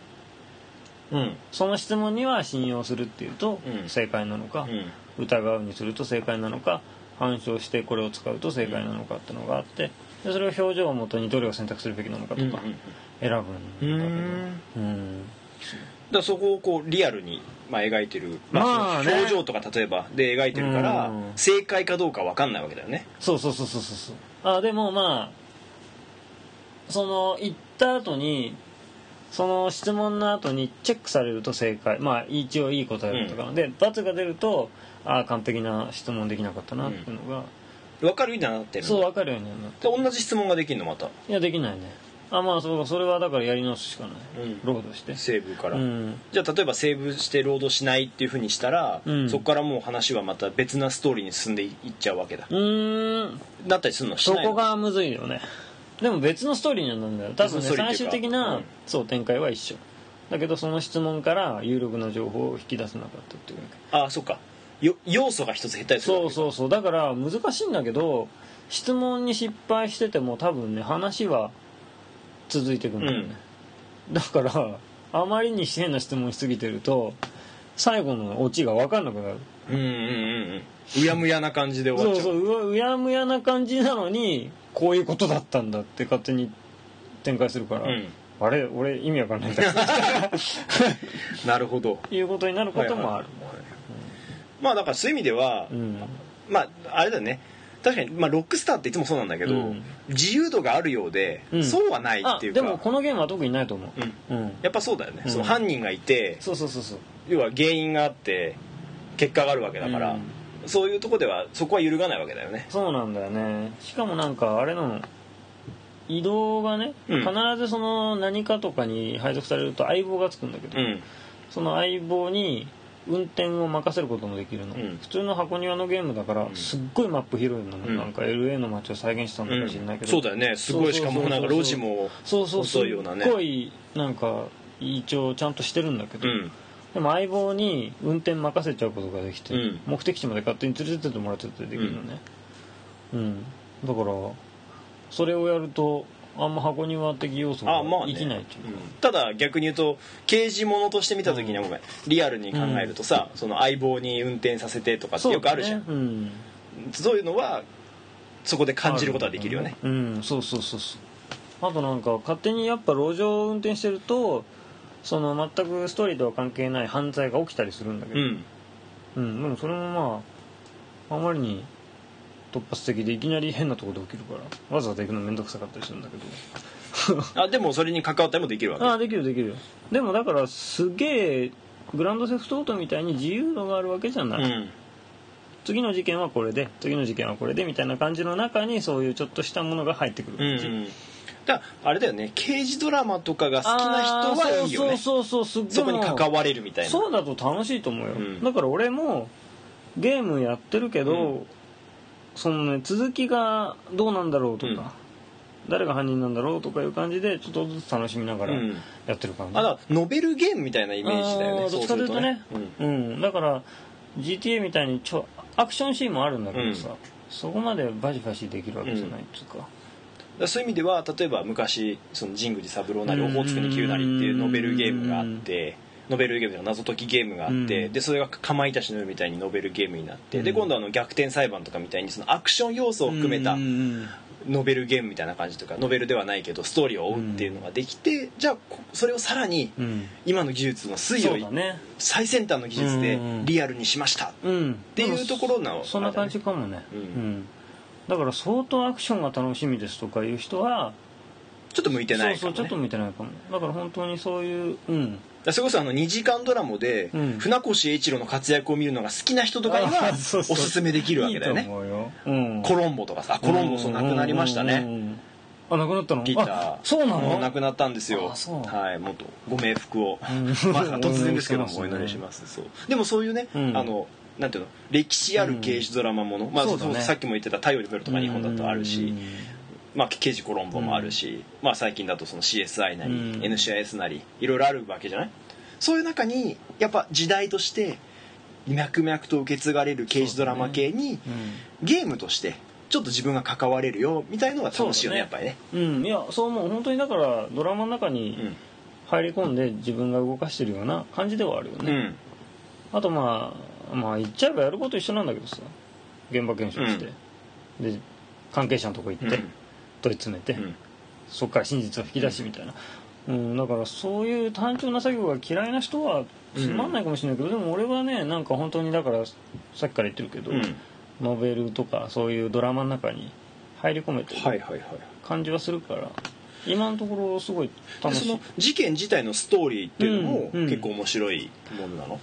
[SPEAKER 1] うん
[SPEAKER 2] その質問には信用するっていうと
[SPEAKER 1] うん
[SPEAKER 2] 正解なのか、
[SPEAKER 1] うん
[SPEAKER 2] 疑うにすると正解なのか反証してこれを使うと正解なのかってのがあってでそれを表情をもとにどれを選択するべきなのかと
[SPEAKER 1] うんうん
[SPEAKER 2] か選ぶんだけど
[SPEAKER 1] だか
[SPEAKER 2] うん
[SPEAKER 1] らそこをこうリアルにまあ描いてる
[SPEAKER 2] まあね
[SPEAKER 1] その表情とか例えばで描いてるから
[SPEAKER 2] うん
[SPEAKER 1] 正解かどうかわかんないわけだよね
[SPEAKER 2] そうそうそうそうそうそうあでもまあその行った後にその質問の後にチェックされると正解まあ一応いい答えだったから、で罰が出るとああ完璧な質問できなかったなっていうのが、
[SPEAKER 1] わかるようになってるんだ
[SPEAKER 2] そう分かるようになる
[SPEAKER 1] で同じ質問ができるのまた
[SPEAKER 2] いやできないねあまあそうそれはだからやり直すしかない、
[SPEAKER 1] うん
[SPEAKER 2] 労働して
[SPEAKER 1] セーブから
[SPEAKER 2] うん
[SPEAKER 1] じゃあ例えばセーブしてロードしないっていうふうにしたら、
[SPEAKER 2] うん
[SPEAKER 1] そこからもう話はまた別なストーリーに進んでいっちゃうわけだ
[SPEAKER 2] うーん
[SPEAKER 1] だったりするのし
[SPEAKER 2] そ
[SPEAKER 1] ないの
[SPEAKER 2] こがむずいよねでも別のストーリーにはなるんだよ多
[SPEAKER 1] 別
[SPEAKER 2] 分ね
[SPEAKER 1] のストーリー
[SPEAKER 2] 最
[SPEAKER 1] っていう
[SPEAKER 2] 終
[SPEAKER 1] か
[SPEAKER 2] 的な、
[SPEAKER 1] うん
[SPEAKER 2] そう展開は一緒だけどその質問から有力な情報を引き出せなかったっていうわけ
[SPEAKER 1] ああそっかよ要素が一つ減ったりする
[SPEAKER 2] そうそううそうだから難しいんだけど質問に失敗してても多分ね話は続いていくんだよね、だからあまりに変な質問しすぎてると最後のオチが分かんなくなる
[SPEAKER 1] うんうんうんうんうやむやな感じで終わ
[SPEAKER 2] そ
[SPEAKER 1] っ
[SPEAKER 2] う
[SPEAKER 1] ちゃう
[SPEAKER 2] そううわうやむやな感じなのにこういうことだったんだって勝手に展開するから、
[SPEAKER 1] うん
[SPEAKER 2] あれ俺意味わかんないんだけど
[SPEAKER 1] なるほど
[SPEAKER 2] いうことになることもある、
[SPEAKER 1] はいはいはいまあだからそういう意味では、
[SPEAKER 2] うん
[SPEAKER 1] まああれだよね確かに、まあ、ロックスターっていつもそうなんだけど、
[SPEAKER 2] うん
[SPEAKER 1] 自由度があるようで、
[SPEAKER 2] うん
[SPEAKER 1] そうはない
[SPEAKER 2] あ
[SPEAKER 1] っていうか
[SPEAKER 2] でもこのゲームは特にないと思う、
[SPEAKER 1] うん
[SPEAKER 2] うん
[SPEAKER 1] やっぱそうだよね、
[SPEAKER 2] うん
[SPEAKER 1] その犯人がいて
[SPEAKER 2] そうそうそうそう
[SPEAKER 1] 要は原因があって結果があるわけだから、
[SPEAKER 2] うん
[SPEAKER 1] そういうとこではそこは揺るがないわけだよね
[SPEAKER 2] そうなんだよねしかもなんかあれなの移動がね、
[SPEAKER 1] うん
[SPEAKER 2] 必ずその何かとかに配属されると相棒がつくんだけど、
[SPEAKER 1] うん
[SPEAKER 2] その相棒に運転を任せることもできるの、
[SPEAKER 1] うん
[SPEAKER 2] 普通の箱庭のゲームだから
[SPEAKER 1] ん
[SPEAKER 2] すっごいマップ広いの、
[SPEAKER 1] ん
[SPEAKER 2] なんか LA の街を再現したのかもしれないけど、
[SPEAKER 1] そうだよねすごいしかもなんか路地も
[SPEAKER 2] そうそうそう
[SPEAKER 1] 細いようなね
[SPEAKER 2] すっごいなんか一応ちゃんとしてるんだけ
[SPEAKER 1] う
[SPEAKER 2] ど、
[SPEAKER 1] ん
[SPEAKER 2] でも相棒に運転任せちゃうことができて、
[SPEAKER 1] うん
[SPEAKER 2] 目的地まで勝手に連れてってもらっちゃってできるのねうん、だからそれをやるとあんま箱庭的要素が
[SPEAKER 1] あまあ、ね、
[SPEAKER 2] 生きないっていう
[SPEAKER 1] う
[SPEAKER 2] か
[SPEAKER 1] んただ逆に言うと刑事ものとして見た時にはごめんリアルに考えるとさ、その相棒に運転させてとかって
[SPEAKER 2] そう
[SPEAKER 1] よくあるじゃん
[SPEAKER 2] だねうん
[SPEAKER 1] そういうのはそこで感じることはできるよね
[SPEAKER 2] うんそうそうそうそうあとなんか勝手にやっぱ路上を運転してるとその全くストーリーとは関係ない犯罪が起きたりするんだけ
[SPEAKER 1] う
[SPEAKER 2] ど、
[SPEAKER 1] ん
[SPEAKER 2] うんでもそれもまああまりに突発的でいきなり変なところで起きるからわざわざ行くの面倒くさかったりするんだけど
[SPEAKER 1] あでもそれに関わったりもできるわけ
[SPEAKER 2] ああできるできるでもだからすげえグランドセフトオートみたいに自由度があるわけじゃない、
[SPEAKER 1] うん
[SPEAKER 2] 次の事件はこれで次の事件はこれでみたいな感じの中にそういうちょっとしたものが入ってくる感じ、
[SPEAKER 1] だからあれだよね刑事ドラマとかが好きな人はいいよ
[SPEAKER 2] あー
[SPEAKER 1] ね
[SPEAKER 2] そうそうそうそうすっ
[SPEAKER 1] そこ
[SPEAKER 2] ごい
[SPEAKER 1] に
[SPEAKER 2] も
[SPEAKER 1] 関
[SPEAKER 2] う
[SPEAKER 1] われるみたいな
[SPEAKER 2] そうだと楽しいと思うよ、
[SPEAKER 1] うん
[SPEAKER 2] だから俺もゲームやってるけど、
[SPEAKER 1] うん
[SPEAKER 2] そのね続きがどうなんだろうとか、誰が犯人なんだろうとかいう感じでちょっとずつ楽しみながら
[SPEAKER 1] うん
[SPEAKER 2] やってる感じ、
[SPEAKER 1] あだからノベルゲームみたいなイメージだよ
[SPEAKER 2] あ
[SPEAKER 1] ね
[SPEAKER 2] ーどっちかというとね
[SPEAKER 1] そうすると
[SPEAKER 2] うん、だから GTA みたいにちょアクションシーンもあるんだけどさ、
[SPEAKER 1] うん
[SPEAKER 2] そこまでバシバシできるわけじゃないっていうか、
[SPEAKER 1] だからそういう意味では例えば昔その神宮寺三郎なりオホーツクに急なりっていううんノベルゲームがあってノベルゲームとか謎解きゲームがあって、
[SPEAKER 2] うん
[SPEAKER 1] でそれが「かまいたちの夜」みたいにノベルゲームになって、で
[SPEAKER 2] うん
[SPEAKER 1] 今度はあの逆転裁判とかみたいにそのアクション要素を含めた
[SPEAKER 2] うんうん
[SPEAKER 1] ノベルゲームみたいな感じとかノベルではないけどストーリーを追うっていうのができて、じゃあこそれをさらに
[SPEAKER 2] うんうん
[SPEAKER 1] 今の技術の推
[SPEAKER 2] そう
[SPEAKER 1] 移
[SPEAKER 2] だ
[SPEAKER 1] を
[SPEAKER 2] ね
[SPEAKER 1] 最先端の技術でリアルにしました、
[SPEAKER 2] うんって
[SPEAKER 1] いうところなの
[SPEAKER 2] そんな感じかもね、
[SPEAKER 1] うん
[SPEAKER 2] だから相当アクションが楽しみですとかいう人は
[SPEAKER 1] ちょっと向いてないか
[SPEAKER 2] そう
[SPEAKER 1] も、
[SPEAKER 2] そうち
[SPEAKER 1] ね
[SPEAKER 2] ょっと、見てないかもだから本当にそういううん
[SPEAKER 1] だからそれこそあの2時間ドラマで
[SPEAKER 2] うん
[SPEAKER 1] 船越英一郎の活躍を見るのが好きな人とかには
[SPEAKER 2] あーそうそう
[SPEAKER 1] おすすめできるわけだよ
[SPEAKER 2] いいと
[SPEAKER 1] ね
[SPEAKER 2] 思うよ、うん、
[SPEAKER 1] コロンボとかさあコロンボそうなくなりました
[SPEAKER 2] うんう
[SPEAKER 1] ね
[SPEAKER 2] んうんあなくなったの
[SPEAKER 1] ピーター
[SPEAKER 2] あそうな
[SPEAKER 1] も
[SPEAKER 2] の
[SPEAKER 1] う亡くなったんですよ
[SPEAKER 2] あそう
[SPEAKER 1] はいもっとご冥福を
[SPEAKER 2] ん
[SPEAKER 1] ま さか突然ですけども
[SPEAKER 2] お
[SPEAKER 1] お
[SPEAKER 2] 祈
[SPEAKER 1] 祈
[SPEAKER 2] り
[SPEAKER 1] り
[SPEAKER 2] し
[SPEAKER 1] し
[SPEAKER 2] ま
[SPEAKER 1] ますそうでもそういうねあ
[SPEAKER 2] うん
[SPEAKER 1] のなんていうの歴史ある刑事ドラマものまあ
[SPEAKER 2] そうだね
[SPEAKER 1] さっきも言ってた「太陽にほえる」とか日本だとあるしまあ、刑事コロンボもあるし、まあ、最近だとその CSI なり、
[SPEAKER 2] うん
[SPEAKER 1] NCIS なりいろいろあるわけじゃないそういう中にやっぱ時代として脈々と受け継がれる刑事ドラマ系に、ゲームとしてちょっと自分が関われるよみたいのが楽しいよねや
[SPEAKER 2] そう
[SPEAKER 1] っぱ
[SPEAKER 2] だね
[SPEAKER 1] りね。
[SPEAKER 2] うん、うん、いやそう思う本当にだからドラマの中
[SPEAKER 1] う
[SPEAKER 2] に
[SPEAKER 1] ん
[SPEAKER 2] 入り込んで自分が動かしてるような感じではあるよ
[SPEAKER 1] う
[SPEAKER 2] ね、
[SPEAKER 1] ん
[SPEAKER 2] あとまあまあ言っちゃえばやること一緒なんだけどさ現場検証して、で関係者のとこ行って、
[SPEAKER 1] うん
[SPEAKER 2] 問い詰めて、
[SPEAKER 1] うん
[SPEAKER 2] そこから真実を引き出しみたいな、うん、だからそういう単調な作業が嫌いな人はつまんないかもしれないけど、でも俺はねなんか本当にだからさっきから言ってるけど、
[SPEAKER 1] うん
[SPEAKER 2] ノベルとかそういうドラマの中に入り込めて
[SPEAKER 1] はいはい
[SPEAKER 2] る
[SPEAKER 1] はい
[SPEAKER 2] 感じはするから、今のところすごい
[SPEAKER 1] で
[SPEAKER 2] 楽
[SPEAKER 1] そ
[SPEAKER 2] しい
[SPEAKER 1] の事件自体のストーリーっていうのも
[SPEAKER 2] うんうん
[SPEAKER 1] 結構面白いものなの、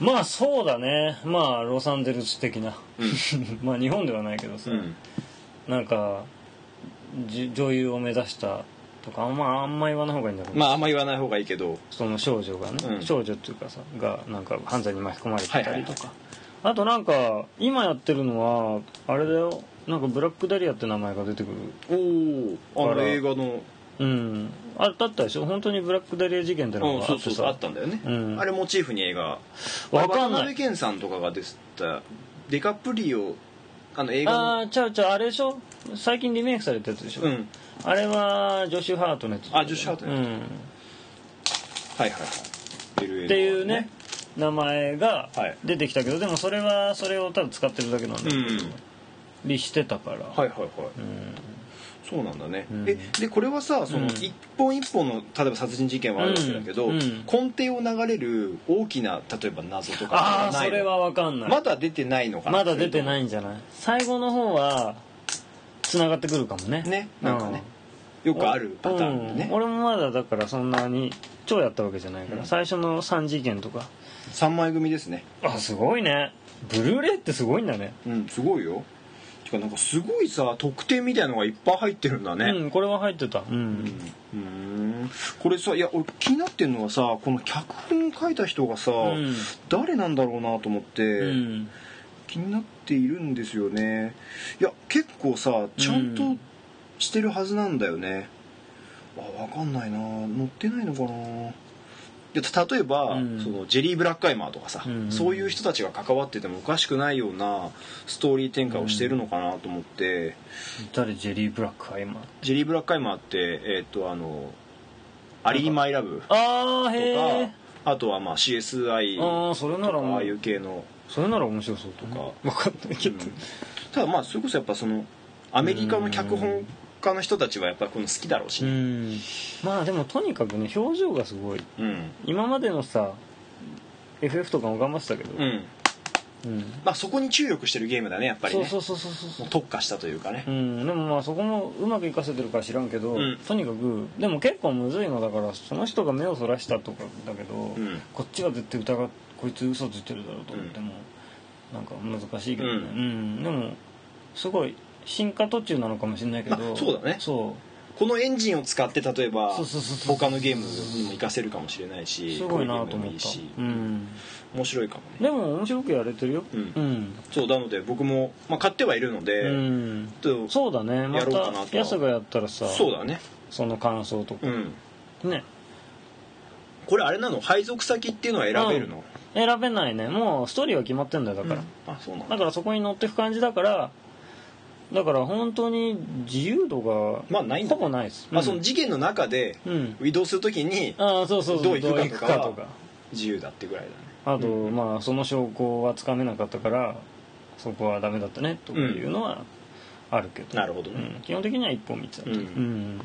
[SPEAKER 2] まあそうだねまあロサンゼルス的な
[SPEAKER 1] うん
[SPEAKER 2] まあ日本ではないけどさ、
[SPEAKER 1] うん
[SPEAKER 2] なんかじ女優を目指したとかあんまあんま言わない方がいいんだろうな
[SPEAKER 1] まああんま言わない方がいいけど
[SPEAKER 2] その少女がね、
[SPEAKER 1] うん
[SPEAKER 2] 少女っていうかさがなんか犯罪に巻き込まれてたりとか、
[SPEAKER 1] はいはいはい
[SPEAKER 2] あとなんか今やってるのはあれだよなんかブラックダリアって名前が出てくる
[SPEAKER 1] おおあ
[SPEAKER 2] あら
[SPEAKER 1] の映画の
[SPEAKER 2] うんあだったでしょ本当にブラックダリア事件っての
[SPEAKER 1] うん
[SPEAKER 2] が
[SPEAKER 1] そ
[SPEAKER 2] あ
[SPEAKER 1] う
[SPEAKER 2] っ
[SPEAKER 1] そ
[SPEAKER 2] て
[SPEAKER 1] うそうあ
[SPEAKER 2] さ
[SPEAKER 1] ったんだよね、
[SPEAKER 2] うん
[SPEAKER 1] あれモチーフに映画
[SPEAKER 2] わか
[SPEAKER 1] 渡
[SPEAKER 2] んな
[SPEAKER 1] 辺
[SPEAKER 2] い
[SPEAKER 1] 謙さんとかが出てたデカプリオあの映画の
[SPEAKER 2] ああちゃうちゃうあれでしょ最近リメイクされたやつでしょ、
[SPEAKER 1] うん
[SPEAKER 2] あれはジョシュ・ハートのやつ
[SPEAKER 1] あジョシュハートのやつ
[SPEAKER 2] うん、
[SPEAKER 1] はいはいはい
[SPEAKER 2] っ
[SPEAKER 1] って
[SPEAKER 2] いうね名前が
[SPEAKER 1] はい
[SPEAKER 2] 出てきたけど、でもそれはそれを多分使ってるだけなんだけど、
[SPEAKER 1] うん
[SPEAKER 2] りしてたから、
[SPEAKER 1] はいはいはい
[SPEAKER 2] うん
[SPEAKER 1] そうなんだね、
[SPEAKER 2] うん
[SPEAKER 1] えでこれはさそ
[SPEAKER 2] う
[SPEAKER 1] の
[SPEAKER 2] ん
[SPEAKER 1] 一本一本の例えば殺人事件はあるわけだけど、
[SPEAKER 2] うんうん
[SPEAKER 1] 根底を流れる大きな例えば謎とか
[SPEAKER 2] ああ
[SPEAKER 1] ない
[SPEAKER 2] それは分かんない
[SPEAKER 1] まだ出てないのかな
[SPEAKER 2] まだ出てないいんじゃない最後の方はつながってくるかもね
[SPEAKER 1] ねなんかねよ
[SPEAKER 2] うん
[SPEAKER 1] くあるパターンでね
[SPEAKER 2] うん俺もまだだからそんなに超やったわけじゃないから、
[SPEAKER 1] うん
[SPEAKER 2] 最初の3事件とか
[SPEAKER 1] 3枚組ですね
[SPEAKER 2] あすごいねブルーレイってすごいんだね
[SPEAKER 1] うんすごいよてかなんかすごいさ特典みたいのがいっぱい入ってるんだね、
[SPEAKER 2] うんこれは入ってたうん、
[SPEAKER 1] うーんこれさいや俺気になってんのはさこの脚本書いた人がさ、
[SPEAKER 2] ん
[SPEAKER 1] 誰なんだろうなと思って、
[SPEAKER 2] うん
[SPEAKER 1] 気になっているんですよねいや結構さちゃん
[SPEAKER 2] う
[SPEAKER 1] と
[SPEAKER 2] ん
[SPEAKER 1] してるはずなんだよね、あわかんないな載ってないのかないや例えば、
[SPEAKER 2] うん
[SPEAKER 1] そのジェリー・ブラックアイマーとかさ、
[SPEAKER 2] うん
[SPEAKER 1] そういう人たちが関わっててもおかしくないようなストーリー展開をしてるのかなと思って、
[SPEAKER 2] 誰ジェリー・ブラックは今
[SPEAKER 1] ジェリー・ブラックアイマーってえっ、とあの「アリー・マイ・ラブ」
[SPEAKER 2] ああ
[SPEAKER 1] と
[SPEAKER 2] へ
[SPEAKER 1] か
[SPEAKER 2] え
[SPEAKER 1] あとはまあ CSI
[SPEAKER 2] あ
[SPEAKER 1] と
[SPEAKER 2] あそれなら
[SPEAKER 1] かあ
[SPEAKER 2] も
[SPEAKER 1] あいうう系の、
[SPEAKER 2] それなら面白そうとか
[SPEAKER 1] と
[SPEAKER 2] 分かんないけど、
[SPEAKER 1] うんただまあそれこそやっぱそのアメリカの脚本家の人たちはやっぱこの好きだろうし
[SPEAKER 2] う
[SPEAKER 1] ね
[SPEAKER 2] んまあでもとにかくね表情がすごい
[SPEAKER 1] うん、
[SPEAKER 2] 今までのさ FF とかも頑張ってたけど、
[SPEAKER 1] うん
[SPEAKER 2] うん
[SPEAKER 1] まあそこに注力してるゲームだねやっぱり
[SPEAKER 2] そう
[SPEAKER 1] ね
[SPEAKER 2] そうそうそうそ
[SPEAKER 1] も
[SPEAKER 2] う
[SPEAKER 1] う特化したというかね
[SPEAKER 2] うん、でもまあそこもうまくいかせてるか知らんけど、
[SPEAKER 1] うん
[SPEAKER 2] とにかくでも結構むずいのだからその人が目をそらしたとかだけど、
[SPEAKER 1] うん
[SPEAKER 2] こっちが絶対疑っこいつ嘘ついてるだろうと思っても、なんか難しいけどね、う
[SPEAKER 1] うん
[SPEAKER 2] んでもすごい進化途中なのかもしれないけど、
[SPEAKER 1] あそうだね
[SPEAKER 2] そ
[SPEAKER 1] このエンジンを使って例えば
[SPEAKER 2] そうそうそうそう
[SPEAKER 1] 他のゲームにも活かせるかもしれないうし
[SPEAKER 2] すごいなと
[SPEAKER 1] こう
[SPEAKER 2] 思
[SPEAKER 1] うゲームも
[SPEAKER 2] っ
[SPEAKER 1] いい
[SPEAKER 2] た
[SPEAKER 1] し
[SPEAKER 2] うん、
[SPEAKER 1] 面白いかもね
[SPEAKER 2] でも面白くやれてるよ
[SPEAKER 1] うん
[SPEAKER 2] うん、
[SPEAKER 1] そうなので僕も、まあ、買ってはいるので、
[SPEAKER 2] うん
[SPEAKER 1] ちょっと
[SPEAKER 2] そうだねま
[SPEAKER 1] やろうかな
[SPEAKER 2] た
[SPEAKER 1] と
[SPEAKER 2] やすがやったらさ
[SPEAKER 1] そうだね
[SPEAKER 2] その感想とか
[SPEAKER 1] う、ん
[SPEAKER 2] ね
[SPEAKER 1] これあれなの配属先っていうのは選べるの、
[SPEAKER 2] 選べないねもうストーリーは決まってんだよだから、
[SPEAKER 1] あそうなん
[SPEAKER 2] だ
[SPEAKER 1] だ
[SPEAKER 2] からそこに乗ってく感じだからだから本当に自由度が
[SPEAKER 1] まあないんだ
[SPEAKER 2] ほぼないです、
[SPEAKER 1] まあ、その事件の中で
[SPEAKER 2] うん、
[SPEAKER 1] 移動するときに
[SPEAKER 2] ああそうそうそう
[SPEAKER 1] どう行くかとか
[SPEAKER 2] どう行
[SPEAKER 1] 自由だってぐらいだね
[SPEAKER 2] あと、まあその証拠はつかめなかったからそこはダメだったねとかいうのはあるけど、
[SPEAKER 1] なるほど
[SPEAKER 2] う
[SPEAKER 1] ね、
[SPEAKER 2] ん、基本的には一本道だった、
[SPEAKER 1] うん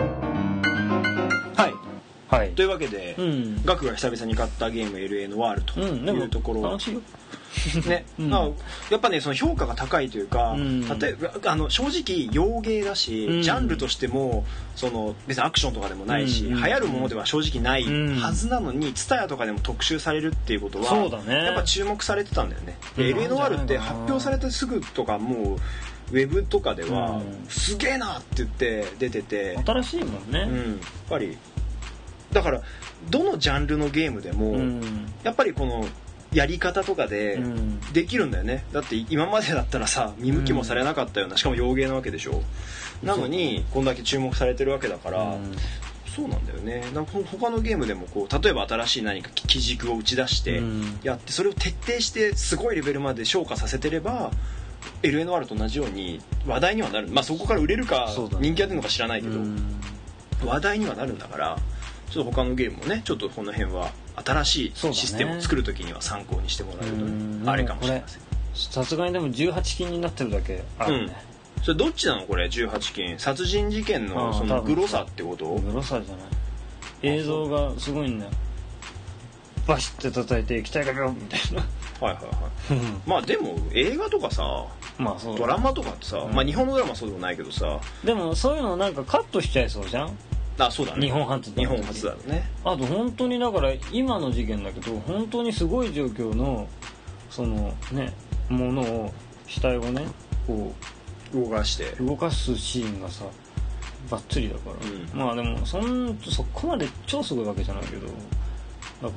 [SPEAKER 1] はい
[SPEAKER 2] はい
[SPEAKER 1] というわけで、
[SPEAKER 2] うん
[SPEAKER 1] ガクが久々に買ったゲーム「LA のワール」と
[SPEAKER 2] うんで
[SPEAKER 1] いう
[SPEAKER 2] も
[SPEAKER 1] ところ、
[SPEAKER 2] 楽しいよ
[SPEAKER 1] ね、
[SPEAKER 2] うん
[SPEAKER 1] まあやっぱねその評価が高いというか、
[SPEAKER 2] うん
[SPEAKER 1] 例えばあの正直洋芸だし、
[SPEAKER 2] うん
[SPEAKER 1] ジャンルとしてもその別にアクションとかでもないし、
[SPEAKER 2] うん
[SPEAKER 1] 流行るものでは正直ない
[SPEAKER 2] うん
[SPEAKER 1] はずなのに TSUTAYA、とかでも特集されるっていうことは
[SPEAKER 2] そうだね
[SPEAKER 1] やっぱ注目されてたんだよね。
[SPEAKER 2] うん
[SPEAKER 1] で LA のワールって
[SPEAKER 2] なんじゃないかな
[SPEAKER 1] 発表されてすぐとかもうウェブとかでは、
[SPEAKER 2] うん
[SPEAKER 1] すげえなって言って出てて、
[SPEAKER 2] 新しいもん
[SPEAKER 1] うん、
[SPEAKER 2] ね
[SPEAKER 1] やっぱりだからどのジャンルのゲームでも、
[SPEAKER 2] うん
[SPEAKER 1] やっぱりこのやり方とかで。
[SPEAKER 2] うん
[SPEAKER 1] できるんだよねだって今までだったらさ見向きもされなかったような、しかも洋芸なわけでしょなのにこんだけ注目されてるわけだから、
[SPEAKER 2] うん
[SPEAKER 1] そうなんだよねなんかほ他のゲームでもこう例えば新しい何か基基軸を打ち出して
[SPEAKER 2] うん
[SPEAKER 1] やってそれを徹底してすごいレベルまで昇華させてれば LNR と同じように話題にはなるまあそこから売れるか
[SPEAKER 2] そうだね
[SPEAKER 1] 人気が出るのか知らないけど、
[SPEAKER 2] うん
[SPEAKER 1] 話題にはなるんだからちょっと他のゲームもねちょっとこの辺は新しい
[SPEAKER 2] そうだね
[SPEAKER 1] システムを作る時には参考にしてもらえると
[SPEAKER 2] う
[SPEAKER 1] ね
[SPEAKER 2] ん
[SPEAKER 1] あれかもしれません
[SPEAKER 2] さすがにでも18禁になってるだけあるね、
[SPEAKER 1] それどっちなのこれ18金殺人事件
[SPEAKER 2] あ
[SPEAKER 1] の
[SPEAKER 2] あ
[SPEAKER 1] そ
[SPEAKER 2] 多
[SPEAKER 1] の
[SPEAKER 2] 分
[SPEAKER 1] グロさってこと
[SPEAKER 2] グロさじゃない映像がすごいんだよバシッて叩いて液体がビョンみたいな
[SPEAKER 1] はいはいはいまあでも映画とかさ
[SPEAKER 2] まあそう
[SPEAKER 1] ドラマとかってさ、
[SPEAKER 2] うん
[SPEAKER 1] まあ日本のドラマはそうでもないけどさ
[SPEAKER 2] でもそういうのなんかカットしちゃいそうじゃん
[SPEAKER 1] あそうだね
[SPEAKER 2] 日本初
[SPEAKER 1] 日本初だね
[SPEAKER 2] あと本当にだから今の事件だけど本当にすごい状況のそのねものを死体をねこ
[SPEAKER 1] 動かして
[SPEAKER 2] う動かすシーンがさばっつりだか
[SPEAKER 1] う
[SPEAKER 2] ら、
[SPEAKER 1] ん
[SPEAKER 2] まあでもそんそこまで超すごいわけじゃないけどだから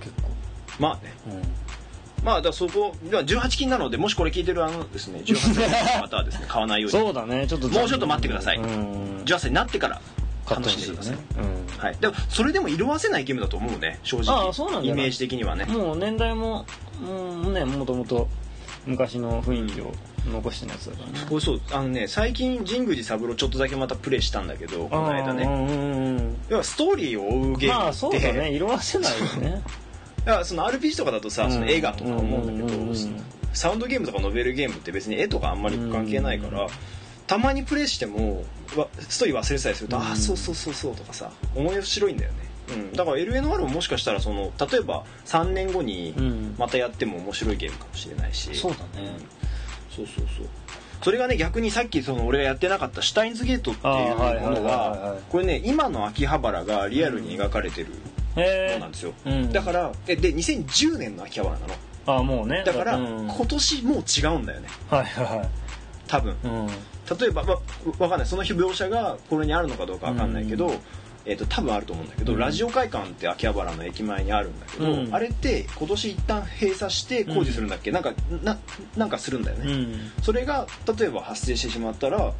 [SPEAKER 2] 結構
[SPEAKER 1] まあね
[SPEAKER 2] うん
[SPEAKER 1] まあだからそこでは18禁なのでもしこれ聞いてるあのですね18禁の方はです ね買わないように
[SPEAKER 2] そうだねちょっと
[SPEAKER 1] もうちょっと待ってください
[SPEAKER 2] うん
[SPEAKER 1] 18歳になってから
[SPEAKER 2] 買っ
[SPEAKER 1] 楽
[SPEAKER 2] てほ
[SPEAKER 1] しんでください、
[SPEAKER 2] ねうん
[SPEAKER 1] はい、でもそれでも色褪せないゲームだと思うね正直
[SPEAKER 2] ああそうなんだ
[SPEAKER 1] イ
[SPEAKER 2] よな
[SPEAKER 1] メージ的にはね
[SPEAKER 2] もう年代ももうねもともと昔の雰囲気を残してるやつだからね
[SPEAKER 1] これそうあのね最近神宮寺三郎ちょっとだけまたプレイしたんだけどこの間ね
[SPEAKER 2] うんうんうん
[SPEAKER 1] 要はストーリーを追うゲームって、
[SPEAKER 2] まあそうだね色褪せないよ ね
[SPEAKER 1] だからその RPG とかだとさその映画とか思うんだけど、
[SPEAKER 2] うんうんうんうん
[SPEAKER 1] そのサウンドゲームとかノベルゲームって別に絵とかあんまり関係ないから、たまにプレイしてもわストーリー忘れてたりすると、
[SPEAKER 2] うん
[SPEAKER 1] ああそうそうそうそうとかさ思い白いんだよね、うん、だから LNR ももしかしたらその例えば3年後に
[SPEAKER 2] うん
[SPEAKER 1] またやっても面白いゲームかもしれないし、
[SPEAKER 2] そうだね
[SPEAKER 1] そうそうそうそれがね逆にさっきその俺がやってなかった「シュタインズゲート」っていう
[SPEAKER 2] あーはいはい
[SPEAKER 1] もの
[SPEAKER 2] はいはいは
[SPEAKER 1] はいこれね今の秋葉原がリアルに描かれてるも
[SPEAKER 2] へ
[SPEAKER 1] のなんですよ、
[SPEAKER 2] えうん
[SPEAKER 1] だからえで2010年の秋葉原なの
[SPEAKER 2] ああもうね
[SPEAKER 1] だから
[SPEAKER 2] うん
[SPEAKER 1] 今年もう違うんだよね
[SPEAKER 2] はいは
[SPEAKER 1] 多分
[SPEAKER 2] いはい
[SPEAKER 1] 例えば、ま、わかんないその日描写がこれにあるのかどうかわかんないけど、
[SPEAKER 2] う
[SPEAKER 1] えー、と多分あると思うんだけど、
[SPEAKER 2] うん
[SPEAKER 1] ラジオ会館って秋葉原の駅前にあるんだけど、
[SPEAKER 2] うん
[SPEAKER 1] あれって今年一旦閉鎖して工事するんだっけ、なんかななんかするんだよね、
[SPEAKER 2] うんうん
[SPEAKER 1] それが例えば発生してしまったら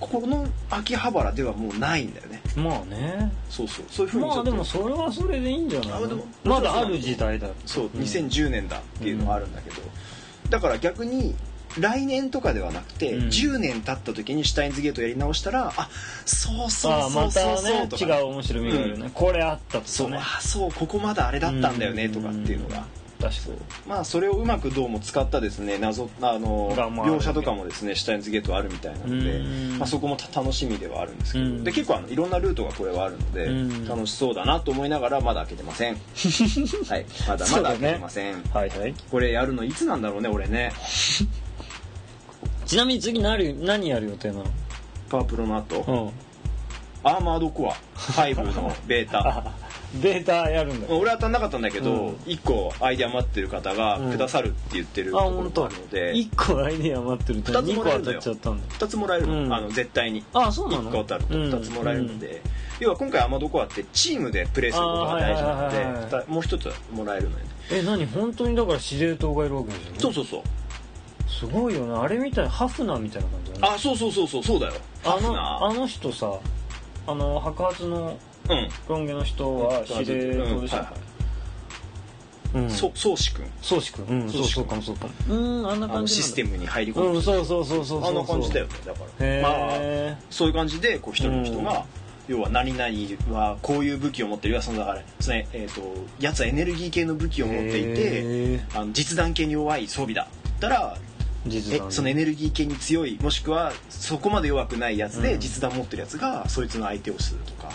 [SPEAKER 1] この秋葉原ではもうないんだよね
[SPEAKER 2] まあね
[SPEAKER 1] そうそうそういうふうにち
[SPEAKER 2] ま
[SPEAKER 1] ょ
[SPEAKER 2] あ
[SPEAKER 1] っ
[SPEAKER 2] で
[SPEAKER 1] と、
[SPEAKER 2] もそれはそれでいいんじゃない
[SPEAKER 1] あでも
[SPEAKER 2] まだある時代だ
[SPEAKER 1] そう
[SPEAKER 2] うん
[SPEAKER 1] 2010年だっていうのがあるんだけど、だから逆に来年とかではなくて、
[SPEAKER 2] うん
[SPEAKER 1] 10年経った時にシュタインズゲートやり直したらあそう
[SPEAKER 2] あ
[SPEAKER 1] そ
[SPEAKER 2] あ
[SPEAKER 1] う
[SPEAKER 2] ま
[SPEAKER 1] そう
[SPEAKER 2] た
[SPEAKER 1] そうそ
[SPEAKER 2] ね
[SPEAKER 1] うとか、
[SPEAKER 2] 違う面白みがあるよねこれあったと
[SPEAKER 1] そ
[SPEAKER 2] か
[SPEAKER 1] う
[SPEAKER 2] ね
[SPEAKER 1] あそうここまだあれだったんだよねとかっていうのが、
[SPEAKER 2] 確かに
[SPEAKER 1] まあそれをうまくどうも使ったですね謎あの
[SPEAKER 2] がまあ
[SPEAKER 1] 描写とかもですねシュタインズゲートはあるみたいなので
[SPEAKER 2] うん
[SPEAKER 1] まあそこもた楽しみではあるんですけ
[SPEAKER 2] うん
[SPEAKER 1] どで結構あのいろんなルートがこれはあるの
[SPEAKER 2] うん
[SPEAKER 1] で楽しそうだなと思いながらまだ開けてま せんはいまだ
[SPEAKER 2] そ
[SPEAKER 1] ま
[SPEAKER 2] うだ
[SPEAKER 1] だ
[SPEAKER 2] ね
[SPEAKER 1] 開けてません
[SPEAKER 2] はいはい
[SPEAKER 1] これやるのいつなんだろうね俺ね
[SPEAKER 2] ちなみに次何何やる予定なの
[SPEAKER 1] パワープロの後
[SPEAKER 2] うん
[SPEAKER 1] アーマードコア5のベータ
[SPEAKER 2] あデータやるんだ
[SPEAKER 1] 俺は当たんなかったんだけ
[SPEAKER 2] う
[SPEAKER 1] ど、
[SPEAKER 2] ん
[SPEAKER 1] 一1個アイデア待ってる方
[SPEAKER 2] う
[SPEAKER 1] が
[SPEAKER 2] ん
[SPEAKER 1] くださるって言ってると
[SPEAKER 2] あ
[SPEAKER 1] ころ
[SPEAKER 2] 本
[SPEAKER 1] も
[SPEAKER 2] 当
[SPEAKER 1] あるので、
[SPEAKER 2] 一個アイディア待ってると
[SPEAKER 1] 二つ
[SPEAKER 2] 2
[SPEAKER 1] も
[SPEAKER 2] 個
[SPEAKER 1] らえるんだ
[SPEAKER 2] 当た
[SPEAKER 1] よ
[SPEAKER 2] っちゃったんだ
[SPEAKER 1] 2つもらえるの,、
[SPEAKER 2] うん
[SPEAKER 1] あの絶対に
[SPEAKER 2] あそうな
[SPEAKER 1] 1
[SPEAKER 2] の
[SPEAKER 1] 個当たると2つもらえるので、要は今回アマドコアってチームでプレーすることが大事なの
[SPEAKER 2] あーはいはいはい
[SPEAKER 1] で
[SPEAKER 2] は
[SPEAKER 1] 二もう一つもらえるのよね、
[SPEAKER 2] え何本当にだから司令塔がいるわけでしょ
[SPEAKER 1] そうそうそう
[SPEAKER 2] すごいよなあれみたいハフナーみたいな感じだね
[SPEAKER 1] あそうそうそうそうそうだよハ
[SPEAKER 2] あ
[SPEAKER 1] フ
[SPEAKER 2] の
[SPEAKER 1] ナ
[SPEAKER 2] あの人さあの白髪の
[SPEAKER 1] ーうん
[SPEAKER 2] ロン毛の人は司令塔でし
[SPEAKER 1] うん
[SPEAKER 2] ょ
[SPEAKER 1] は
[SPEAKER 2] うん
[SPEAKER 1] そう宗志君
[SPEAKER 2] そうしくんうん
[SPEAKER 1] そ
[SPEAKER 2] そうう
[SPEAKER 1] しくん
[SPEAKER 2] そうかもそうかもうんあんな
[SPEAKER 1] あ
[SPEAKER 2] 感
[SPEAKER 1] の
[SPEAKER 2] じ
[SPEAKER 1] システ
[SPEAKER 2] ム
[SPEAKER 1] ムに入り込む、
[SPEAKER 2] うんそうそうそうそうそう
[SPEAKER 1] あんな感じだよねだか
[SPEAKER 2] へ
[SPEAKER 1] らまあ
[SPEAKER 2] え
[SPEAKER 1] そういう感じでこう一人の人が、要は何々はこういう武器を持ってるいやそのだからその、えー、とやつはエネルギー系の武器を持っていてあの実弾系に弱い装備だだったら
[SPEAKER 2] 実
[SPEAKER 1] え
[SPEAKER 2] 弾
[SPEAKER 1] そのエネルギー系に強いもしくはそこまで弱くないやつで
[SPEAKER 2] うん
[SPEAKER 1] 実弾持ってるやつがそいつの相手をするとか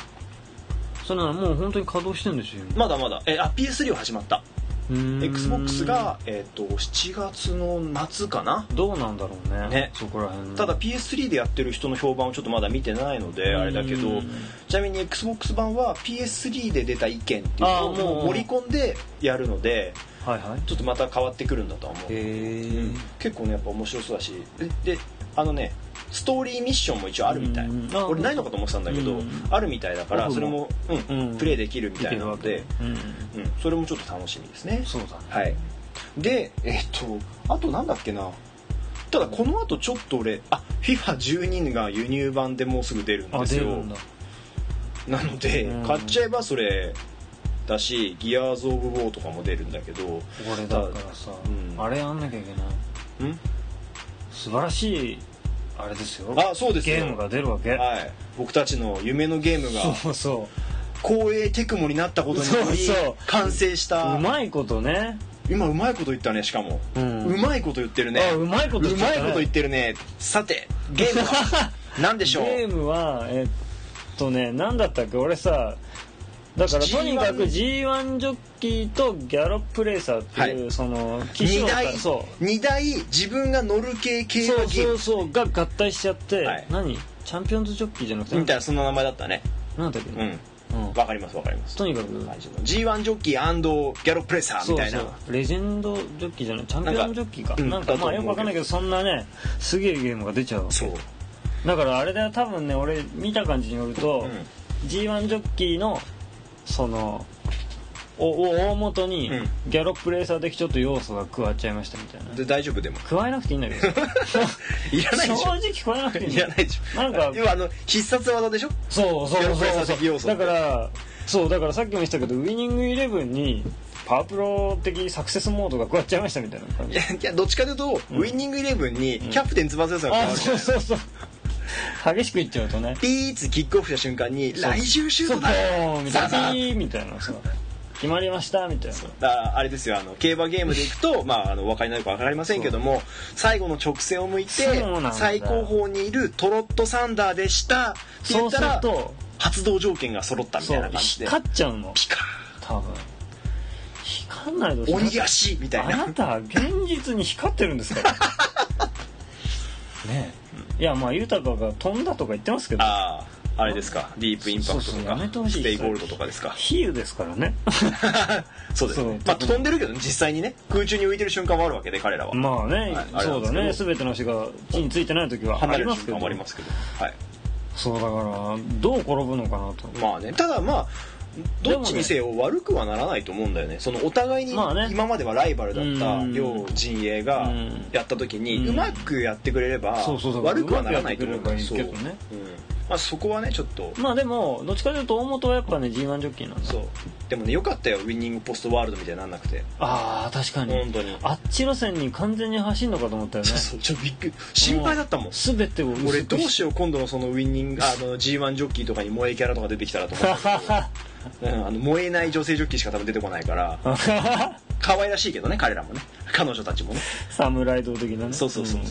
[SPEAKER 2] それならもう本当に稼働してんでしょ
[SPEAKER 1] ま
[SPEAKER 2] 今
[SPEAKER 1] だまだえあ PS3 は始まった
[SPEAKER 2] うーん
[SPEAKER 1] XBOX が、えー、と7月の末かな
[SPEAKER 2] どうなんだろうね
[SPEAKER 1] ね
[SPEAKER 2] そこら辺の
[SPEAKER 1] ただ PS3 でやってる人の評判をちょっとまだ見てないのであれだけ
[SPEAKER 2] う
[SPEAKER 1] ど
[SPEAKER 2] ん
[SPEAKER 1] ちなみに XBOX 版は PS3 で出た意見っていうのを
[SPEAKER 2] あーもう
[SPEAKER 1] もう盛り込んでやるので
[SPEAKER 2] はいはい
[SPEAKER 1] ちょっとまた変わってくるんだとは思う、
[SPEAKER 2] へえ
[SPEAKER 1] うん結構ねやっぱ面白そうだしでであのねストーリーミッションも一応あるみたい、
[SPEAKER 2] うんうんあ
[SPEAKER 1] 俺ないのかと思ってたんだけど、
[SPEAKER 2] うん
[SPEAKER 1] あるみたいだから
[SPEAKER 2] 僕も
[SPEAKER 1] それも、うん
[SPEAKER 2] うん
[SPEAKER 1] プレイできるみたいなの
[SPEAKER 2] け
[SPEAKER 1] で、
[SPEAKER 2] うん
[SPEAKER 1] うん、それもちょっと楽しみですね
[SPEAKER 2] そうだね
[SPEAKER 1] はいでえっとあとなんだっけなただこの後ちょっと俺あ FIFA12 が輸入版でもうすぐ出るん
[SPEAKER 2] あ
[SPEAKER 1] です
[SPEAKER 2] 出
[SPEAKER 1] よ
[SPEAKER 2] るんだ
[SPEAKER 1] なので、
[SPEAKER 2] うん
[SPEAKER 1] 買っちゃえばそれだしギアーズ・オブ・ウォーとかも出るんだけどん
[SPEAKER 2] 俺だからさ
[SPEAKER 1] うん
[SPEAKER 2] あれやんなきゃいけない素晴らしいあれですよ
[SPEAKER 1] あそうです
[SPEAKER 2] ゲ
[SPEAKER 1] よ
[SPEAKER 2] ームが出るわけ
[SPEAKER 1] はい僕たちの夢のゲームが
[SPEAKER 2] そうそ
[SPEAKER 1] 光栄テクモになったことにより
[SPEAKER 2] そうそう
[SPEAKER 1] 完成した
[SPEAKER 2] ううまいことね
[SPEAKER 1] 今うまいこと言ったねしかも、
[SPEAKER 2] う
[SPEAKER 1] うんまいこと言ってるね
[SPEAKER 2] あうまいこと言
[SPEAKER 1] う
[SPEAKER 2] っちゃ
[SPEAKER 1] ま
[SPEAKER 2] っ
[SPEAKER 1] い
[SPEAKER 2] たね
[SPEAKER 1] こと言ってるねさてゲーム は何でしょう
[SPEAKER 2] ゲームはえっとね何だったっけ俺さだから
[SPEAKER 1] G1
[SPEAKER 2] とにかく G1 ジョッキーとギャロップレーサーっていう、
[SPEAKER 1] は
[SPEAKER 2] その機種
[SPEAKER 1] 二
[SPEAKER 2] を
[SPEAKER 1] 台
[SPEAKER 2] そう
[SPEAKER 1] 二台自分が乗る系系の
[SPEAKER 2] そ
[SPEAKER 1] ゲ
[SPEAKER 2] うそ
[SPEAKER 1] ー
[SPEAKER 2] うそうが合体しちゃって、
[SPEAKER 1] はい
[SPEAKER 2] 何チャンピオンズジョッキーじゃなくて
[SPEAKER 1] ムみたい
[SPEAKER 2] 何
[SPEAKER 1] なそんな名前だったね
[SPEAKER 2] だったっけ、
[SPEAKER 1] うん
[SPEAKER 2] うん
[SPEAKER 1] わかりますわかります
[SPEAKER 2] とにかく
[SPEAKER 1] G1 ジョッキーギャロプレッサー
[SPEAKER 2] そ
[SPEAKER 1] み
[SPEAKER 2] う
[SPEAKER 1] たいな
[SPEAKER 2] そうレジェンドジョッキーじゃないチャンピオンジョッキーか
[SPEAKER 1] うん
[SPEAKER 2] なんか
[SPEAKER 1] だと
[SPEAKER 2] ま
[SPEAKER 1] 思う
[SPEAKER 2] あ
[SPEAKER 1] けど
[SPEAKER 2] よくわかんないけどそんなねすげえゲームが出ちゃうわけ
[SPEAKER 1] そう
[SPEAKER 2] だからあれだよ多分ね俺見た感じによると、G1 ジョッキーのそのおお大元に
[SPEAKER 1] うん
[SPEAKER 2] ギャロップレーサー的ちょっと要素が加わっちゃいましたみたいな、
[SPEAKER 1] で大丈夫でも
[SPEAKER 2] 加えなくていいんだけど
[SPEAKER 1] いらない
[SPEAKER 2] 正
[SPEAKER 1] でしょ
[SPEAKER 2] 直加えなくていいん
[SPEAKER 1] いら
[SPEAKER 2] だ
[SPEAKER 1] な
[SPEAKER 2] よ
[SPEAKER 1] いでしょ
[SPEAKER 2] なんか
[SPEAKER 1] 要はあの必殺技でしょ
[SPEAKER 2] そうそう
[SPEAKER 1] ギャ
[SPEAKER 2] そ
[SPEAKER 1] ロ
[SPEAKER 2] う
[SPEAKER 1] ップレーサー
[SPEAKER 2] そう
[SPEAKER 1] 的要素
[SPEAKER 2] だからそうだからさっきも言ったけどウィニングイレブンにパワープロ的サクセスモードが加わっちゃいましたみたいな感
[SPEAKER 1] い
[SPEAKER 2] じ
[SPEAKER 1] やいやどっちかというと、ウィニングイレブンにキャプテン翼さんが変わ
[SPEAKER 2] あ
[SPEAKER 1] るじゃ
[SPEAKER 2] そ
[SPEAKER 1] な
[SPEAKER 2] う
[SPEAKER 1] い
[SPEAKER 2] そうそう激しくいっちゃうとね
[SPEAKER 1] ピーッつキックオフした瞬間に
[SPEAKER 2] そう
[SPEAKER 1] 来週シュー
[SPEAKER 2] そう
[SPEAKER 1] ト
[SPEAKER 2] ド
[SPEAKER 1] だ
[SPEAKER 2] ーンみた
[SPEAKER 1] ザザッ
[SPEAKER 2] いなみたいなさ決まりましたみたいな
[SPEAKER 1] だからあれですよあの競馬ゲームでいくと、まあ、あのお分かりになるか分かりませんけども最後の直線を向いて
[SPEAKER 2] そうなんだ
[SPEAKER 1] 最高峰にいるトロットサンダーでしたって言
[SPEAKER 2] そう
[SPEAKER 1] っ
[SPEAKER 2] す
[SPEAKER 1] た
[SPEAKER 2] る
[SPEAKER 1] ら
[SPEAKER 2] と
[SPEAKER 1] 発動条件が揃ったみた
[SPEAKER 2] そ
[SPEAKER 1] いうな感じで
[SPEAKER 2] 光っちゃうの
[SPEAKER 1] ピカ
[SPEAKER 2] 多分光んないと
[SPEAKER 1] ー鬼足みたい
[SPEAKER 2] あ
[SPEAKER 1] な
[SPEAKER 2] なた現実に光ってるんですから ねえいやまあ豊が飛んだとか言ってますけど
[SPEAKER 1] あああれですかディープインパクト
[SPEAKER 2] そう
[SPEAKER 1] と
[SPEAKER 2] そうや
[SPEAKER 1] か
[SPEAKER 2] めてほしい
[SPEAKER 1] ステイゴールドとかですか
[SPEAKER 2] 比喩ですからね
[SPEAKER 1] そうですね
[SPEAKER 2] そう
[SPEAKER 1] まあ飛んでるけど実際にね空中に浮いてる瞬間もあるわけで彼らは、
[SPEAKER 2] まあね、
[SPEAKER 1] はいあれな
[SPEAKER 2] そ
[SPEAKER 1] ん
[SPEAKER 2] う
[SPEAKER 1] です
[SPEAKER 2] だ
[SPEAKER 1] けど
[SPEAKER 2] ね全ての足が地についてない時はあ
[SPEAKER 1] 離
[SPEAKER 2] り
[SPEAKER 1] れる
[SPEAKER 2] ます
[SPEAKER 1] 瞬
[SPEAKER 2] け
[SPEAKER 1] 間
[SPEAKER 2] ど
[SPEAKER 1] もありますけどはい
[SPEAKER 2] そうだからどう転ぶのかなと
[SPEAKER 1] まあねただまあどっちにせよ悪くはならないと思うんだよねそのお互いに
[SPEAKER 2] まあね
[SPEAKER 1] 今まではライバルだった
[SPEAKER 2] うん
[SPEAKER 1] 両陣営が
[SPEAKER 2] うん
[SPEAKER 1] やった時に
[SPEAKER 2] うん
[SPEAKER 1] うまくやってくれれば
[SPEAKER 2] そうそうそう
[SPEAKER 1] 悪くはならないと思うんだよ
[SPEAKER 2] うまくやってくれればいいけどね
[SPEAKER 1] そううんまあそこはねちょっと
[SPEAKER 2] まあでもどっちかというと大元はやっぱね G1 ジョッキーなんだ
[SPEAKER 1] そうでもねよかったよウィニングポストワールドみたいになんなくて
[SPEAKER 2] ああ確かに
[SPEAKER 1] 本当に
[SPEAKER 2] あっち路線に完全に走んのかと思ったよね
[SPEAKER 1] そうそうちょっとびっくり 心配だったもん
[SPEAKER 2] 全てを薄く
[SPEAKER 1] 俺どうしよう今度のそのウィニ ングあの G1 ジョッキーとかに萌えキャラとか出てきたらと思ったけどうんあの燃えない女性ジョッキーしか多分出てこないから 可愛らしいけどね彼らもね彼女たちもね
[SPEAKER 2] 侍道的なね
[SPEAKER 1] そうそうそう、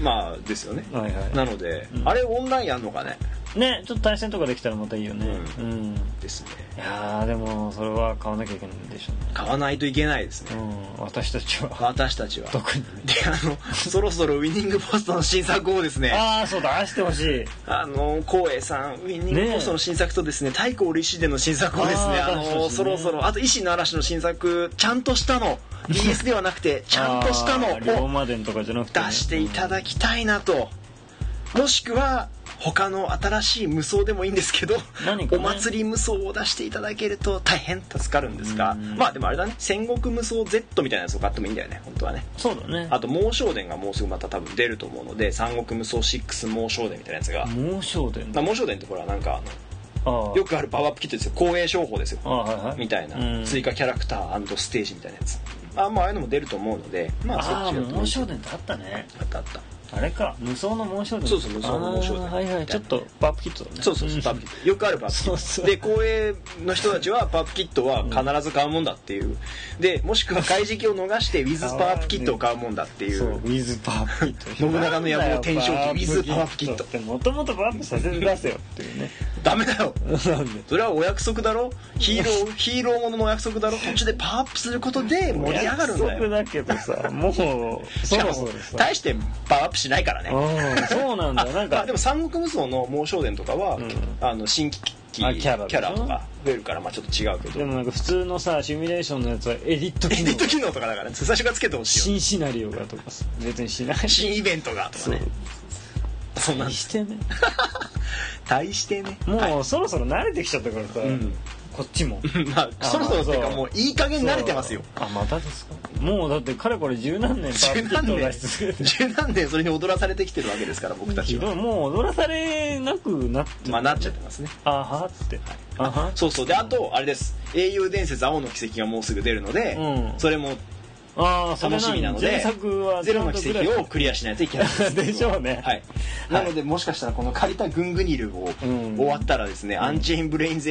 [SPEAKER 1] まあですよね
[SPEAKER 2] うんはいはい
[SPEAKER 1] なので、
[SPEAKER 2] うん
[SPEAKER 1] あれオンラインやんのかね
[SPEAKER 2] ねちょっと対戦とかできたらまたいいよねうん、い
[SPEAKER 1] ですね
[SPEAKER 2] やーでもそれは買わなきゃいけないんでしょ
[SPEAKER 1] 買わないといけないです
[SPEAKER 2] う
[SPEAKER 1] ね
[SPEAKER 2] ねうん私たちは
[SPEAKER 1] 私たちは
[SPEAKER 2] 特に
[SPEAKER 1] であのそろそろウィニングポストの新作をですね
[SPEAKER 2] ああそうだしてほしい
[SPEAKER 1] あの光栄さんウィニングポストの新作とですね太鼓織石での新作をですねあ
[SPEAKER 2] あーそうですね
[SPEAKER 1] のそろそろあと石の嵐の新作ちゃんとしたの DS ではなく てちゃんとしたの
[SPEAKER 2] あー龍
[SPEAKER 1] を
[SPEAKER 2] 馬伝とかじゃなくてね、
[SPEAKER 1] 出していただきたいなともしくは他の新しい無双でもいいんですけど、
[SPEAKER 2] 何か
[SPEAKER 1] お
[SPEAKER 2] ね
[SPEAKER 1] 祭り無双を出していただけると大変助かるんですが
[SPEAKER 2] うん
[SPEAKER 1] まあでもあれだね戦国無双 Z みたいなやつを買ってもいいんだよね本当はね
[SPEAKER 2] そうだね
[SPEAKER 1] あと猛将伝がもうすぐまた多分出ると思うので三国無双6猛将伝みたいなやつが、
[SPEAKER 2] 猛暑伝
[SPEAKER 1] まあ、猛将伝ってこれはなんか
[SPEAKER 2] あ
[SPEAKER 1] あ
[SPEAKER 2] ー
[SPEAKER 1] のよくあるパワーアップキットですよ光栄商法ですよ
[SPEAKER 2] あーはいはい
[SPEAKER 1] みたいな
[SPEAKER 2] うん
[SPEAKER 1] 追加キャラクターステージみたいなやつあまあああいうのも出ると思うのでまあそ
[SPEAKER 2] あ
[SPEAKER 1] っ
[SPEAKER 2] あ
[SPEAKER 1] ちだと
[SPEAKER 2] 猛暑伝ってあったね
[SPEAKER 1] あったあった
[SPEAKER 2] あれか無双の猛暑伝
[SPEAKER 1] そうそう無双の猛暑伝
[SPEAKER 2] あーはいはいちょっとバップキットだね
[SPEAKER 1] そうそうそう、
[SPEAKER 2] ん
[SPEAKER 1] パープキットよくあるパープキット
[SPEAKER 2] そうそう
[SPEAKER 1] で光栄の人たちはパープキットは必ず買うもんだっていうでもしくは怪食を逃してウィズパープキットを買うもんだってい
[SPEAKER 2] そうウ
[SPEAKER 1] う
[SPEAKER 2] ィズパープキッ ト
[SPEAKER 1] 信長の野望転生記ウィズパープキット
[SPEAKER 2] ってもともとパープさせて出せよっていうね
[SPEAKER 1] ダメだよ
[SPEAKER 2] なんで
[SPEAKER 1] それはお約束だろヒーローヒーローもののお約束だろ途中でパワーアップすることで盛り上がるんだ
[SPEAKER 2] 約束
[SPEAKER 1] よ
[SPEAKER 2] だけどさもう
[SPEAKER 1] し
[SPEAKER 2] そ
[SPEAKER 1] か
[SPEAKER 2] ろ
[SPEAKER 1] も
[SPEAKER 2] そろさ
[SPEAKER 1] 大してパワーアップしないからね
[SPEAKER 2] うんそうなんだよなん
[SPEAKER 1] まあ
[SPEAKER 2] か
[SPEAKER 1] でも三国無双の猛将伝とかは、
[SPEAKER 2] ん
[SPEAKER 1] あの新規キ
[SPEAKER 2] あ
[SPEAKER 1] ャ
[SPEAKER 2] キャラ
[SPEAKER 1] ラ
[SPEAKER 2] でしょ
[SPEAKER 1] とか増えるからまあちょっと違うけ
[SPEAKER 2] で
[SPEAKER 1] ど
[SPEAKER 2] もなんか普通のさシミュレーションのやつはエディット
[SPEAKER 1] エ
[SPEAKER 2] 機
[SPEAKER 1] ディット
[SPEAKER 2] 能
[SPEAKER 1] 機能とかだからね最初からつけてほしいよ
[SPEAKER 2] 新シナリオがとかさ別にしないし
[SPEAKER 1] 新イベントがとか
[SPEAKER 2] そう
[SPEAKER 1] ねそんな
[SPEAKER 2] してね
[SPEAKER 1] 大してね
[SPEAKER 2] もう、
[SPEAKER 1] はい
[SPEAKER 2] そろそろ慣れてきちゃったからさ、
[SPEAKER 1] ん
[SPEAKER 2] こっちも
[SPEAKER 1] まあそろそろっていうか
[SPEAKER 2] そう
[SPEAKER 1] もういい加減慣れてますよ
[SPEAKER 2] あまたですかもうだってかれこれ十何年パー
[SPEAKER 1] 十
[SPEAKER 2] プキッ
[SPEAKER 1] 何
[SPEAKER 2] トを出
[SPEAKER 1] 年
[SPEAKER 2] し続けて
[SPEAKER 1] 十何年それに踊らされてきてるわけですから僕たち
[SPEAKER 2] ひど
[SPEAKER 1] はい
[SPEAKER 2] もう踊らされなくなって
[SPEAKER 1] まあなっちゃってますね
[SPEAKER 2] あはってあは
[SPEAKER 1] そうそうであとあれです「英雄伝説青の奇跡」がもうすぐ出るので、
[SPEAKER 2] うん
[SPEAKER 1] それも
[SPEAKER 2] あーそれん
[SPEAKER 1] 楽しみなので
[SPEAKER 2] 前作は
[SPEAKER 1] 「ゼロの奇跡」をクリアしないといけないです
[SPEAKER 2] でしょうね
[SPEAKER 1] はい、なのでもしかしたらこの借りたグングニルを
[SPEAKER 2] うん
[SPEAKER 1] 終わったらですね、アンチェインブレインズ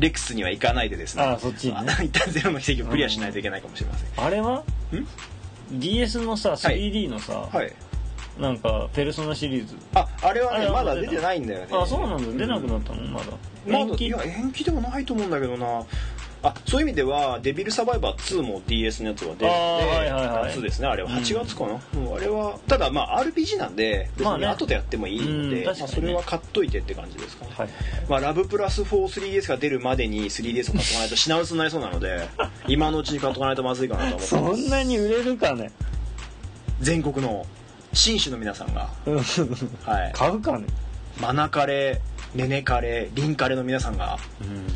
[SPEAKER 1] レックスには行かないでですね
[SPEAKER 2] あーそっちにね
[SPEAKER 1] あ一旦ゼロの奇跡」をクリアしないといけないかもしれません、
[SPEAKER 2] あれは DS のさ 3D のさ、
[SPEAKER 1] はい
[SPEAKER 2] なんか「ペルソナ」シリーズ
[SPEAKER 1] ああれは
[SPEAKER 2] あれ
[SPEAKER 1] ね
[SPEAKER 2] は
[SPEAKER 1] ま
[SPEAKER 2] まだ
[SPEAKER 1] だ出てないんだよね
[SPEAKER 2] あそうなんだ出なくなったのまだ
[SPEAKER 1] ま
[SPEAKER 2] 延
[SPEAKER 1] だい
[SPEAKER 2] 期
[SPEAKER 1] や延期でもないと思うんだけどなあそういう意味では「デビルサバイバー2」も DS のやつは出るので、
[SPEAKER 2] あーはいはいはい
[SPEAKER 1] 夏ですねあれは
[SPEAKER 2] うん
[SPEAKER 1] 8月かな、うんあれはただまあ RPG なんで別
[SPEAKER 2] まあ
[SPEAKER 1] に
[SPEAKER 2] ね
[SPEAKER 1] 後でやってもいいので、
[SPEAKER 2] うん
[SPEAKER 1] まあ
[SPEAKER 2] 確かに
[SPEAKER 1] そ
[SPEAKER 2] ね
[SPEAKER 1] れは買っといてって感じですかね、
[SPEAKER 2] はい
[SPEAKER 1] まあ、ラブプラス 43DS が出るまでに 3DS を買っとかないと品薄になりそうなの で今のうちに買っとかないとまずいかなと思って
[SPEAKER 2] そ
[SPEAKER 1] ま
[SPEAKER 2] ん
[SPEAKER 1] す
[SPEAKER 2] なに売れるかね
[SPEAKER 1] 全国の紳士の皆さんが、
[SPEAKER 2] うん
[SPEAKER 1] はい、
[SPEAKER 2] 買うかね
[SPEAKER 1] マナカレーネネカレーリンカレーの皆さんが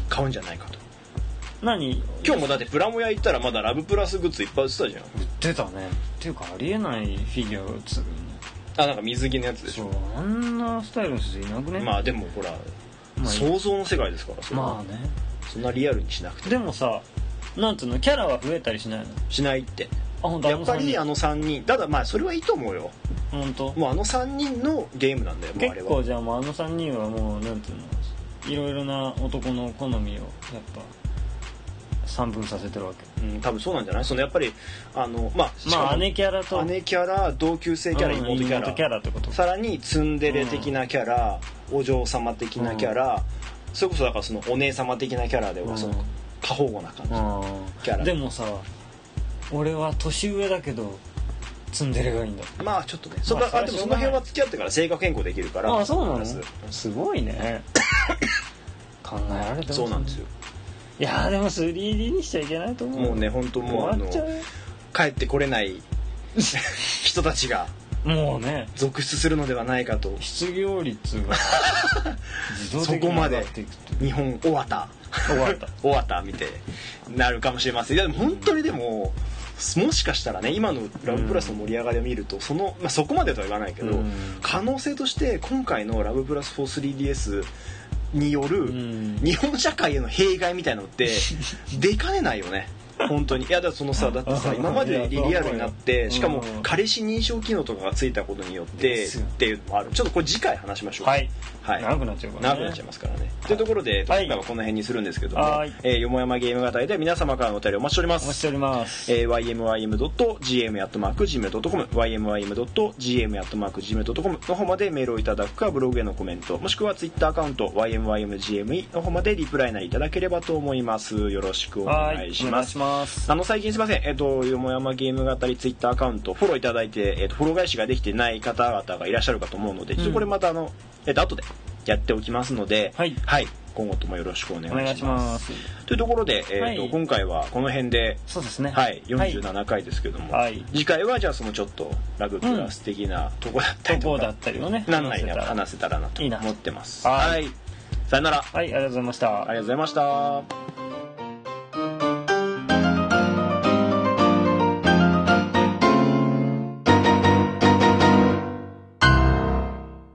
[SPEAKER 1] 買うんじゃないかと
[SPEAKER 2] 何
[SPEAKER 1] 今日もだってプラモ屋行ったらまだラブプラスグッズいっぱい売ってたじゃん
[SPEAKER 2] 売ってたねっていうかありえないフィギュアが映るね
[SPEAKER 1] あなんか水着のやつでし
[SPEAKER 2] そ
[SPEAKER 1] ょ
[SPEAKER 2] うあんなスタイルの人いなくね
[SPEAKER 1] まあでもほら、
[SPEAKER 2] まあいい
[SPEAKER 1] 想像の世界ですからそれは
[SPEAKER 2] まあね
[SPEAKER 1] そんなリアルにしなくて
[SPEAKER 2] でもさなんつうのキャラは増えたりしないの
[SPEAKER 1] しないって
[SPEAKER 2] あ本当
[SPEAKER 1] やっぱりあ
[SPEAKER 2] の
[SPEAKER 1] の3人ただまあそれはいいと思うよ
[SPEAKER 2] 本当
[SPEAKER 1] もうあの3人のゲームなんだよもうあれ
[SPEAKER 2] 結構
[SPEAKER 1] は
[SPEAKER 2] じゃあもうあの3人はもうなんつうのいろいろな男の好みをやっぱ三分させてるわけ
[SPEAKER 1] うん多分そうなんじゃないそのやっぱりあのまあしか
[SPEAKER 2] ま
[SPEAKER 1] も
[SPEAKER 2] あ姉キャラと
[SPEAKER 1] 姉キャラ同級生キャラ
[SPEAKER 2] うん
[SPEAKER 1] 妹キャラ
[SPEAKER 2] キャラってこと
[SPEAKER 1] さらにツンデレ的なキャラ、お嬢様的なキャラ、それこそだからそのお姉様的なキャラではその
[SPEAKER 2] うん
[SPEAKER 1] 過保護な感じ、キャラ
[SPEAKER 2] でもさ俺は年上だけどツンデレがいいんだ
[SPEAKER 1] まあちょっとねそ,、
[SPEAKER 2] まあ
[SPEAKER 1] あ、でも
[SPEAKER 2] そ
[SPEAKER 1] その
[SPEAKER 2] れはしょうがない
[SPEAKER 1] 辺は付き合ってから性格変更できるから
[SPEAKER 2] あそうな
[SPEAKER 1] プ
[SPEAKER 2] の
[SPEAKER 1] ラス
[SPEAKER 2] すご いね考えられてますね
[SPEAKER 1] そうなんですよ
[SPEAKER 2] いやーでも 3D にしちゃいけないと思う
[SPEAKER 1] もうね本当もうあ
[SPEAKER 2] 終わ
[SPEAKER 1] の
[SPEAKER 2] っちゃう
[SPEAKER 1] 帰ってこれない人たちが
[SPEAKER 2] もうね
[SPEAKER 1] 続出するのではないかと
[SPEAKER 2] 失業率 が自動的
[SPEAKER 1] そこ
[SPEAKER 2] に
[SPEAKER 1] ま
[SPEAKER 2] 上
[SPEAKER 1] で
[SPEAKER 2] がっていくっていう
[SPEAKER 1] 日本終わった
[SPEAKER 2] 終わった
[SPEAKER 1] 終わった見てなるかもしれませんいやでも本当にでももしかしたらね今の「ラブプラス」の盛り上がりを見るとその、まあ、そこまでとは言わないけど、
[SPEAKER 2] うん
[SPEAKER 1] 可能性として今回の「ラブプラス 43DS」による
[SPEAKER 2] ん
[SPEAKER 1] 日本社会への弊害みたいなのって出かねないよね本当にいやだからそのさだってさ今までよりリアルになっ
[SPEAKER 2] いや
[SPEAKER 1] てしかも
[SPEAKER 2] うん
[SPEAKER 1] 彼氏認証機能とかがついたことによっ
[SPEAKER 2] で
[SPEAKER 1] てっ
[SPEAKER 2] すよ
[SPEAKER 1] ていうのもあるちょっとこれ次回話しましょうか
[SPEAKER 2] はい、
[SPEAKER 1] はい
[SPEAKER 2] 長くなっちゃうから
[SPEAKER 1] 長
[SPEAKER 2] ね
[SPEAKER 1] くなっちゃいますからね。というところで、今
[SPEAKER 2] はい
[SPEAKER 1] 回はこの辺にするんですけども、
[SPEAKER 2] はい
[SPEAKER 1] えーよもやまゲーム型では皆様からのお便りお待ちしておりま
[SPEAKER 2] お待ちし
[SPEAKER 1] す。
[SPEAKER 2] ております
[SPEAKER 1] えー、ymym.gm.gmail.com ymym.gm.gmail.com の方までメールをいただくかブログへのコメントもしくはツイッターアカウント ymymgme の方までリプライなりいただければと思いますよろしくお
[SPEAKER 2] は
[SPEAKER 1] 願
[SPEAKER 2] い
[SPEAKER 1] いし
[SPEAKER 2] お願
[SPEAKER 1] ま
[SPEAKER 2] い
[SPEAKER 1] す
[SPEAKER 2] します
[SPEAKER 1] あの最近すいません、えっと、よもやまゲーム語りツイッターアカウントフォローいただいて、えっと、フォロー返しができてない方々がいらっしゃるかと思うので、ちょっとこれまたあの、えっと、後でやっておきますので、
[SPEAKER 2] はい
[SPEAKER 1] 今後ともよろしくお願いし
[SPEAKER 2] お
[SPEAKER 1] ます
[SPEAKER 2] 願いします
[SPEAKER 1] というところで、えっと
[SPEAKER 2] はい
[SPEAKER 1] 今回はこの辺で、
[SPEAKER 2] そうですね
[SPEAKER 1] はい、47回ですけども、
[SPEAKER 2] はい
[SPEAKER 1] 次回はじゃあそのちょっとラグクラス的なとこだったり
[SPEAKER 2] 投
[SPEAKER 1] と
[SPEAKER 2] 稿だ
[SPEAKER 1] か
[SPEAKER 2] っ、たりをね
[SPEAKER 1] なんないね
[SPEAKER 2] 話せたら
[SPEAKER 1] 話せたらなと
[SPEAKER 2] いいな
[SPEAKER 1] 思ってます
[SPEAKER 2] はい
[SPEAKER 1] はい、さよならあり
[SPEAKER 2] はいありがとうございました
[SPEAKER 1] がとうございました